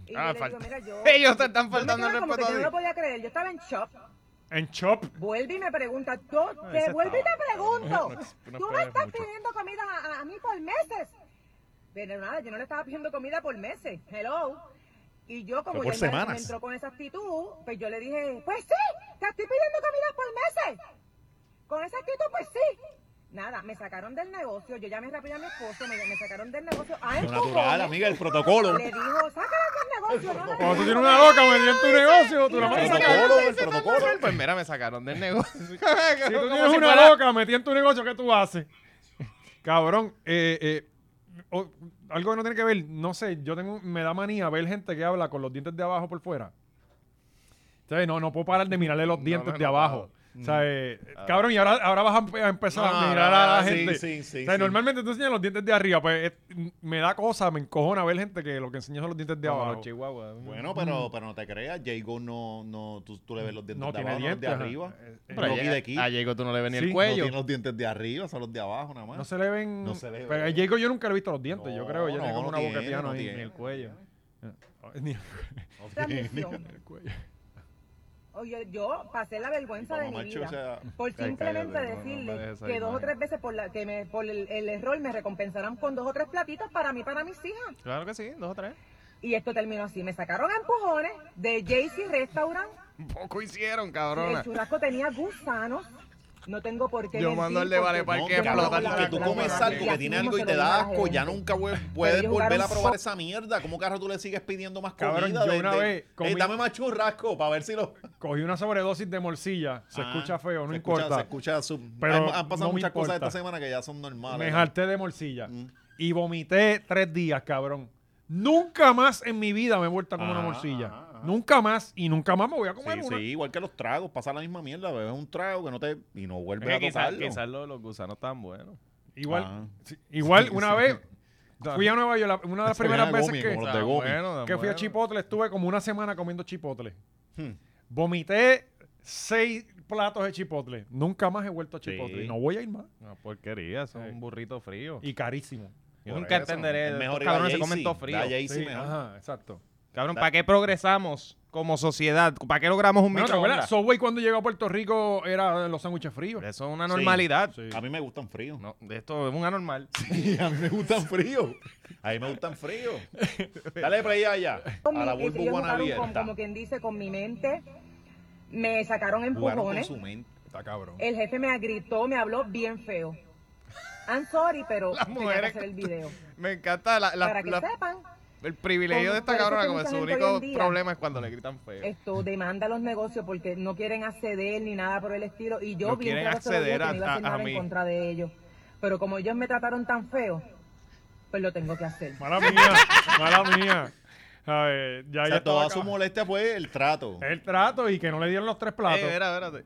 Speaker 5: Y
Speaker 3: Ah,
Speaker 5: yo le
Speaker 3: falta-
Speaker 5: digo, mira, yo...
Speaker 3: Ellos te están
Speaker 5: yo me
Speaker 3: faltando el
Speaker 5: quedaba como que
Speaker 3: respeto a
Speaker 5: Yo no
Speaker 3: ti.
Speaker 5: lo podía creer, yo estaba en shock.
Speaker 1: En Chop,
Speaker 5: Vuelve y me pregunta, yo
Speaker 3: ese
Speaker 5: te vuelvo y te pregunto,
Speaker 3: no
Speaker 5: tú
Speaker 3: esperes
Speaker 5: me estás
Speaker 3: mucho.
Speaker 5: pidiendo comida a, a- a mí por meses. Pero nada, yo no le estaba pidiendo comida por meses, hello. Y yo como
Speaker 2: Pero por
Speaker 5: ya el maestro me
Speaker 2: semanas.
Speaker 5: entró con esa actitud, pues yo le dije, pues sí, te estoy pidiendo comida por meses. Con esa actitud, pues sí. Nada, me sacaron del negocio, yo llamé rápido a mi esposo, me, me sacaron del negocio. Ah,
Speaker 2: Lo
Speaker 5: empujones.
Speaker 2: natural, amiga, el protocolo.
Speaker 5: Le dijo, sácala del negocio. no, no,
Speaker 1: cuando tú
Speaker 5: no,
Speaker 1: tienes
Speaker 5: no,
Speaker 1: una
Speaker 5: no".
Speaker 1: loca metida en tu negocio, tú la
Speaker 2: El
Speaker 1: mandas a sacar.
Speaker 2: protocolo, el protocolo.
Speaker 3: Pues mira, me sacaron del negocio.
Speaker 1: Si tú
Speaker 3: Como
Speaker 1: tienes
Speaker 3: si
Speaker 1: una
Speaker 3: fuera-
Speaker 1: loca metida en tu negocio, ¿qué tú haces? Cabrón, eh, eh, o- algo que no tiene que ver, no sé, yo tengo, me da manía ver gente que habla con los dientes de abajo por fuera. ¿Sabes? No, no puedo parar de mirarle los
Speaker 3: No,
Speaker 1: dientes
Speaker 3: no,
Speaker 1: de
Speaker 3: no,
Speaker 1: abajo. O sea, eh, cabrón, y ahora, ahora vas a empe- a empezar
Speaker 3: No,
Speaker 1: a
Speaker 3: no,
Speaker 1: mirar
Speaker 3: no,
Speaker 1: a la
Speaker 3: no, sí,
Speaker 1: gente.
Speaker 2: Ah, sí, sí,
Speaker 1: o sea,
Speaker 2: sí.
Speaker 1: normalmente tú enseñas los dientes de arriba, pues eh, me da cosa, me encojona ver gente que lo que enseña son los dientes de
Speaker 3: Como
Speaker 1: abajo.
Speaker 3: los chihuahuas.
Speaker 2: Bueno, pero, pero no te creas, Jago no, no, tú, tú le ves los dientes
Speaker 1: No
Speaker 2: de
Speaker 1: tiene
Speaker 2: abajo, no los de
Speaker 1: dientes, ajá.
Speaker 2: arriba.
Speaker 1: Eh, eh,
Speaker 3: Pero
Speaker 2: no
Speaker 3: a-
Speaker 2: pide aquí.
Speaker 3: A Diego tú no le ves ni
Speaker 1: Sí,
Speaker 3: el
Speaker 1: no
Speaker 2: No
Speaker 3: cuello.
Speaker 2: tiene los dientes de arriba, son los de abajo nada más.
Speaker 1: No se le ven.
Speaker 2: No se le ve.
Speaker 1: Pero a Jacob yo nunca le he visto los dientes, yo
Speaker 2: No,
Speaker 1: creo. Yo
Speaker 2: no,
Speaker 1: tenía como
Speaker 2: no
Speaker 1: una boca de
Speaker 2: tiene,
Speaker 1: piano
Speaker 2: no
Speaker 1: ahí.
Speaker 2: tiene.
Speaker 1: Ni el cuello. Ni el
Speaker 5: Transmisión.
Speaker 1: cuello.
Speaker 5: Oye, yo pasé la vergüenza de mi
Speaker 2: Macho,
Speaker 5: vida.
Speaker 2: o sea,
Speaker 5: por
Speaker 3: cállate,
Speaker 5: simplemente
Speaker 3: no, no me
Speaker 5: decirle
Speaker 3: dejes ahí,
Speaker 5: que dos
Speaker 3: no.
Speaker 5: o tres veces por la que me por el, el error me recompensaran con dos o tres platitos para mí para mis hijas
Speaker 3: Claro que sí, dos o tres.
Speaker 5: y esto terminó así me sacaron a empujones de Jaycee Restaurant
Speaker 3: Poco hicieron,
Speaker 5: el
Speaker 3: cabrona.
Speaker 5: churrasco tenía gusanos no tengo por qué
Speaker 3: Yo
Speaker 5: mentir
Speaker 3: mando al de
Speaker 5: porque-
Speaker 3: Vale Parque
Speaker 2: que
Speaker 3: a explotar
Speaker 2: cabrón, que
Speaker 3: la
Speaker 2: tú
Speaker 3: cara.
Speaker 2: comes algo
Speaker 5: Y
Speaker 2: que
Speaker 5: así
Speaker 2: tiene
Speaker 5: mismo
Speaker 2: algo y
Speaker 5: se lo
Speaker 2: te
Speaker 5: dije a
Speaker 2: da
Speaker 5: la
Speaker 2: asco, ya
Speaker 5: gente.
Speaker 2: nunca vuel-
Speaker 5: Pero
Speaker 2: puedes
Speaker 5: yo
Speaker 2: volver a
Speaker 5: jugaron
Speaker 2: probar
Speaker 5: so-
Speaker 2: esa mierda. ¿Cómo carro tú le sigues pidiendo más
Speaker 1: Cabrón,
Speaker 2: comida?
Speaker 1: yo
Speaker 2: de-
Speaker 1: una
Speaker 2: de-
Speaker 1: vez comí-
Speaker 2: Ey, dame más churrasco para ver si lo...
Speaker 1: Cogí una sobredosis de morcilla. Se
Speaker 2: Ah,
Speaker 1: escucha feo, no
Speaker 2: se escucha-
Speaker 1: importa.
Speaker 2: se escucha su-
Speaker 1: Pero
Speaker 2: han, han pasado
Speaker 1: no me
Speaker 2: muchas cosas
Speaker 1: importa.
Speaker 2: esta semana que ya son normales.
Speaker 1: Me
Speaker 2: ¿no?
Speaker 1: jalté de morcilla.
Speaker 2: Mm.
Speaker 1: Y vomité tres días, cabrón. Nunca más en mi vida me he vuelto a comer una
Speaker 2: Ajá,
Speaker 1: morcilla.
Speaker 2: ajá, ajá.
Speaker 1: Nunca más. Y nunca más me voy a
Speaker 2: Ah, Sí,
Speaker 1: comer una.
Speaker 2: sí, igual que los tragos, pasa la misma mierda, bebes un trago que no te... y no
Speaker 3: Es
Speaker 2: vuelves
Speaker 3: que
Speaker 2: a
Speaker 3: quizás,
Speaker 2: tocarlo.
Speaker 3: quizás los, los gusanos están buenos.
Speaker 1: Igual,
Speaker 2: Ah.
Speaker 1: sí, igual una vez fui a Nueva York. la- Una de las
Speaker 2: Eso viene
Speaker 1: primeras
Speaker 2: a
Speaker 1: veces
Speaker 2: Gomi,
Speaker 1: que.
Speaker 2: como los
Speaker 3: Están
Speaker 2: de Gomi.
Speaker 3: buenos, están
Speaker 1: que fui a
Speaker 3: buenos.
Speaker 1: Chipotle, estuve como una semana comiendo Chipotle.
Speaker 2: Hmm.
Speaker 1: Vomité seis platos de Chipotle. Nunca más he vuelto a
Speaker 2: Sí.
Speaker 1: Chipotle. No voy a ir más.
Speaker 3: Una porquería, son
Speaker 1: Sí.
Speaker 3: un burrito frío.
Speaker 1: Y carísimo.
Speaker 3: Yo
Speaker 2: Por
Speaker 3: pues, nunca
Speaker 2: eso,
Speaker 3: entenderé.
Speaker 2: es
Speaker 3: estos
Speaker 2: mejor ir a
Speaker 3: cabrones se
Speaker 2: Jay-Z,
Speaker 3: comen todo
Speaker 2: da
Speaker 3: frío.
Speaker 2: Jay-Z
Speaker 1: Sí,
Speaker 2: mejor.
Speaker 1: ajá, exacto.
Speaker 3: Cabrón, ¿para qué progresamos como sociedad? ¿Para qué logramos un
Speaker 1: Bueno, ¿te acuerdas?
Speaker 3: microondas?
Speaker 1: Subway cuando llegó a Puerto Rico era los sándwiches fríos.
Speaker 3: Eso es una
Speaker 2: Sí.
Speaker 3: normalidad.
Speaker 1: Sí.
Speaker 2: A mí me gustan fríos.
Speaker 3: No, de esto es un anormal.
Speaker 2: Sí, a mí me gustan fríos. A mí me gustan fríos. Dale play allá.
Speaker 5: Con
Speaker 2: A la
Speaker 5: mi- ellos
Speaker 2: Bulbu
Speaker 5: jugaron con-
Speaker 2: abierta.
Speaker 5: como quien dice con mi mente me sacaron
Speaker 2: Jugaron con
Speaker 5: empujones
Speaker 2: su mente.
Speaker 1: Está cabrón.
Speaker 3: Eh,
Speaker 5: El jefe me gritó, me habló bien feo. I'm sorry, pero
Speaker 3: Las
Speaker 5: tenía que
Speaker 3: mujeres-
Speaker 5: hacer el video.
Speaker 3: Me encanta la- la-
Speaker 5: Para que
Speaker 3: la-
Speaker 5: sepan,
Speaker 3: el privilegio
Speaker 5: Con-
Speaker 3: de esta
Speaker 5: por eso
Speaker 3: cabrona,
Speaker 5: que
Speaker 3: como
Speaker 5: mucha
Speaker 3: su
Speaker 5: gente
Speaker 3: único
Speaker 5: hoy en día-
Speaker 3: problema es cuando le gritan feo.
Speaker 5: esto demanda a los negocios porque no quieren acceder ni nada por el estilo. Y yo
Speaker 3: No
Speaker 5: bien
Speaker 3: quieren
Speaker 5: claro se lo dije
Speaker 3: acceder
Speaker 5: que
Speaker 3: a-
Speaker 5: no iba a
Speaker 3: a-
Speaker 5: hacer
Speaker 3: a
Speaker 5: nada
Speaker 3: mí.
Speaker 5: en contra de ellos. Pero como ellos me trataron tan feo, pues lo tengo que hacer.
Speaker 1: Mala mía, mala mía. A ver, ya,
Speaker 2: O
Speaker 1: ya
Speaker 2: sea,
Speaker 1: estaba
Speaker 2: toda
Speaker 1: acá.
Speaker 2: su molestia fue el trato.
Speaker 1: El trato y que no le dieron los tres platos.
Speaker 3: Eh, espera, espérate.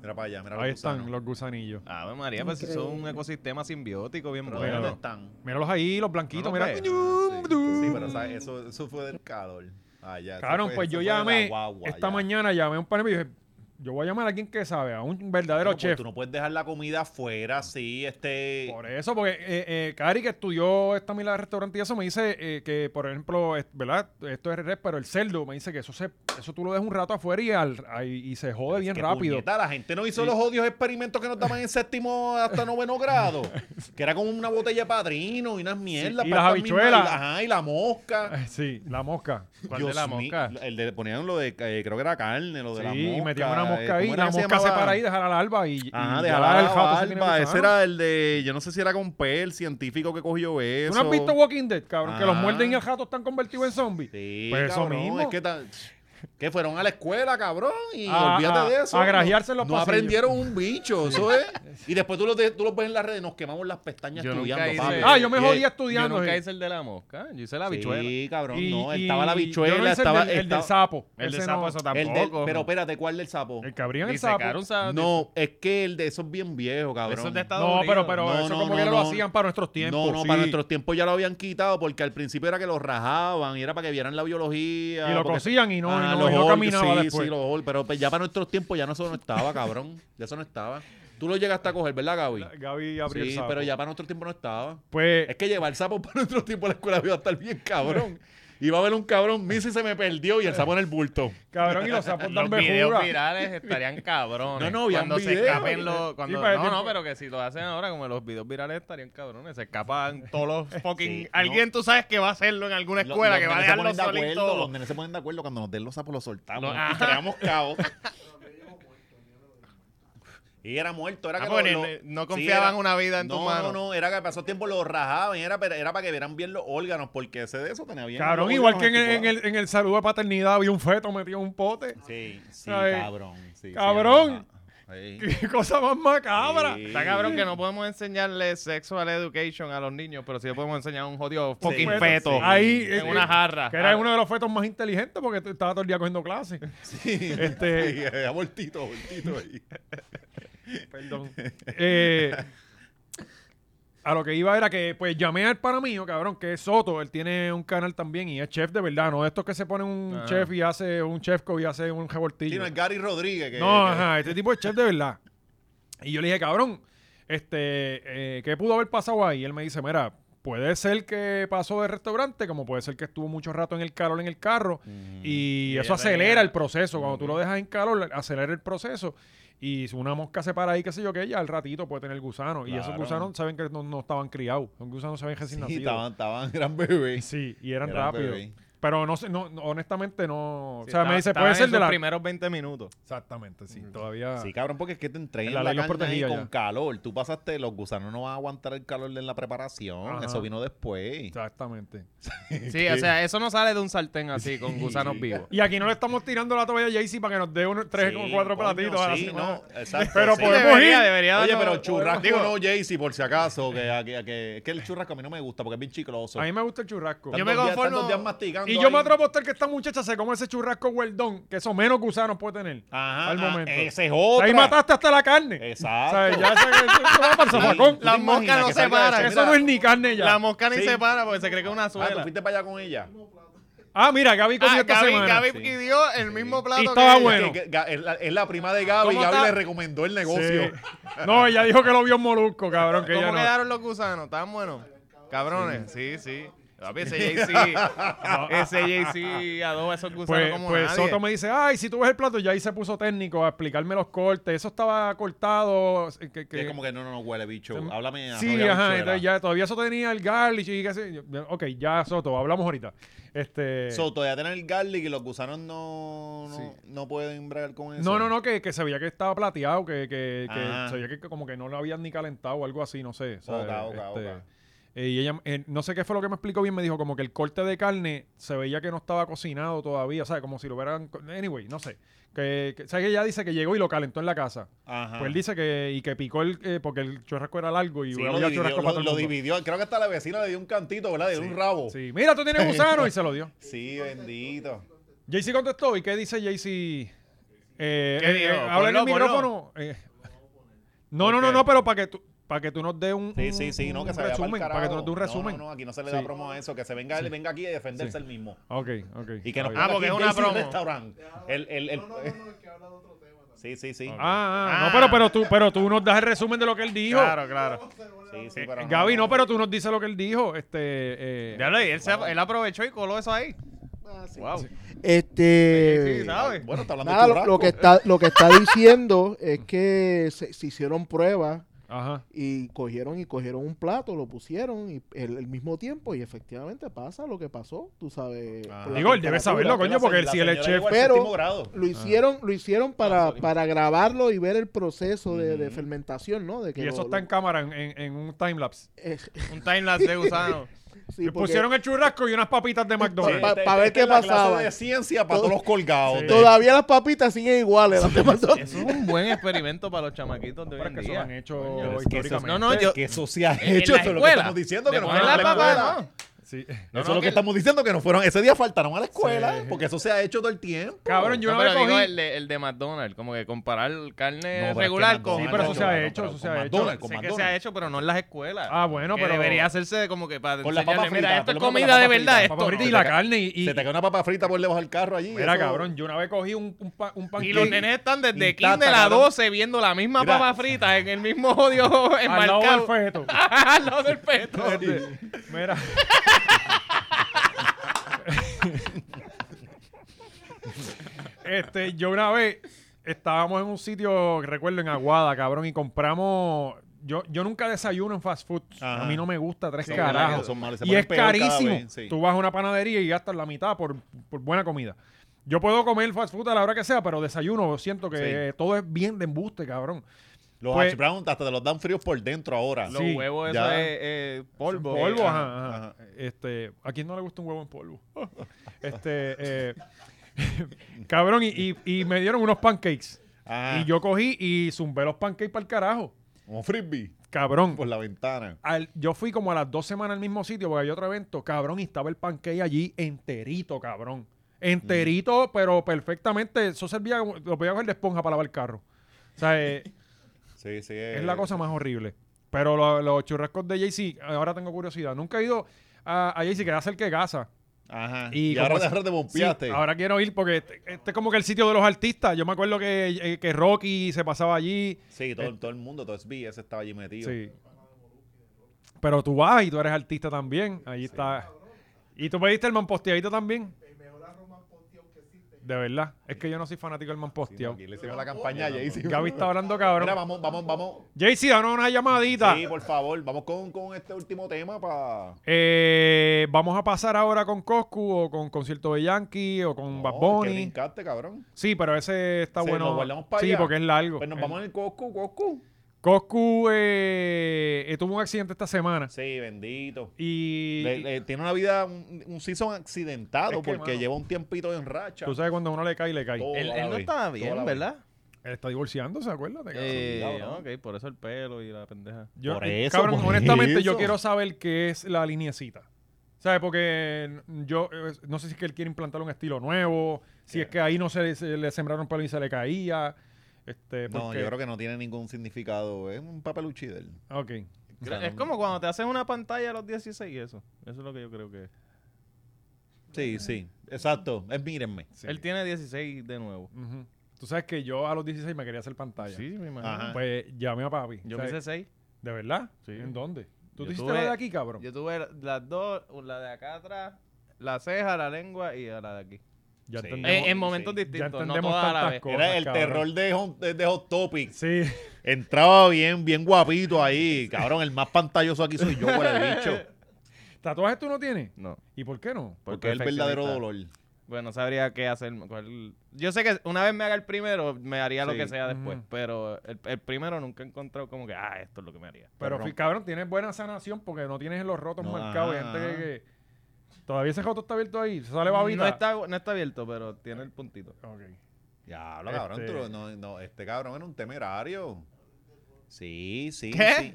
Speaker 2: Mira para allá, mira los
Speaker 1: Ahí están
Speaker 2: gusanos.
Speaker 1: los gusanillos.
Speaker 3: Ave María, pues si son un ecosistema simbiótico bien
Speaker 2: Pero
Speaker 1: Bueno.
Speaker 2: ¿Dónde
Speaker 3: bueno.
Speaker 2: están?
Speaker 1: Míralos ahí, los blanquitos,
Speaker 3: No
Speaker 1: mira.
Speaker 3: los ves.
Speaker 2: Ah, sí. Sí, pero ¿sabes? eso, eso fue del calor. Ah, ya, eso
Speaker 1: Cabrón,
Speaker 2: fue-
Speaker 1: pues
Speaker 2: eso
Speaker 1: yo
Speaker 2: fue de la
Speaker 1: llamé,
Speaker 2: guagua,
Speaker 1: esta
Speaker 2: ya.
Speaker 1: mañana llamé a un panel y dije, yo voy a llamar a alguien que sabe, a un
Speaker 2: Pero
Speaker 1: verdadero chef.
Speaker 2: pues, tú no puedes dejar la comida afuera, sí, este.
Speaker 1: Por eso, porque eh, eh, Cari, que estudió esta mila de restaurante y eso, me dice eh, que, por ejemplo, es- ¿verdad? Esto es res, pero el cerdo me dice que eso se, eso tú lo dejas un rato afuera y, al- ahí- y se jode bien
Speaker 2: que
Speaker 1: rápido.
Speaker 2: puñeta, la gente no hizo los odios experimentos que nos daban en séptimo hasta noveno grado. que era como una botella de padrino y unas mierdas.
Speaker 1: y
Speaker 2: para
Speaker 1: las
Speaker 2: estas mismas-
Speaker 1: habichuelas.
Speaker 2: y la- Ajá, y la mosca.
Speaker 1: Eh, Sí, la mosca.
Speaker 3: ¿Cuál de la
Speaker 2: mío,
Speaker 3: mosca?
Speaker 2: el de, ponían lo de, eh, creo que era carne, lo de
Speaker 1: Sí,
Speaker 2: la mosca. eh,
Speaker 1: y metimos una mosca ahí,
Speaker 2: ¿Cómo era
Speaker 1: la
Speaker 2: que
Speaker 1: mosca se
Speaker 2: llamaba?
Speaker 1: para ahí, dejar al alba y, y
Speaker 2: Ajá,
Speaker 1: ya
Speaker 2: de
Speaker 1: el jato se
Speaker 2: la
Speaker 1: tiene
Speaker 2: alba. Ese
Speaker 1: gusano.
Speaker 2: era el de, yo no sé si era con Pel, científico que cogió eso.
Speaker 1: ¿Tú no has visto Walking Dead, cabrón? Que los
Speaker 2: Ajá.
Speaker 1: muerden y el jato están convertidos en zombies.
Speaker 2: Sí,
Speaker 1: Pues eso
Speaker 2: cabrón,
Speaker 1: mismo.
Speaker 2: Es que, tan- que fueron a la escuela, cabrón, y
Speaker 1: A- a-
Speaker 2: olvídate de eso.
Speaker 1: Ah, a grajearse en los
Speaker 2: No
Speaker 1: pasillos.
Speaker 2: aprendieron un bicho, eso es. Y después tú los, de- tú los ves en las redes, nos quemamos las pestañas
Speaker 3: Yo nunca
Speaker 2: estudiando,
Speaker 3: hice-
Speaker 2: papi.
Speaker 1: Ah, yo me
Speaker 2: Y-
Speaker 1: jodía
Speaker 3: Yo
Speaker 1: estudiando.
Speaker 3: nunca
Speaker 1: sí.
Speaker 3: hice el de la mosca, yo hice la bichuela.
Speaker 2: Sí, cabrón,
Speaker 1: Y-
Speaker 2: no,
Speaker 1: y-
Speaker 2: estaba la bichuela,
Speaker 1: yo no hice
Speaker 2: estaba...
Speaker 1: el del, el del
Speaker 2: estaba-
Speaker 1: sapo.
Speaker 3: El de
Speaker 1: Ese
Speaker 3: sapo,
Speaker 1: no.
Speaker 3: eso
Speaker 2: el del-
Speaker 3: tampoco.
Speaker 2: pero espérate, ¿cuál del sapo?
Speaker 1: El cabrío en el sapo.
Speaker 3: Disecar un sapo.
Speaker 2: No, es que el de eso es bien viejo, cabrón.
Speaker 3: Eso es de Estados
Speaker 1: No,
Speaker 3: Unidos.
Speaker 1: pero, pero
Speaker 2: No,
Speaker 1: eso
Speaker 2: no,
Speaker 1: como
Speaker 2: no,
Speaker 1: que lo
Speaker 2: no.
Speaker 1: hacían para nuestros tiempos.
Speaker 2: no, no,
Speaker 1: sí.
Speaker 2: para nuestros tiempos ya lo habían quitado porque al principio era que lo rajaban y era para que vieran la biología.
Speaker 1: Y lo
Speaker 2: porque-
Speaker 1: cocían y no, y
Speaker 2: Ah,
Speaker 1: no-
Speaker 2: los
Speaker 1: y no
Speaker 2: Hulk,
Speaker 1: caminaba
Speaker 2: sí,
Speaker 1: después.
Speaker 2: Sí, los Hulk, pero pues, ya para nuestros tiempos ya no, eso no estaba, cabrón. Ya eso no estaba. Tú lo llegaste a coger, ¿verdad, Gaby?
Speaker 1: Gaby abrió el
Speaker 2: Sí,
Speaker 1: sapo.
Speaker 2: pero ya para nuestros tiempos no estaba.
Speaker 1: Pues,
Speaker 2: Es que llevar el sapo para nuestros tiempos a la escuela iba a estar bien, cabrón. Iba a haber un cabrón, Missy se me perdió y el sapo en el bulto.
Speaker 1: cabrón, y los sapos dan
Speaker 3: Los videos
Speaker 1: bejuga.
Speaker 3: virales estarían cabrones.
Speaker 2: No, no, habían
Speaker 3: Cuando se
Speaker 2: videos.
Speaker 3: escapen los. Cuando,
Speaker 1: para el
Speaker 3: no,
Speaker 1: tiempo-
Speaker 3: no, pero que si lo hacen ahora, como los videos virales estarían cabrones. Se escapan todos los fucking. Alguien tú sabes que va a hacerlo en alguna escuela,
Speaker 2: Los-
Speaker 3: que
Speaker 2: los
Speaker 3: va a
Speaker 2: nenes se
Speaker 3: dejarlo
Speaker 2: ponen de acuerdo,
Speaker 3: solito.
Speaker 2: Los nenes se ponen de acuerdo cuando nos den los sapos los soltamos.
Speaker 3: Los- ajá.
Speaker 2: y creamos caos. Y era muerto, era
Speaker 3: Ah,
Speaker 2: que
Speaker 3: porque
Speaker 2: lo-
Speaker 3: no-
Speaker 2: lo-
Speaker 3: no confiaban
Speaker 2: era-
Speaker 3: una vida en
Speaker 2: no,
Speaker 3: tus manos.
Speaker 2: No, no, era que pasó tiempo lo rajaban, era, para- era para que vieran bien los órganos, porque ese de eso tenía bien. este
Speaker 1: Cabrón,
Speaker 2: los
Speaker 1: igual que en
Speaker 2: órganos
Speaker 1: el, en,
Speaker 2: estipulados.
Speaker 1: el, en el saludo de paternidad había un feto metido en un pote.
Speaker 2: Sí, sí,
Speaker 1: Ay.
Speaker 2: cabrón. sí, sí,
Speaker 1: Cabrón.
Speaker 2: ajá, ahí.
Speaker 1: Qué cosa más macabra.
Speaker 2: Sí.
Speaker 3: Está cabrón que no podemos enseñarle sexual education a los niños, pero sí le podemos enseñar un jodido fucking
Speaker 2: feto,
Speaker 3: feto.
Speaker 2: sí.
Speaker 1: Ahí,
Speaker 3: En
Speaker 1: eh,
Speaker 3: una jarra. Ah,
Speaker 1: Que era uno de los fetos más inteligentes porque t- estaba todo el día cogiendo clases.
Speaker 2: Sí,
Speaker 1: Este-
Speaker 2: sí, era voltito, voltito ahí.
Speaker 1: Perdón. Eh, a lo que iba era que, pues, llamé al pana mío, cabrón, que es Soto. Él tiene un canal también y es chef de verdad, no de estos que se ponen un
Speaker 3: Ah.
Speaker 1: chef y hace un chefco y hace un
Speaker 2: Sí,
Speaker 1: revoltillo.
Speaker 2: no, es Gary Rodríguez. Que,
Speaker 1: No,
Speaker 2: que-
Speaker 1: ajá, este tipo es chef de verdad. Y yo le dije, cabrón, este, eh, ¿qué pudo haber pasado ahí? Y él me dice, mira, puede ser que pasó de restaurante, como puede ser que estuvo mucho rato en el calor en el carro, y,
Speaker 3: Y
Speaker 1: eso
Speaker 3: ella
Speaker 1: acelera
Speaker 3: venía.
Speaker 1: el proceso. Cuando tú lo dejas en calor, acelera el proceso. Y si una mosca se para ahí, qué sé yo qué, ya al ratito puede tener gusanos. Y esos
Speaker 2: Claro.
Speaker 1: gusanos saben que no, no estaban criados. Son gusanos saben recién
Speaker 2: Sí,
Speaker 1: nacidos.
Speaker 2: estaban, estaban, eran bebés.
Speaker 1: Sí, y eran,
Speaker 2: Eran
Speaker 1: rápidos.
Speaker 2: bebé.
Speaker 1: Pero no sé, no, no, honestamente no.
Speaker 3: Sí,
Speaker 1: o sea, me
Speaker 3: estaban-
Speaker 1: dice,
Speaker 3: estaban
Speaker 1: puede
Speaker 3: en
Speaker 1: ser de
Speaker 3: sus
Speaker 1: la.
Speaker 3: primeros 20 minutos.
Speaker 1: Exactamente, sí. Todavía.
Speaker 2: Sí, cabrón, porque es que te entrenan
Speaker 1: Ah. La
Speaker 2: la,
Speaker 1: ley los
Speaker 2: carne ahí
Speaker 1: protegía
Speaker 2: con
Speaker 1: ya.
Speaker 2: calor. Tú pasaste, los gusanos no van a aguantar el calor en la preparación.
Speaker 1: Ajá.
Speaker 2: Eso vino después.
Speaker 1: Exactamente.
Speaker 3: Sí, o sea, eso no sale de un sartén así, con gusanos vivos.
Speaker 1: Y aquí no le estamos tirando la toalla a Jaycee para que nos dé uno- tres
Speaker 2: Sí,
Speaker 1: o cuatro
Speaker 2: coño,
Speaker 1: platitos a la
Speaker 2: sí,
Speaker 1: semana.
Speaker 2: no, exacto,
Speaker 1: Pero
Speaker 2: sí.
Speaker 1: podemos
Speaker 3: Debería,
Speaker 1: ir.
Speaker 3: debería
Speaker 2: Oye,
Speaker 3: darnos-
Speaker 2: pero churrasco
Speaker 3: digo,
Speaker 2: no, Jaycee, por si acaso. Que, a- que, a- que- es que el churrasco a mí no me gusta porque es bien chicloso.
Speaker 1: A mí me gusta el churrasco.
Speaker 2: Están
Speaker 3: Yo me
Speaker 2: dos días-
Speaker 3: conformo-
Speaker 2: están dos días masticando
Speaker 1: y yo me
Speaker 2: ahí.
Speaker 1: atrevo a apostar que esta muchacha se come ese churrasco hueldón, que eso menos gusanos puede tener.
Speaker 2: Ajá,
Speaker 1: al
Speaker 2: ah,
Speaker 1: momento.
Speaker 2: Ese es otro.
Speaker 1: Ahí mataste hasta la carne.
Speaker 2: Exacto.
Speaker 1: O sea, ya se, eso va para el zafacón.
Speaker 3: La mosca no se para.
Speaker 1: eso no es ni carne ya.
Speaker 3: La mosca ni
Speaker 2: Sí.
Speaker 3: se para porque se cree que es una
Speaker 2: Ah, ¿tú
Speaker 3: suela.
Speaker 2: fuiste para allá con ella?
Speaker 1: Ah, mira, Gaby comió
Speaker 3: Ah,
Speaker 1: esta
Speaker 3: Gaby,
Speaker 1: semana.
Speaker 3: Gaby pidió el mismo plato
Speaker 1: Y estaba
Speaker 3: ella.
Speaker 1: bueno.
Speaker 2: Que- que- Ga- es, la, es la prima de Gaby.
Speaker 3: ¿Cómo
Speaker 2: Gaby
Speaker 3: está?
Speaker 2: le recomendó el negocio.
Speaker 1: Sí. No, ella dijo que lo vio en Molusco, cabrón. Que
Speaker 3: ¿Cómo
Speaker 1: ella no.
Speaker 3: quedaron los gusanos? ¿Estaban buenos? Cabrones, sí, sí. Papi, ese JC, ese JC adoba esos gusanos
Speaker 1: Pues,
Speaker 3: como
Speaker 1: pues
Speaker 3: nadie.
Speaker 1: Soto me dice, ay, si tú ves el plato, ya ahí se puso técnico a explicarme los cortes. Eso estaba cortado. eh, Que,
Speaker 2: Y
Speaker 1: que-
Speaker 2: es como que no, no, no, huele bicho.
Speaker 1: Em,
Speaker 2: Háblame.
Speaker 1: Sí,
Speaker 2: arroz y
Speaker 1: ajá.
Speaker 2: habichuela.
Speaker 1: Entonces ya todavía eso tenía el garlic y qué sé yo. Ok, ya Soto, hablamos ahorita. Este.
Speaker 2: So, todavía tienen el garlic y los gusanos no, no,
Speaker 1: Sí.
Speaker 2: no pueden bregar con eso.
Speaker 1: no,
Speaker 2: Ah.
Speaker 1: no, no, que, que se veía que estaba plateado, que, que, que
Speaker 2: Ajá.
Speaker 1: se veía que como que no lo habían ni calentado o algo así, no sé. ¿sabes?
Speaker 2: Oca, oca,
Speaker 1: Este,
Speaker 2: oca.
Speaker 1: Eh, y ella, eh, no sé qué fue lo que me explicó bien, me dijo como que el corte de carne se veía que no estaba cocinado todavía, o sea, como si lo hubieran... co- Anyway, no sé. Que, que- o sea, que ella dice que llegó y lo calentó en la casa.
Speaker 2: Ajá.
Speaker 1: Pues él dice que, y que picó el, eh, porque el churrasco era largo y
Speaker 2: Ah. Sí,
Speaker 1: había
Speaker 2: lo, dividió,
Speaker 1: churrasco
Speaker 2: lo-
Speaker 1: para todo el
Speaker 2: lo
Speaker 1: mundo.
Speaker 2: dividió. Creo que hasta la vecina le dio un cantito, ¿verdad? Le dio un rabo. Sí,
Speaker 1: Sí, mira, tú tienes gusano y se lo dio.
Speaker 2: bendito.
Speaker 1: Jaycee contestó. ¿Y qué dice Jaycee? Eh,
Speaker 3: ¿Qué dijo?
Speaker 1: habla en el
Speaker 3: Ponlo,
Speaker 1: micrófono. Eh, no, no,
Speaker 2: ¿Por
Speaker 1: no,
Speaker 2: qué?
Speaker 1: no, pero para que tú, para que tú nos des un,
Speaker 2: Sí,
Speaker 1: un-
Speaker 2: sí, sí, no,
Speaker 1: un
Speaker 2: que se vaya pa'l
Speaker 1: resumen. Para que tú nos des un
Speaker 2: carajo. No,
Speaker 1: resumen.
Speaker 2: No, no, aquí no se le
Speaker 1: Sí.
Speaker 2: da promo a eso. Que se venga, él, venga aquí a defenderse
Speaker 1: Sí.
Speaker 2: el mismo.
Speaker 1: Ok, ok.
Speaker 2: Y que nos
Speaker 1: Ah,
Speaker 2: ponga
Speaker 3: porque
Speaker 2: aquí
Speaker 3: es una
Speaker 2: Jay-Z
Speaker 3: promo.
Speaker 2: Restaurant. El, el, el, Sí, sí, sí.
Speaker 1: ah, ah,
Speaker 3: Ah.
Speaker 1: no, pero, pero, tú, pero tú nos das el resumen de lo que él dijo.
Speaker 3: Claro, claro.
Speaker 2: sí, sí, pero
Speaker 1: Eh, Gaby, no, pero tú nos dices lo que él dijo. Este, eh,
Speaker 3: Ya lo él, se- él aprovechó y coló eso ahí. wow.
Speaker 6: Este.
Speaker 3: Sí, ¿sabes?
Speaker 2: Bueno, está hablando
Speaker 6: Nada,
Speaker 2: de
Speaker 6: lo, lo que está, lo que está diciendo es que se, se hicieron pruebas
Speaker 1: Ajá.
Speaker 6: y cogieron y cogieron un plato, lo pusieron y el, el mismo tiempo y efectivamente pasa lo que pasó, tú sabes.
Speaker 2: Ah.
Speaker 6: por la
Speaker 1: Digo, él debe saberlo,
Speaker 6: temperatura.
Speaker 1: coño, porque él, si él es chef.
Speaker 6: Pero-
Speaker 2: Pero... grado.
Speaker 6: Lo hicieron, lo hicieron para, para grabarlo y ver el proceso de, de fermentación, ¿no? De que
Speaker 1: Y eso
Speaker 6: lo-
Speaker 1: está en
Speaker 6: lo-
Speaker 1: cámara, en, en- en un timelapse.
Speaker 6: eh,
Speaker 3: Un timelapse de gusano.
Speaker 6: sí,
Speaker 1: Le
Speaker 6: porque
Speaker 1: pusieron el churrasco y unas papitas de McDonald's.
Speaker 6: pa-
Speaker 2: Este-
Speaker 6: pa' ver
Speaker 2: esta
Speaker 6: qué
Speaker 2: es la clase
Speaker 6: pasaba.
Speaker 2: de ciencia para
Speaker 6: Todo-
Speaker 2: todos los colgados. de-
Speaker 6: Todavía las papitas siguen iguales. las demás son-
Speaker 3: Eso es un buen experimento para los chamaquitos de hoy
Speaker 1: Pero es
Speaker 3: en
Speaker 1: que eso lo han
Speaker 3: día.
Speaker 1: hecho
Speaker 2: Pero es que eso-
Speaker 1: históricamente.
Speaker 3: No, no, yo...
Speaker 2: Que eso se ha
Speaker 3: en
Speaker 2: hecho. Eso
Speaker 3: la
Speaker 2: es lo que
Speaker 3: escuela.
Speaker 2: estamos diciendo. Que
Speaker 3: De
Speaker 2: no
Speaker 3: poner
Speaker 2: fueron a
Speaker 3: la
Speaker 2: la
Speaker 3: papá,
Speaker 2: escuela.
Speaker 3: ¿no?
Speaker 1: Sí.
Speaker 3: No,
Speaker 2: eso
Speaker 3: no,
Speaker 2: es lo que
Speaker 3: que-
Speaker 2: estamos diciendo, que no fueron. Ese día faltaron a la escuela, porque eso se ha hecho todo el tiempo.
Speaker 1: Cabrón, yo
Speaker 3: no,
Speaker 1: una vez
Speaker 3: pero digo
Speaker 1: cogí-
Speaker 3: el de, el de McDonald's, como que comparar
Speaker 2: No, pero
Speaker 3: carne
Speaker 2: es que
Speaker 3: regular
Speaker 2: McDonald's-
Speaker 3: con...
Speaker 1: Sí, pero eso se ha
Speaker 2: McDonald's,
Speaker 1: hecho,
Speaker 2: pero
Speaker 1: eso se
Speaker 2: con
Speaker 1: ha hecho.
Speaker 2: McDonald's, con
Speaker 3: sé que se
Speaker 2: McDonald's.
Speaker 3: ha hecho, pero no en las escuelas.
Speaker 1: Ah, bueno,
Speaker 3: Que
Speaker 1: pero.
Speaker 3: debería hacerse de como que para
Speaker 2: Con la papa
Speaker 3: enseñarle, mira,
Speaker 2: frita,
Speaker 3: esto
Speaker 2: por
Speaker 3: es
Speaker 2: lo menos
Speaker 3: comida
Speaker 2: la
Speaker 3: de
Speaker 2: papa frita,
Speaker 3: verdad,
Speaker 2: la
Speaker 1: Papa
Speaker 3: esto.
Speaker 1: frita
Speaker 2: Se
Speaker 1: y
Speaker 2: te
Speaker 1: la
Speaker 2: ca-
Speaker 1: carne y. y-
Speaker 2: Se te cae una papa frita por debajo del carro allí.
Speaker 1: Mira,
Speaker 2: eso-
Speaker 1: cabrón, yo una vez cogí un, un, pa- un
Speaker 3: Y
Speaker 1: pancake
Speaker 3: los nenes están desde
Speaker 2: Intacta,
Speaker 3: kinder a
Speaker 2: cabrón.
Speaker 3: 12 viendo la misma
Speaker 2: Mira.
Speaker 3: papa frita en el mismo odio
Speaker 1: al lado del
Speaker 3: enmarcado.
Speaker 1: feto.
Speaker 3: Al lado del feto.
Speaker 1: Este, Mira. este, yo una vez estábamos en un sitio, recuerdo, en Aguada, cabrón, y compramos. Yo, yo nunca desayuno en fast food.
Speaker 2: Ajá.
Speaker 1: A mí no me gusta tres
Speaker 2: Sí,
Speaker 1: carajos.
Speaker 2: son malos, se
Speaker 1: Y
Speaker 2: ponen
Speaker 1: es
Speaker 2: peor cada
Speaker 1: carísimo.
Speaker 2: vez, sí.
Speaker 1: Tú vas a una panadería y gastas la mitad por, por buena comida. Yo puedo comer fast food a la hora que sea, pero desayuno, siento que
Speaker 2: Sí.
Speaker 1: eh, todo es bien de embuste, cabrón.
Speaker 2: Los
Speaker 1: Pues-
Speaker 2: hash browns hasta te los dan fríos por dentro ahora.
Speaker 3: Los
Speaker 1: Sí,
Speaker 3: huevos, eso
Speaker 2: ya.
Speaker 3: es eh, polvo.
Speaker 1: Polvo,
Speaker 3: Eh,
Speaker 1: ajá, ajá. Este, ¿A quién no le gusta un huevo en polvo? Este, eh, cabrón, y, y- y me dieron unos pancakes.
Speaker 2: Ah,
Speaker 1: Y yo cogí y zumbé los pancakes para el carajo.
Speaker 2: Un frisbee
Speaker 1: Cabrón.
Speaker 2: por la ventana.
Speaker 1: Al- yo fui como a las dos semanas al mismo sitio porque había otro evento, cabrón, y estaba el pancake allí enterito, cabrón. Enterito, pero perfectamente. Eso servía, como- lo podía coger de esponja para lavar el carro. O sea, eh,
Speaker 2: Sí, sí.
Speaker 1: es la cosa más horrible. Pero lo- los churrascos de Jay-Z, ahora tengo curiosidad. Nunca he ido a, a Jay-Z, que hace el que gasa.
Speaker 2: Ajá.
Speaker 1: Y
Speaker 2: Y,
Speaker 1: como
Speaker 2: ahora
Speaker 1: es-
Speaker 2: de ahora te bompeaste.
Speaker 1: Sí, ahora quiero ir porque este, este es como que el sitio de los artistas. Yo me acuerdo que, eh, que Rocky se pasaba allí.
Speaker 2: Sí, todo, todo el mundo, todo SBS estaba allí metido.
Speaker 1: Sí. Pero tú vas y tú eres artista también. Ahí está. Y tú pediste el manposteadito también. De verdad. Es que yo no soy fanático del
Speaker 2: Sí, no,
Speaker 1: manposteado.
Speaker 2: aquí le hicimos la campaña a Jay-Z.
Speaker 1: Gaby está hablando,
Speaker 2: Mira,
Speaker 1: cabrón.
Speaker 2: vamos, vamos, vamos.
Speaker 1: Jaycee, danos una llamadita.
Speaker 2: Sí, por favor, vamos con, con este último tema para.
Speaker 1: Eh, vamos a pasar ahora con Coscu o con Concierto de Yankee o con Bad
Speaker 2: Oh, Que
Speaker 1: Bunny.
Speaker 2: brincaste, cabrón.
Speaker 1: Sí, pero ese está
Speaker 2: Sí,
Speaker 1: bueno.
Speaker 2: lo guardamos para
Speaker 1: sí,
Speaker 2: allá.
Speaker 1: porque es largo.
Speaker 2: Pues nos
Speaker 1: El-
Speaker 2: vamos en el Coscu, Coscu.
Speaker 1: Coscu eh, eh, tuvo un accidente esta semana
Speaker 2: Sí, bendito.
Speaker 1: y
Speaker 2: Le- le- tiene una vida, un, un season accidentado
Speaker 1: Es que,
Speaker 2: porque
Speaker 1: mano,
Speaker 2: lleva un tiempito en racha.
Speaker 1: tú sabes cuando a uno le cae, le cae.
Speaker 2: Todo
Speaker 3: Él,
Speaker 2: a la
Speaker 3: él no
Speaker 2: vez,
Speaker 3: estaba
Speaker 2: todo a la
Speaker 3: bien,
Speaker 2: vez.
Speaker 3: ¿verdad?
Speaker 1: Él está divorciándose, acuérdate. cabrón.
Speaker 3: Eh,
Speaker 2: cabrón.
Speaker 3: ok, por eso el pelo y la pendeja.
Speaker 1: Yo-
Speaker 2: por
Speaker 1: eh,
Speaker 2: eso,
Speaker 1: cabrón,
Speaker 2: por
Speaker 1: honestamente yo
Speaker 2: eso.
Speaker 1: quiero saber qué es la lineecita. ¿Sabes? Porque yo eh, no sé si es que él quiere implantar un estilo nuevo, si es que ahí no se, se le sembraron pelo y se le caía. Este,
Speaker 2: No, yo creo que no tiene ningún significado. Es un papeluchi de él.
Speaker 1: Ok.
Speaker 2: O sea,
Speaker 3: es
Speaker 2: no-
Speaker 3: como cuando te haces una pantalla a los 16 y eso. Eso es lo que yo creo que es.
Speaker 2: Sí, sí. Exacto. Es mírenme.
Speaker 1: sí.
Speaker 3: Él tiene 16 de nuevo.
Speaker 1: Ujú. Tú sabes que yo a los 16 me quería hacer pantalla.
Speaker 3: Sí, me imagino.
Speaker 2: Ajá.
Speaker 1: Pues llamé a papi.
Speaker 3: Yo me
Speaker 1: ¿sabes?
Speaker 3: hice 6.
Speaker 1: ¿De verdad?
Speaker 3: Sí.
Speaker 1: ¿En dónde? ¿Tú
Speaker 3: Yo
Speaker 1: te hiciste
Speaker 3: tuve-
Speaker 1: la de aquí, cabrón?
Speaker 3: Yo tuve las dos, la de acá atrás, la ceja, la lengua y la de aquí.
Speaker 1: Ya
Speaker 2: Sí.
Speaker 1: entendemos.
Speaker 3: En,
Speaker 2: Entendemos,
Speaker 3: Eh, en momentos
Speaker 2: sí.
Speaker 1: Ya
Speaker 3: distintos, no
Speaker 1: entendemos
Speaker 3: todas a la
Speaker 1: tantas
Speaker 3: vez.
Speaker 1: cosas.
Speaker 2: Era el
Speaker 1: cabrón.
Speaker 2: terror de Hot, de- de Hot Topics.
Speaker 1: Sí.
Speaker 2: Entraba bien, bien guapito ahí. Cabrón, el más pantalloso aquí soy yo, por el bicho.
Speaker 1: ¿Tatuajes tú no tienes?
Speaker 3: No.
Speaker 1: ¿Y por qué no?
Speaker 2: Porque es el verdadero dolor.
Speaker 4: Bueno, no sabría qué hacer. cuál- Yo sé que una vez me haga el primero, me haría lo
Speaker 2: Sí.
Speaker 4: que sea después.
Speaker 1: Ujú.
Speaker 4: Pero el, el primero nunca he encontrado como que, ah, esto es lo que me haría.
Speaker 1: Pero,
Speaker 2: Pero
Speaker 1: fi- cabrón, tienes buena sanación porque no tienes los rotos
Speaker 2: No,
Speaker 1: marcados. Hay
Speaker 2: ajá.
Speaker 1: gente que, que- Todavía ese roto está abierto ahí. Se sale babita.
Speaker 4: no, está, no está abierto, pero tiene el puntito.
Speaker 1: Ok.
Speaker 2: Diablo, cabrón,
Speaker 1: Este-
Speaker 2: tú lo- no, no, este cabrón era un temerario. Sí, sí.
Speaker 4: ¿Qué?
Speaker 2: sí.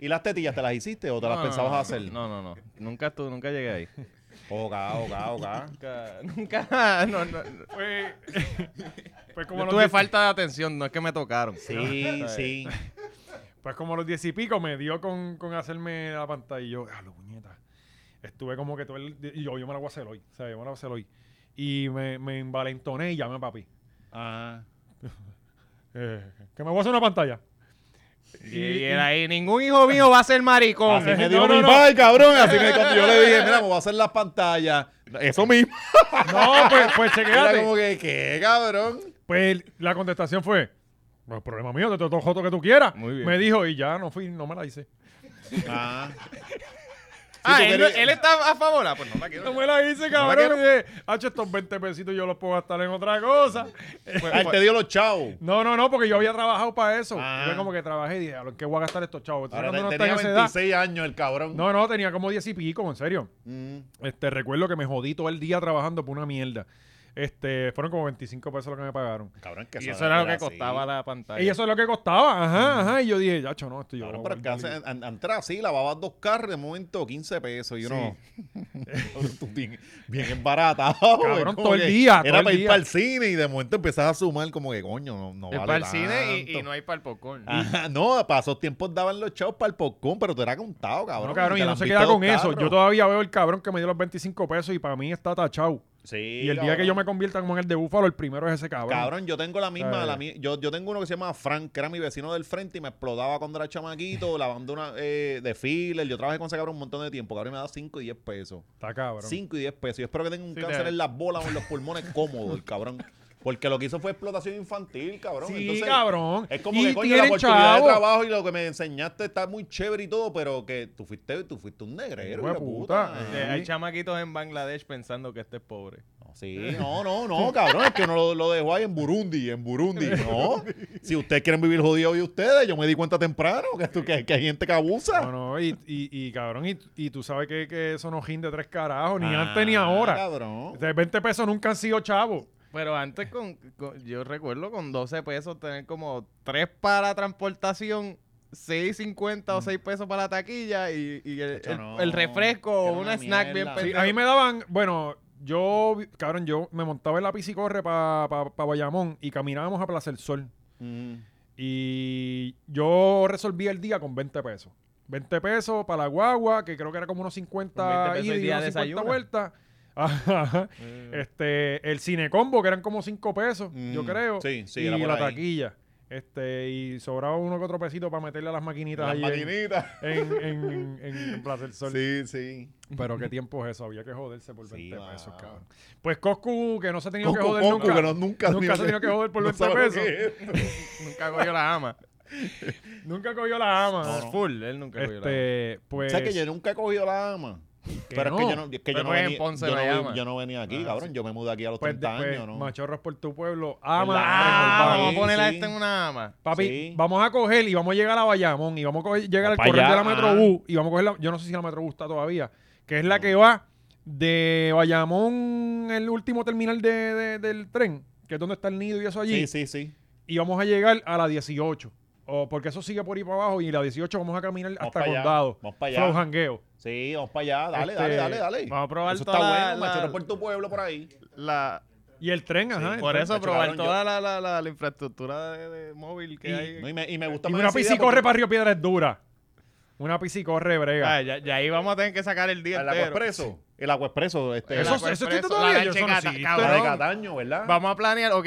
Speaker 2: ¿Y las tetillas te las hiciste o te las
Speaker 4: No, no,
Speaker 2: pensabas
Speaker 4: no,
Speaker 2: hacer?
Speaker 4: No, no, no. Nunca estuve, nunca llegué ahí.
Speaker 2: Oga, oga, oga.
Speaker 4: Nunca, nunca, no, no. no.
Speaker 1: Pues, pues como
Speaker 4: Yo
Speaker 1: los
Speaker 4: tuve
Speaker 1: diez-
Speaker 4: falta de atención, no es que me tocaron.
Speaker 2: Sí, sí.
Speaker 1: Pues como los diez y pico me dio con, con hacerme la pantalla. Y yo, ah, lo puñeta. Estuve como que todo el. Y yo, yo me la voy a hacer hoy. O sea, yo me la voy a hacer hoy. Y me, me envalentoné y llamé a papi.
Speaker 2: Ah.
Speaker 1: Eh, que me voy a hacer una pantalla.
Speaker 4: Y, y era ahí, ningún hijo mío va a ser maricón.
Speaker 2: Así
Speaker 1: No,
Speaker 2: me dio
Speaker 1: no,
Speaker 2: mi
Speaker 1: no.
Speaker 2: pai, cabrón. Así que cuando yo le dije, mira, me voy a hacer las pantallas. Eso mismo.
Speaker 1: No, pues, pues
Speaker 2: Era
Speaker 1: chequeate.
Speaker 2: como que, ¿qué, cabrón?
Speaker 1: Pues la contestación fue: No es problema mío, te toco todo que tú quieras.
Speaker 4: Muy bien.
Speaker 1: Me dijo, y ya no fui, no me la hice.
Speaker 2: Ah.
Speaker 4: ah,
Speaker 2: tú
Speaker 4: él,
Speaker 2: querías-
Speaker 4: él está a favor. Ah, pues no me quiero.
Speaker 1: No me la hice, cabrón. Y dije, "Hacho, estos 20 pesitos yo los puedo gastar en otra cosa.
Speaker 2: Ah, él te dio los chavos.
Speaker 1: No, no, no, porque yo había trabajado para eso.
Speaker 2: Ah.
Speaker 1: Yo como que trabajé y dije, "¿A lo que voy a gastar estos chavos? Entonces,
Speaker 2: Ahora
Speaker 1: cuando uno está
Speaker 2: tenía
Speaker 1: en esa edad-
Speaker 2: 26 años el cabrón.
Speaker 1: No, no, tenía como 10 y pico, en serio.
Speaker 2: Mm.
Speaker 1: Este, recuerdo que me jodí todo el día trabajando por una mierda. Este, fueron como 25 pesos lo que me pagaron.
Speaker 2: Cabrón, que
Speaker 4: Y eso era lo que costaba la pantalla.
Speaker 1: Y eso es lo que costaba, ajá, ajá. Y yo dije, Hacho, no, esto yo.
Speaker 2: Cabrón,
Speaker 1: lo
Speaker 2: pero
Speaker 1: voy a
Speaker 2: alcanza-
Speaker 1: guardar".
Speaker 2: an- an- entra así, lavabas dos carros de momento 15 pesos y uno. Tú bien, bien embaratado. güey,
Speaker 1: Cabrón,
Speaker 2: como
Speaker 1: todo el
Speaker 2: que
Speaker 1: día, todo
Speaker 2: Era
Speaker 1: el
Speaker 2: para ir
Speaker 1: día.
Speaker 2: para el cine y de momento empezás a sumar como que coño, no, no
Speaker 4: es
Speaker 2: vale
Speaker 4: para el pues, cine y- y,
Speaker 2: tanto. Ah.
Speaker 4: no hay para el popcorn.
Speaker 2: Ajá, no, para esos tiempos daban los chavos para el popcorn, pero tú era contado, cabrón.
Speaker 1: No, cabrón, y
Speaker 2: te la
Speaker 1: no
Speaker 2: han
Speaker 1: se
Speaker 2: visto
Speaker 1: queda
Speaker 2: dos
Speaker 1: con eso.
Speaker 2: carros.
Speaker 1: Yo todavía veo el cabrón que me dio los 25 pesos y para mí está tachado.
Speaker 2: Sí,
Speaker 1: Y el día que yo me convierta como en el de Búfalo, el primero es ese cabrón.
Speaker 2: Cabrón, yo tengo la misma,
Speaker 1: Eh.
Speaker 2: la mi- yo, yo tengo uno que se llama Frank, que era mi vecino del frente y me explotaba cuando era chamaquito, lavando una eh, de filler. Yo trabajé con ese cabrón un montón de tiempo, cabrón, y me da 5 y 10 pesos.
Speaker 1: Está cabrón.
Speaker 2: 5 y 10 pesos. Yo espero que tenga un
Speaker 4: Sí,
Speaker 2: cáncer
Speaker 4: te-
Speaker 2: en las bolas o en los pulmones cómodo, el cabrón. Porque lo que hizo fue explotación infantil, cabrón.
Speaker 1: Sí,
Speaker 2: Entonces,
Speaker 1: cabrón.
Speaker 2: Es como
Speaker 1: Y
Speaker 2: que, coño, la
Speaker 1: tienen
Speaker 2: oportunidad
Speaker 1: chavo.
Speaker 2: de trabajo y lo que me enseñaste está muy chévere y todo, pero que tú fuiste, tú fuiste un negrero,
Speaker 1: Hijo de
Speaker 2: hijo de
Speaker 1: puta.
Speaker 2: puta.
Speaker 4: Sí, Este, Hay chamaquitos en Bangladesh pensando que este es pobre.
Speaker 2: Sí, no, no, no, cabrón, es que uno lo, lo dejó ahí en Burundi, en Burundi, no. Si ustedes quieren vivir jodido hoy ustedes, yo me di cuenta temprano que, esto- que, que hay gente que abusa.
Speaker 1: No, no, y, y, y, cabrón, y, y tú sabes que, que eso no rinde tres carajos, ni
Speaker 2: Ah,
Speaker 1: antes ni ahora.
Speaker 2: Cabrón.
Speaker 1: De 20 pesos nunca han sido chavos.
Speaker 4: Pero antes, con, con- yo recuerdo con 12 pesos tener como 3 para transportación, 6.50 o 6 pesos para la taquilla y, y el,
Speaker 2: Mm. Chacho,
Speaker 4: el-
Speaker 2: no,
Speaker 4: el refresco o
Speaker 2: era
Speaker 4: un
Speaker 2: una
Speaker 4: snack bien
Speaker 2: mierda.
Speaker 1: Sí,
Speaker 4: pendejo.
Speaker 1: a mí me daban, bueno, yo, vi- cabrón, yo me montaba en la bici corre para pa, pa Bayamón y caminábamos a Plaza del Sol.
Speaker 2: Mm.
Speaker 1: Y yo resolví el día con 20 pesos. 20 pesos para la guagua, que creo que era como unos 50
Speaker 4: Con 20 pesos
Speaker 1: ida
Speaker 4: el
Speaker 1: y
Speaker 4: día Mm.
Speaker 1: unos 50
Speaker 4: desayuna.
Speaker 1: vueltas. Ajá. Este, el cine combo, que eran como 5 pesos, yo
Speaker 2: Mm,
Speaker 1: creo.
Speaker 2: sí, sí,
Speaker 1: y
Speaker 2: era por
Speaker 1: la
Speaker 2: ahí.
Speaker 1: taquilla. Este, y sobraba uno que otro pesito para meterle a las maquinitas
Speaker 2: Las
Speaker 1: ahí en-
Speaker 2: maquinitas.
Speaker 1: En, en, en, en Plaza del Sol.
Speaker 2: Sí, sí.
Speaker 1: Pero qué tiempo es eso, había que joderse por
Speaker 2: Sí,
Speaker 1: 20
Speaker 2: mano.
Speaker 1: pesos, cabrón. Pues Coscu, que no se ha tenido que
Speaker 2: Coco,
Speaker 1: joder
Speaker 2: Coco,
Speaker 1: nunca.
Speaker 2: que no- nunca,
Speaker 1: Nunca se tenía que joder por 20
Speaker 2: sabe lo
Speaker 1: pesos.
Speaker 2: que es.
Speaker 4: Nunca cogió la ama.
Speaker 1: Nunca cogió la ama.
Speaker 4: Full, él nunca cogió la ama.
Speaker 1: Este, pues.
Speaker 2: ¿Sabes que yo nunca he cogido la ama? Pero es
Speaker 1: no.
Speaker 2: que yo no, es que
Speaker 4: Pero
Speaker 2: yo no
Speaker 4: pues en
Speaker 2: venía,
Speaker 4: Ponce
Speaker 2: yo,
Speaker 4: no
Speaker 2: no,
Speaker 4: hay
Speaker 2: vi-
Speaker 4: ama.
Speaker 2: yo no venía aquí,
Speaker 1: Ah,
Speaker 2: cabrón.
Speaker 1: sí.
Speaker 2: Yo me mudé aquí a los
Speaker 1: Pues
Speaker 2: 30
Speaker 1: después,
Speaker 2: años, ¿no?
Speaker 1: machorros por tu pueblo, ama.
Speaker 4: Ah,
Speaker 2: Ah,
Speaker 4: vamos a
Speaker 2: sí,
Speaker 4: poner a
Speaker 2: sí.
Speaker 4: este en una ama.
Speaker 1: Papi,
Speaker 2: Sí.
Speaker 1: vamos a coger y vamos a llegar a Bayamón y vamos a coger- llegar al
Speaker 2: Pa' allá,
Speaker 1: correr de la
Speaker 2: ah.
Speaker 1: Metrobús y vamos a coger la, yo no sé si la Metrobús está todavía, que es la que va de Bayamón, el último terminal de, de- del tren, que es donde está el nido y eso allí.
Speaker 2: Sí, sí, sí.
Speaker 1: y vamos a llegar a la 18. O porque eso sigue por ahí para abajo y la 18 vamos a caminar hasta
Speaker 2: pa' allá,
Speaker 1: Condado.
Speaker 2: vamos pa' allá.
Speaker 1: Flow jangueo.
Speaker 2: Sí, vamos para allá. Dale,
Speaker 1: Este,
Speaker 2: dale, dale, dale.
Speaker 4: vamos a probar
Speaker 2: Eso
Speaker 4: toda
Speaker 2: está
Speaker 4: la-
Speaker 2: bueno,
Speaker 4: la-
Speaker 2: machorro por tu pueblo por ahí.
Speaker 4: La,
Speaker 1: Y el tren, ajá.
Speaker 4: por
Speaker 1: el
Speaker 4: eso
Speaker 2: macho,
Speaker 4: probar
Speaker 2: cabrón,
Speaker 4: toda la, la, la, la infraestructura de, de móvil que
Speaker 1: Y-
Speaker 4: hay.
Speaker 2: No, y, me, y me gusta
Speaker 1: tren. Y
Speaker 2: más
Speaker 1: una
Speaker 2: esa idea
Speaker 1: piscicorre corre
Speaker 2: porque-
Speaker 1: para Río Piedra es dura. Una piscicorre brega.
Speaker 4: Ah, ya, ya ahí vamos a tener que sacar el día
Speaker 2: El agua
Speaker 4: entero.
Speaker 2: expreso. El agua expreso. Este,
Speaker 1: Eso-
Speaker 2: la,
Speaker 4: Agua
Speaker 1: existe
Speaker 4: Expreso,
Speaker 1: todavía,
Speaker 4: la
Speaker 1: yo eso no
Speaker 4: lancha
Speaker 1: existe.
Speaker 4: Cata-
Speaker 2: la de
Speaker 4: cabrón.
Speaker 2: Cataño, ¿verdad?
Speaker 4: Vamos a planear, ok,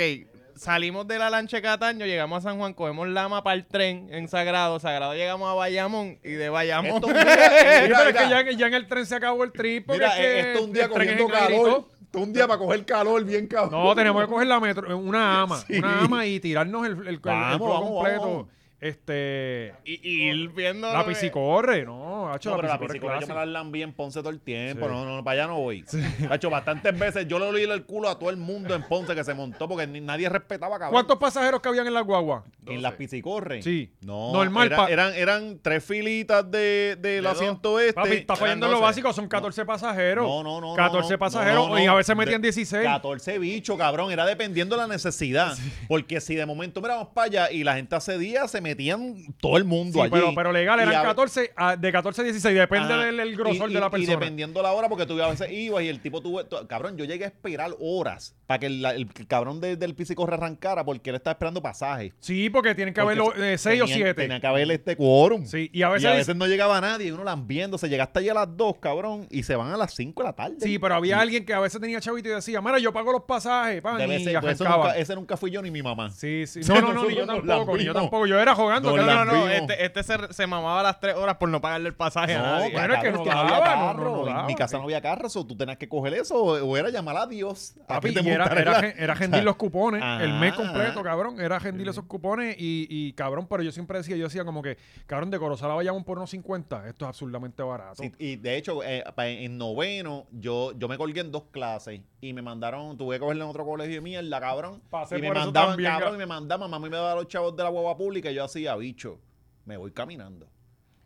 Speaker 4: salimos de la lancha de Cataño, llegamos a San Juan, cogemos la ama para el tren en Sagrado, Sagrado llegamos a Bayamón y de Bayamón...
Speaker 2: Esto un día-
Speaker 1: Sí, pero es
Speaker 2: mira,
Speaker 1: que ya, ya en el tren se acabó el trip. porque
Speaker 2: Mira, e-
Speaker 1: es que
Speaker 2: esto un día
Speaker 1: el tren es
Speaker 2: cogiendo
Speaker 1: en Caguito.
Speaker 2: calor. Esto un día para coger calor bien cabrón.
Speaker 1: No, tenemos que coger la metro, una ama,
Speaker 2: Sí.
Speaker 1: una ama y tirarnos el, el, el- el
Speaker 2: Vamos,
Speaker 1: flow
Speaker 2: vamos,
Speaker 1: completo.
Speaker 2: vamos.
Speaker 1: Este.
Speaker 4: Y, y ir viendo.
Speaker 1: La
Speaker 4: lo que-
Speaker 1: piscicorre, no. Hacho,
Speaker 2: No, pero la
Speaker 1: piscicorre
Speaker 2: piscina
Speaker 1: pues, es
Speaker 2: yo me
Speaker 1: clásica.
Speaker 2: la lan bien Ponce todo el tiempo.
Speaker 1: Sí.
Speaker 2: No, no, no, para allá no voy. Ha hecho bastantes veces. Yo le olí el culo a todo el mundo en Ponce que se montó porque ni, nadie respetaba cabrón.
Speaker 1: ¿Cuántos pasajeros cabían en la guagua?
Speaker 2: En las piscicorres.
Speaker 1: Sí.
Speaker 2: No,
Speaker 1: Normal,
Speaker 2: era-
Speaker 1: pa-
Speaker 2: eran, eran tres filitas de, del
Speaker 4: dos.
Speaker 2: asiento este.
Speaker 1: Papi, está fallando en
Speaker 2: Eran
Speaker 1: lo
Speaker 2: 12.
Speaker 1: básico, son 14 pasajeros.
Speaker 2: No, no, no.
Speaker 1: 14
Speaker 2: no, no,
Speaker 1: pasajeros
Speaker 2: no, no,
Speaker 1: y a veces
Speaker 2: no.
Speaker 1: metían
Speaker 2: De-
Speaker 1: 16.
Speaker 2: 14 bichos, cabrón. Era dependiendo de la necesidad. Porque si de momento miramos para allá y la gente hace días, se metían todo el mundo
Speaker 1: Sí,
Speaker 2: allí.
Speaker 1: pero, pero legal,
Speaker 2: Y
Speaker 1: eran
Speaker 2: a-
Speaker 1: 14, a- de 14 a 16, depende
Speaker 2: Ajá.
Speaker 1: del el grosor
Speaker 2: Y-
Speaker 1: de la
Speaker 2: y- Y
Speaker 1: persona.
Speaker 2: dependiendo la hora, porque tú a veces ibas y el tipo tuvo. tu- cabrón, yo llegué a esperar horas para que el, el cabrón de- del piscicorre arrancara porque él estaba esperando pasaje.
Speaker 1: sí, porque tienen que haber 6 o 7.
Speaker 2: Tenía que haber este quórum.
Speaker 1: Sí, y a veces,
Speaker 2: y a veces no llegaba nadie, y uno las viendo, se llegaste allí a las 2, cabrón, y se van a las 5 de la tarde.
Speaker 1: Sí, pero había alguien que a veces tenía chavito y decía, mira, yo pago los pasajes, pan,
Speaker 2: Debe
Speaker 1: y
Speaker 2: ser- pues, eso
Speaker 1: arrancaba.
Speaker 2: nunca- ese nunca fui yo ni mi mamá.
Speaker 1: Sí, sí. No, no, no, ni yo
Speaker 2: Nosotros nos
Speaker 1: tampoco, ni yo
Speaker 2: lambimos.
Speaker 1: tampoco. Yo era jugando.
Speaker 2: Nos
Speaker 1: que era- eh,
Speaker 4: No, no, no,
Speaker 2: Vivo.
Speaker 4: este, este se, se mamaba las tres horas por no pagarle el pasaje a nadie.
Speaker 1: bueno, es que no
Speaker 2: pues, es
Speaker 1: daba, no,
Speaker 2: había
Speaker 1: no,
Speaker 2: carro.
Speaker 1: no daba,
Speaker 2: en mi
Speaker 1: sí.
Speaker 2: casa no había carro, o tú tenías que coger eso, o, o era llamar a Dios. a
Speaker 1: Papi,
Speaker 2: que te
Speaker 1: y era,
Speaker 2: montara en
Speaker 1: era,
Speaker 2: la-
Speaker 1: gen- era agendir los cupones
Speaker 2: Ajá,
Speaker 1: el mes completo,
Speaker 2: ajá.
Speaker 1: cabrón. Era agendir esos cupones y, y, cabrón, pero yo siempre decía, yo decía como que, cabrón, de Corozal a Bayamón por unos 50, esto es absurdamente barato.
Speaker 2: Sí, y de hecho, eh, pa- en noveno, yo, yo me colgué en dos clases y me mandaron, tuve que cogerla en otro colegio de mierda, cabrón.
Speaker 1: Pasé
Speaker 2: y me
Speaker 1: por eso
Speaker 2: mandaban,
Speaker 1: también, ah.
Speaker 2: cabrón,
Speaker 1: ca-
Speaker 2: y me mandaban, mamá y me daba los chavos de la guagua pública y yo hacía bicho. Me voy caminando.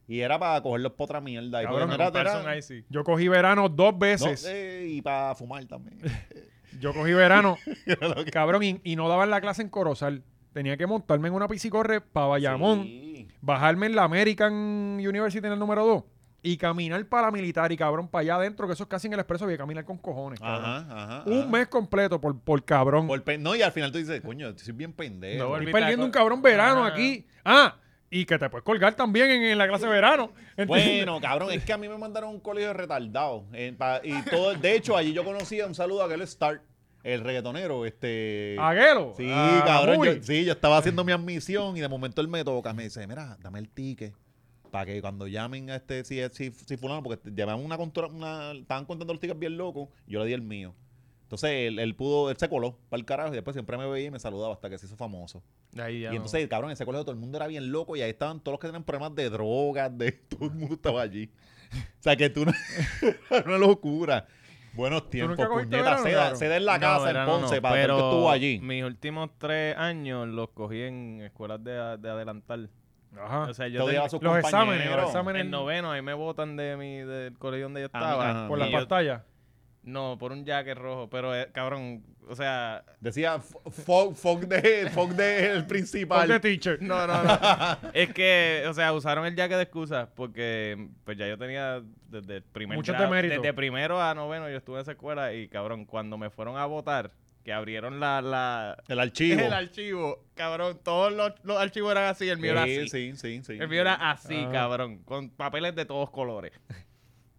Speaker 2: Y era para cogerlos por otra mierda. Y
Speaker 1: Cabrón,
Speaker 2: porque
Speaker 1: con
Speaker 2: no era-
Speaker 4: Person
Speaker 2: era-
Speaker 4: ahí sí.
Speaker 1: Yo cogí verano dos
Speaker 2: no,
Speaker 1: veces.
Speaker 2: eh, y para fumar también.
Speaker 1: Yo cogí verano, cabrón, y, y no daban la clase en Corozal. Tenía que montarme en una piscicorre para Bayamón,
Speaker 7: Sí.
Speaker 1: bajarme en la American University en el número 2 y caminar para la militar y cabrón para allá adentro, que eso es casi en el expreso, voy a caminar con cojones. cabrón.
Speaker 2: ajá, ajá.
Speaker 1: Un
Speaker 2: ajá.
Speaker 1: mes completo por, por cabrón.
Speaker 2: Por pe- no, y al final tú dices, coño, soy bien pendejo.
Speaker 4: No,
Speaker 1: Y
Speaker 4: volví
Speaker 1: perdiendo
Speaker 4: taco.
Speaker 1: un cabrón verano
Speaker 4: Ah.
Speaker 1: aquí. Ah, y que te puedes colgar también en, en la clase de verano. ¿entiendes?
Speaker 2: Bueno, cabrón, es que a mí me mandaron a un colegio de retardado. eh, pa- y todo, de hecho, allí yo conocía un saludo a aquel Star, el reggaetonero, este.
Speaker 1: Aguero.
Speaker 2: Sí,
Speaker 1: a
Speaker 2: cabrón.
Speaker 1: Mui.
Speaker 2: Yo, sí, yo estaba haciendo mi admisión y de momento él me toca, me dice, mira, dame el ticket para que cuando llamen a este, si, si, si fulano, porque llamaban una, contra- una, estaban contando los tickets bien locos, yo le di el mío. Entonces él, él pudo, él se coló para el carajo y después siempre me veía y me saludaba hasta que se hizo famoso.
Speaker 4: Ahí ya
Speaker 2: Y
Speaker 4: no.
Speaker 2: entonces, cabrón, en ese colegio todo el mundo era bien loco y ahí estaban todos los que tenían problemas de drogas, de todo el mundo estaba allí. O sea, que tú no... una locura. Buenos tiempos,
Speaker 1: nunca cogiste
Speaker 2: puñeta.
Speaker 1: verano,
Speaker 2: Seda,
Speaker 1: cabrón?
Speaker 2: seda en la
Speaker 4: No,
Speaker 2: casa,
Speaker 4: verano
Speaker 2: en Ponce,
Speaker 4: no,
Speaker 2: para ver que
Speaker 4: pero
Speaker 2: estuvo allí.
Speaker 4: Mis últimos tres años los cogí en escuelas de, de adelantar.
Speaker 1: Ajá.
Speaker 4: O sea,
Speaker 2: Te
Speaker 4: yo
Speaker 2: odiaba
Speaker 4: tenía-
Speaker 2: a sus
Speaker 1: Los exámenes, los
Speaker 2: compañeros.
Speaker 1: exámenes
Speaker 4: en noveno ahí me botan de mi del colegio donde yo
Speaker 2: Ah,
Speaker 4: estaba.
Speaker 2: ajá.
Speaker 1: por
Speaker 4: Y
Speaker 1: las
Speaker 4: yo-
Speaker 1: pantallas.
Speaker 4: No, por un jacket rojo, pero eh, cabrón, o sea,
Speaker 2: Decía fuck, fuck de, fuck de el principal.
Speaker 1: Ponte teacher.
Speaker 4: no, no, no. es que, o sea, usaron el jacket de excusa porque pues ya yo tenía desde el primer
Speaker 1: Muchos
Speaker 4: grado-
Speaker 1: deméritos.
Speaker 4: desde primero a noveno yo estuve en esa escuela y cabrón, cuando me fueron a votar, que abrieron la, la
Speaker 2: el archivo.
Speaker 4: el archivo, cabrón, todos los, los archivos eran así, el mío era así.
Speaker 2: sí, sí, sí, sí.
Speaker 4: El mío era así,
Speaker 1: Ah.
Speaker 4: cabrón, con papeles de todos colores.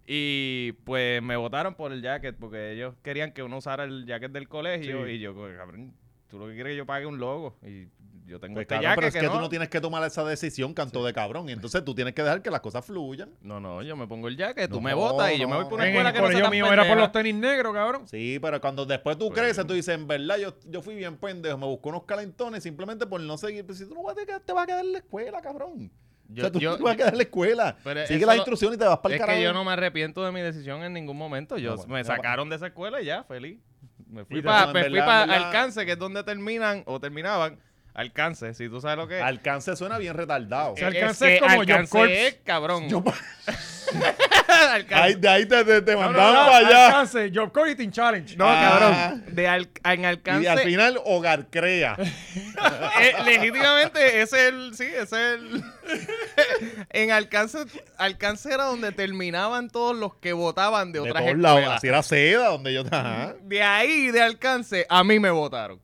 Speaker 4: Y pues me votaron por el jacket porque ellos querían que uno usara el jacket del colegio
Speaker 1: Sí.
Speaker 4: y yo, pues, cabrón, tú lo que quieres es que yo pague un logo y yo tengo
Speaker 2: Pues,
Speaker 4: este
Speaker 2: cabrón,
Speaker 4: jacket
Speaker 2: pero es
Speaker 4: que
Speaker 2: que,
Speaker 4: no.
Speaker 2: tú no tienes que tomar esa decisión, canto de cabrón. Y Entonces tú tienes que dejar que las cosas fluyan.
Speaker 4: No, no, yo me pongo el jacket, tú
Speaker 2: No,
Speaker 4: me votas y yo me voy por
Speaker 2: no.
Speaker 4: una
Speaker 1: En
Speaker 4: escuela
Speaker 1: el
Speaker 4: que no sea
Speaker 1: colegio
Speaker 4: tan
Speaker 1: mío era por
Speaker 4: pendeja.
Speaker 1: los tenis negros, cabrón.
Speaker 2: Sí, pero cuando después tú
Speaker 4: Pues-
Speaker 2: creces, tú dices, en verdad, yo, yo fui bien pendejo, me buscó unos calentones simplemente por no seguir. Pues si tú no vas a quedar- te vas a quedar en la escuela, cabrón. o
Speaker 4: Yo-
Speaker 2: sea, tú
Speaker 4: yo-
Speaker 2: no vas a quedar en la escuela.
Speaker 4: Pero
Speaker 2: Sigue
Speaker 4: eso
Speaker 2: las
Speaker 4: lo-
Speaker 2: instrucciones y te vas para el
Speaker 4: es
Speaker 2: carajo.
Speaker 4: que yo no me arrepiento de mi decisión en ningún momento. Yo,
Speaker 2: No, bueno,
Speaker 4: me
Speaker 2: no, pa-
Speaker 4: sacaron de esa escuela y ya, feliz. Me
Speaker 2: Y
Speaker 4: fui
Speaker 2: te-
Speaker 4: para
Speaker 2: no, en verdad, en verdad-
Speaker 4: alcance, que es donde terminan o terminaban. Alcance, si tú sabes lo que es. E-
Speaker 2: Alcance suena bien retardado.
Speaker 1: sea, alcance es como John
Speaker 4: alcance
Speaker 1: Corps.
Speaker 4: es, cabrón.
Speaker 2: Yo- Ahí-
Speaker 4: Alcance.
Speaker 2: de ahí te, te, te mandaban
Speaker 1: No, no,
Speaker 2: para allá.
Speaker 1: Alcance, Job Corps y Teen Challenge.
Speaker 4: No,
Speaker 2: Ah.
Speaker 4: cabrón. De al- en alcance.
Speaker 2: Y al final, hogar crea.
Speaker 4: eh, legítimamente, ese es el. Sí, ese es el. en alcance, alcance era donde terminaban todos los que votaban de
Speaker 2: De
Speaker 4: otras
Speaker 2: todos lados.
Speaker 4: escuelas.
Speaker 2: Así era seda, donde yo ajá.
Speaker 4: De ahí, de alcance, a mí me votaron.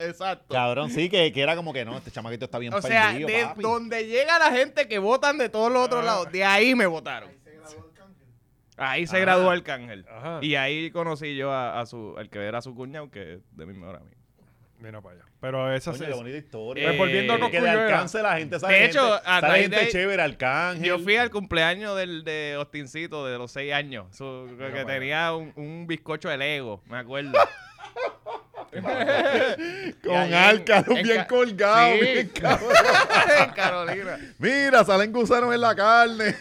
Speaker 4: Exacto.
Speaker 2: Cabrón, sí, que, que era como que no, este chamaquito está bien
Speaker 4: O sea,
Speaker 2: perdido.
Speaker 4: de
Speaker 2: papi.
Speaker 4: donde llega la gente que votan de todos los otros lados, de ahí me votaron. Ahí se
Speaker 2: Ah.
Speaker 4: graduó Arcángel.
Speaker 1: Ajá.
Speaker 4: Y ahí conocí yo a, a su, al que era su cuñado, que es de mi mejor amigo.
Speaker 1: Mira para allá. Pero esa
Speaker 2: Coño,
Speaker 1: se-
Speaker 2: qué bonita historia.
Speaker 1: Pues volviendo a
Speaker 4: Eh,
Speaker 2: que
Speaker 1: Coscuyo
Speaker 2: de
Speaker 1: era-
Speaker 2: alcance la gente sabe.
Speaker 4: De hecho, a
Speaker 2: sale
Speaker 4: raíz
Speaker 2: gente
Speaker 4: de ahí-
Speaker 2: chévere, alcance.
Speaker 4: Yo fui al cumpleaños del, de Ostincito de los seis años, su- que
Speaker 1: para allá.
Speaker 4: tenía un, un bizcocho de Lego, me acuerdo.
Speaker 2: Con
Speaker 4: ahí en-
Speaker 2: Alcaron
Speaker 4: en
Speaker 2: bien
Speaker 4: ca-
Speaker 2: colgado,
Speaker 4: Sí.
Speaker 2: bien cabrón.
Speaker 4: En Carolina.
Speaker 2: Mira, salen gusanos en la carne.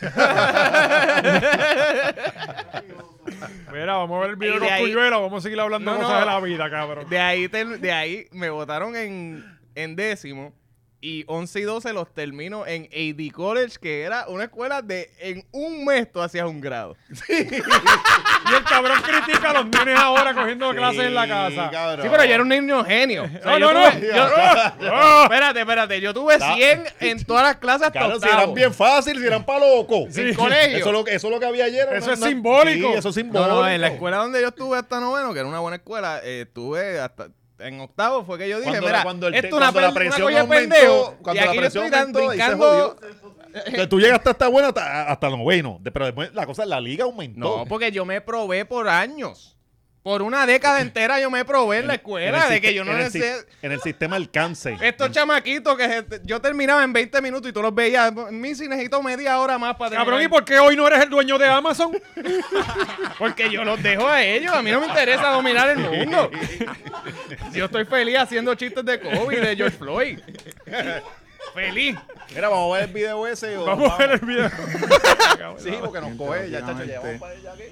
Speaker 1: Mira, vamos a ver el video
Speaker 4: Y de
Speaker 1: con
Speaker 4: ahí-
Speaker 1: Cuyuela, vamos a seguir hablando
Speaker 4: No,
Speaker 1: cosas
Speaker 4: no.
Speaker 1: de la vida, cabrón.
Speaker 4: De ahí, ter- de ahí me votaron en, en décimo. Y 11 y 12 los termino en AD College, que era una escuela de en un mes tú hacías un grado.
Speaker 1: Y el cabrón critica a los nenes ahora cogiendo clases en la casa.
Speaker 2: cabrón.
Speaker 4: Sí, pero yo era un niño genio. O
Speaker 1: no,
Speaker 4: sea, yo
Speaker 1: no.
Speaker 4: tuve- yo- ¡Ah! espérate, espérate. Yo tuve 100 en todas las clases hasta
Speaker 2: Claro, si
Speaker 4: octavo.
Speaker 2: eran bien fácil, si eran pa' loco.
Speaker 4: En colegio.
Speaker 2: Eso es lo, que- eso es lo que había ayer.
Speaker 1: Eso
Speaker 2: no-
Speaker 1: es
Speaker 2: no-
Speaker 1: simbólico.
Speaker 2: Sí, eso es
Speaker 4: No,
Speaker 2: simbólico.
Speaker 4: no, en la escuela donde yo estuve hasta noveno, que era una buena escuela, eh, estuve hasta... En octavo fue que yo dije,
Speaker 2: Cuando la-
Speaker 4: mira,
Speaker 2: cuando el te-
Speaker 4: esto es una,
Speaker 2: cuando la
Speaker 4: per- una
Speaker 2: presión
Speaker 4: colla de
Speaker 2: aumentó,
Speaker 4: pendejo, y
Speaker 2: cuando la
Speaker 4: aquí yo
Speaker 2: presión
Speaker 4: estoy eh, dan-
Speaker 2: aumentó y se
Speaker 4: brincando
Speaker 2: jodió. Entonces tú llegaste hasta buena hasta, hasta noveno. de- Pero después la cosa, la liga aumentó.
Speaker 4: No, porque yo me probé por años. Por una década entera yo me probé en la escuela
Speaker 2: el
Speaker 4: de
Speaker 2: siste-
Speaker 4: que yo no
Speaker 2: en el, si-
Speaker 4: necesito...
Speaker 2: en el sistema alcance.
Speaker 4: Estos chamaquitos que se- yo terminaba en 20 minutos y tú los veías. Mi si necesito media hora más para
Speaker 1: Cabrón, ¿y
Speaker 4: terminar.
Speaker 1: por qué hoy no eres el dueño de Amazon?
Speaker 4: Porque yo los dejo a ellos. A mí no me interesa dominar el mundo. yo estoy feliz haciendo chistes de Kobe y de George Floyd. feliz.
Speaker 2: Mira, vamos a ver el video ese. o-
Speaker 1: Vamos a ver el video.
Speaker 2: Sí, porque nos coge. Ya, chacho,
Speaker 8: Definitivamente.
Speaker 2: llevamos para allá aquí.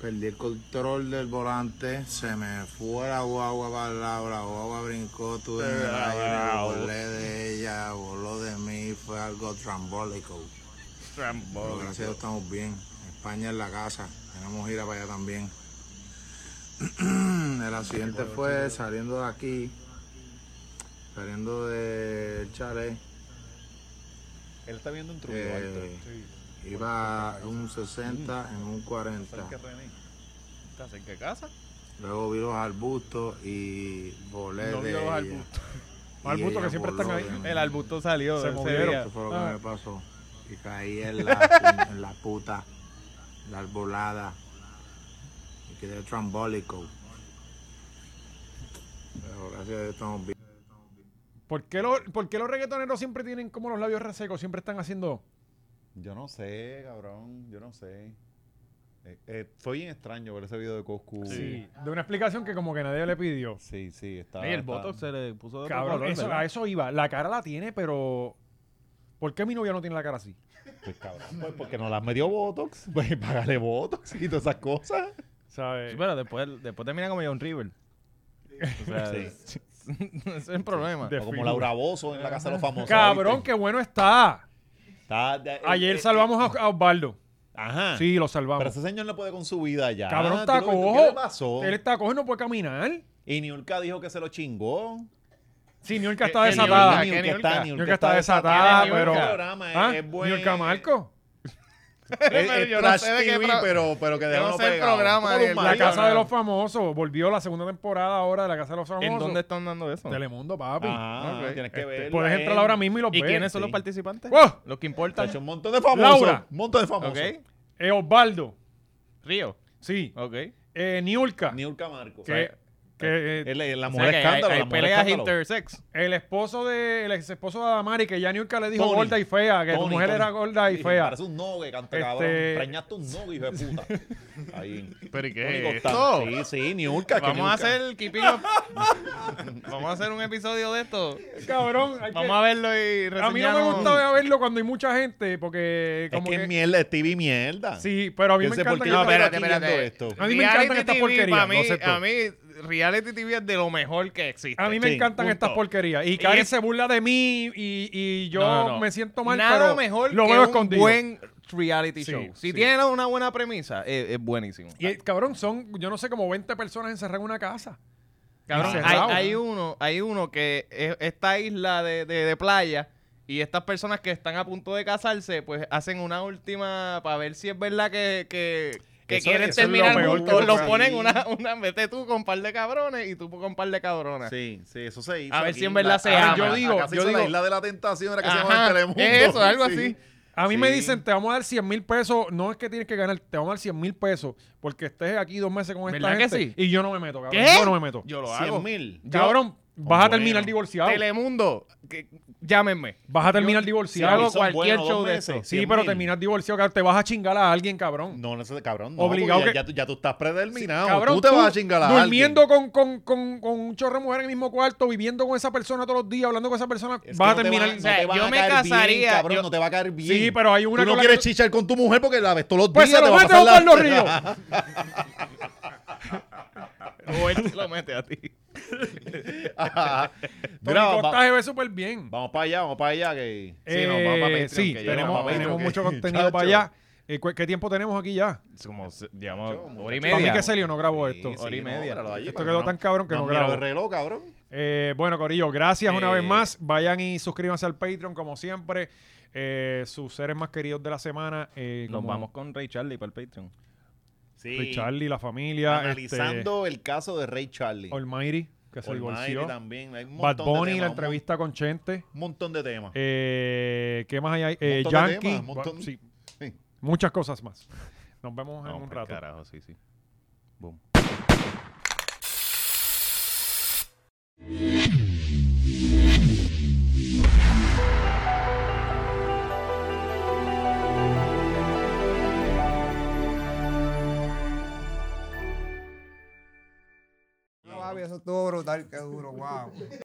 Speaker 8: Perdí el control del volante, se me fue la guagua para el lado, la guagua brincó, tuve en el aire, volé de ella, voló de mí, fue algo trambólico. Pero gracias a Dios estamos bien. España es la casa, tenemos gira para allá también. El accidente fue saliendo de aquí, saliendo del chalet.
Speaker 2: Él está viendo un truco.
Speaker 8: Eh,
Speaker 2: Héctor.
Speaker 8: Iba un 60 en un 40.
Speaker 4: ¿Estás en qué casa?
Speaker 8: Luego vi los arbustos y volé
Speaker 4: No
Speaker 8: de
Speaker 4: vio los
Speaker 8: ella.
Speaker 4: arbustos.
Speaker 1: Los arbustos
Speaker 8: ella
Speaker 1: que siempre están
Speaker 8: voló
Speaker 1: ahí.
Speaker 8: de mí.
Speaker 4: El arbusto salió.
Speaker 1: Se
Speaker 4: ese
Speaker 1: movieron.
Speaker 4: día.
Speaker 8: Eso fue lo que
Speaker 1: Ah.
Speaker 8: me pasó. Y caí en la, en la puta, la arbolada. Y quedé trambólico. Pero gracias a Dios estamos bien.
Speaker 1: ¿Por qué, lo- por qué los reggaetoneros siempre tienen como los labios resecos? Siempre están haciendo...
Speaker 2: Yo no sé, cabrón. Yo no sé. Eh, eh, fue bien extraño ver ese video de Coscu.
Speaker 1: Sí. De una explicación que como que nadie le pidió.
Speaker 2: Sí, sí, está.
Speaker 4: Y el
Speaker 2: está-
Speaker 4: botox
Speaker 1: eh.
Speaker 4: se le puso de otro
Speaker 1: Cabrón,
Speaker 4: color,
Speaker 1: eso-
Speaker 4: ¿verdad?
Speaker 1: a eso iba. La cara la tiene, pero... ¿Por qué mi novia no tiene la cara así?
Speaker 2: Pues cabrón, pues porque no las metió Botox. Pues págale Botox y todas esas cosas.
Speaker 1: ¿Sabes?
Speaker 4: Sí, pero después, después termina como John River. O sea,
Speaker 2: Sí.
Speaker 4: ese es el problema.
Speaker 1: De-
Speaker 2: O pues, como Laura Bozo en la casa de los famosos.
Speaker 1: Cabrón,
Speaker 2: ¿viste?
Speaker 1: qué bueno está.
Speaker 2: Está- de- eh,
Speaker 1: Ayer
Speaker 2: eh,
Speaker 1: salvamos a- a Osvaldo.
Speaker 2: Ajá.
Speaker 1: Sí, lo
Speaker 2: Ah. Pero
Speaker 1: salvamos.
Speaker 2: ese señor no puede con su vida ya.
Speaker 1: Cabrón,
Speaker 2: ¿Tú lo
Speaker 1: está
Speaker 2: viste? ¿Qué le
Speaker 1: cojo.
Speaker 2: pasó?
Speaker 1: Él está cojo y no puede caminar.
Speaker 2: Y Niurka dijo que se lo chingó.
Speaker 1: Sí, Niurka está
Speaker 4: Eh, eh,
Speaker 1: desatada.
Speaker 4: Niurka, ¿qué Niurka?
Speaker 1: Niurka está desatada,
Speaker 2: Niurka
Speaker 1: pero...
Speaker 2: es programa, es-
Speaker 1: ¿Ah?
Speaker 2: es buen-
Speaker 1: Niurka Marco.
Speaker 2: Es,
Speaker 4: Pero
Speaker 2: es
Speaker 4: yo no
Speaker 2: trash
Speaker 4: sé de qué
Speaker 2: TV,
Speaker 4: pro-
Speaker 2: pero, pero que
Speaker 4: yo
Speaker 2: de
Speaker 4: no
Speaker 2: uno
Speaker 4: sé el
Speaker 2: pegado.
Speaker 4: programa
Speaker 2: Como
Speaker 4: de
Speaker 2: los
Speaker 4: la
Speaker 1: La
Speaker 2: maridos.
Speaker 1: Casa de los Famosos. Volvió la segunda temporada ahora de La Casa de los Famosos.
Speaker 4: ¿En dónde Ah, están dando eso?
Speaker 1: Telemundo, papi.
Speaker 2: Ajá,
Speaker 4: Ok.
Speaker 2: tienes que
Speaker 1: Este,
Speaker 2: ver.
Speaker 1: puedes entrar ahora mismo y los
Speaker 4: eh. ¿Y
Speaker 1: ves. ¡Oh!
Speaker 4: quiénes
Speaker 1: Pues,
Speaker 4: son
Speaker 1: Sí.
Speaker 4: los participantes?
Speaker 1: ¡Wow!
Speaker 4: Los que
Speaker 2: Está
Speaker 4: importan.
Speaker 2: hecho un montón de famosos.
Speaker 1: Laura.
Speaker 2: Un montón de famosos.
Speaker 4: Ok.
Speaker 1: Eh, Osvaldo.
Speaker 4: Río. Oh.
Speaker 1: Sí.
Speaker 4: Ok.
Speaker 1: Eh, Niurka.
Speaker 2: Niurka Marco.
Speaker 1: que, que, eh,
Speaker 2: Él es la
Speaker 4: O sea
Speaker 2: mujer
Speaker 4: que hay-
Speaker 2: escándalo.
Speaker 4: hay
Speaker 2: la mujer
Speaker 4: peleas
Speaker 2: escándalo.
Speaker 4: intersex.
Speaker 1: el esposo de el ex esposo de Adamari que ya Niurka le dijo
Speaker 2: Tony.
Speaker 1: gorda y fea que tu
Speaker 2: Tony,
Speaker 1: mujer
Speaker 2: Tony.
Speaker 1: era gorda y
Speaker 2: Sí,
Speaker 1: fea
Speaker 2: Parece un nogue, canta
Speaker 1: Este-
Speaker 2: cabrón. Preñaste un nogue, hijo de puta. Ahí.
Speaker 4: ¿Pero y
Speaker 2: Tony
Speaker 4: qué
Speaker 2: Costanzo. Sí, sí, Niurka. que
Speaker 4: Vamos a
Speaker 2: Niurka.
Speaker 4: hacer el keeping up. Vamos a hacer un episodio de esto.
Speaker 1: cabrón hay que-
Speaker 4: Vamos a verlo y
Speaker 1: a, mí no me
Speaker 4: reseñamos.
Speaker 1: gusta verlo cuando hay mucha gente porque
Speaker 2: Es
Speaker 1: como
Speaker 2: que
Speaker 1: que-
Speaker 2: es mierda, es TV mierda.
Speaker 1: sí pero a mí
Speaker 2: Yo
Speaker 1: me
Speaker 2: sé por
Speaker 1: encanta
Speaker 2: qué
Speaker 1: que-
Speaker 2: yo
Speaker 4: No,
Speaker 2: estoy
Speaker 4: espérate,
Speaker 2: aquí
Speaker 4: espérate.
Speaker 2: viendo esto.
Speaker 1: A mí me encantan
Speaker 4: Reality
Speaker 1: estas
Speaker 4: TV,
Speaker 1: porquerías,
Speaker 4: pa'
Speaker 1: no
Speaker 4: mí-
Speaker 1: sé tú.
Speaker 4: a mí, reality TV es de lo mejor que existe.
Speaker 1: a mí me
Speaker 2: Sí,
Speaker 1: encantan
Speaker 2: punto.
Speaker 1: estas porquerías y Karen
Speaker 4: es-
Speaker 1: se burla de mí y, y yo
Speaker 4: No, no.
Speaker 1: me siento mal
Speaker 4: Nada
Speaker 1: pero
Speaker 4: mejor
Speaker 1: lo
Speaker 4: que
Speaker 1: veo
Speaker 4: un
Speaker 1: escondido
Speaker 4: buen reality
Speaker 1: Sí,
Speaker 4: show. Si
Speaker 1: sí.
Speaker 4: tiene una buena premisa, es, es buenísimo.
Speaker 1: y eh, cabrón son yo no sé como 20 personas encerradas en una casa
Speaker 4: Cabrón, hay,
Speaker 1: encerrado,
Speaker 4: hay
Speaker 1: ¿no?
Speaker 4: uno, hay uno que es esta isla de, de- de playa y estas personas que están a punto de casarse, pues hacen una última para ver si es verdad que, que, que
Speaker 2: Eso-
Speaker 4: quieren
Speaker 2: eso es lo
Speaker 4: terminar
Speaker 1: peor que
Speaker 4: juntos.
Speaker 1: se
Speaker 4: Los
Speaker 1: puede
Speaker 4: ponen
Speaker 2: hacer.
Speaker 4: una, una, vete tú con un par de cabrones y tú con un par de cabronas.
Speaker 2: Sí, sí, eso se hizo.
Speaker 4: A ver
Speaker 2: aquí
Speaker 4: si en
Speaker 2: la-
Speaker 4: verdad se
Speaker 2: Ah,
Speaker 4: ama.
Speaker 2: Yo digo,
Speaker 1: Acá se
Speaker 2: yo
Speaker 1: hizo la
Speaker 2: digo.
Speaker 1: isla
Speaker 2: de la tentación era
Speaker 4: que se llama en Telemundo. Sí.
Speaker 1: A mí me
Speaker 2: Sí.
Speaker 1: dicen, te vamos a dar 100 mil pesos. No es que tienes que ganar, te vamos a dar 100 mil pesos porque estés aquí dos meses con esta
Speaker 4: ¿Verdad que
Speaker 1: gente.
Speaker 4: sí?
Speaker 1: Y yo no me meto, cabrón.
Speaker 4: ¿Qué?
Speaker 1: Yo no me meto.
Speaker 4: Yo lo
Speaker 2: 100
Speaker 4: hago.
Speaker 2: mil.
Speaker 1: cabrón, Vas a terminar
Speaker 2: Bueno.
Speaker 1: divorciado.
Speaker 3: Telemundo, que- llámenme.
Speaker 1: Vas a terminar
Speaker 2: Sí, hago
Speaker 1: divorciado.
Speaker 2: son
Speaker 3: cualquier
Speaker 2: buenos,
Speaker 3: show
Speaker 2: dos
Speaker 3: de
Speaker 2: meses,
Speaker 3: esos.
Speaker 1: Sí,
Speaker 2: 100
Speaker 1: pero
Speaker 2: mil.
Speaker 1: terminas divorciado, cabrón. Te vas a chingar a alguien, cabrón.
Speaker 2: No, no sé, cabrón. No,
Speaker 1: Obligado
Speaker 2: porque
Speaker 1: que-
Speaker 2: ya, ya, tú- ya tú estás predeterminado.
Speaker 1: Cabrón,
Speaker 2: tú te vas a chingar a alguien.
Speaker 1: Durmiendo con, con, con, con un chorro de mujer en el mismo cuarto, viviendo con esa persona todos los días, hablando con esa persona,
Speaker 2: Es que
Speaker 1: vas a
Speaker 2: no te
Speaker 1: terminar.
Speaker 2: va- no
Speaker 3: sea,
Speaker 2: te va
Speaker 3: yo
Speaker 2: a
Speaker 3: me
Speaker 2: caer bien,
Speaker 3: casaría,
Speaker 2: cabrón,
Speaker 3: yo-
Speaker 2: no te va a caer bien.
Speaker 1: Sí, pero hay una
Speaker 2: Tú
Speaker 1: con
Speaker 2: no
Speaker 1: la
Speaker 2: quieres
Speaker 1: que-
Speaker 2: chichar con tu mujer porque la ves todos los
Speaker 1: Pues
Speaker 2: días.
Speaker 1: se
Speaker 2: te
Speaker 1: lo
Speaker 2: va a
Speaker 1: mete
Speaker 2: pasar
Speaker 1: a
Speaker 2: la-
Speaker 1: Osvaldo Ríos.
Speaker 3: O él te lo mete a ti.
Speaker 2: Ajá. Mira,
Speaker 1: Mira,
Speaker 2: va-
Speaker 1: Costa se ve súper bien.
Speaker 2: vamos para allá, vamos para allá. Que...
Speaker 1: Eh,
Speaker 3: nos vamos pa' Patreon,
Speaker 1: sí,
Speaker 3: que ya nos
Speaker 1: tenemos,
Speaker 3: vamos pa'
Speaker 1: tenemos
Speaker 3: Patreon,
Speaker 1: mucho
Speaker 2: que-
Speaker 1: contenido
Speaker 2: Chacho.
Speaker 1: para allá. Eh, cu- ¿Qué tiempo tenemos aquí ya?
Speaker 3: Es como, se- digamos,
Speaker 2: Muchacho,
Speaker 3: hora y
Speaker 1: Para mí
Speaker 3: media.
Speaker 1: que Celio no grabó esto.
Speaker 3: hora y
Speaker 2: no,
Speaker 3: media.
Speaker 2: míralo allí,
Speaker 1: Esto
Speaker 2: para
Speaker 1: quedó
Speaker 2: no-
Speaker 1: tan cabrón que no
Speaker 2: mira
Speaker 1: grabó.
Speaker 2: el reloj, cabrón.
Speaker 1: Eh, bueno, Corillo, gracias una
Speaker 3: Eh.
Speaker 1: vez más. Vayan y suscríbanse al Patreon, como siempre. Eh, sus seres más queridos de la semana. Eh,
Speaker 3: Nos
Speaker 1: como
Speaker 3: vamos con Ray Charlie para el Patreon.
Speaker 2: Sí.
Speaker 1: Richarly, Pues la familia.
Speaker 2: Analizando el caso de Ray Charlie.
Speaker 1: Este, Almighty, que este- se
Speaker 2: Almighty
Speaker 1: divorció.
Speaker 2: también. Hay un
Speaker 1: Bad
Speaker 2: montón de
Speaker 1: Bunny, la
Speaker 2: temas,
Speaker 1: entrevista con Chente.
Speaker 2: Un montón de temas.
Speaker 1: Eh, ¿Qué más hay ahí? Eh,
Speaker 2: Montón de
Speaker 1: Yankee.
Speaker 2: temas, montón-
Speaker 1: Bueno, sí,
Speaker 2: Sí. pues,
Speaker 1: muchas cosas más. Nos vemos en
Speaker 3: Vamos
Speaker 1: un
Speaker 3: pa'l
Speaker 1: rato.
Speaker 3: Carajo, sí, sí. Boom.
Speaker 9: Papi, eso estuvo brutal, qué duro, wow.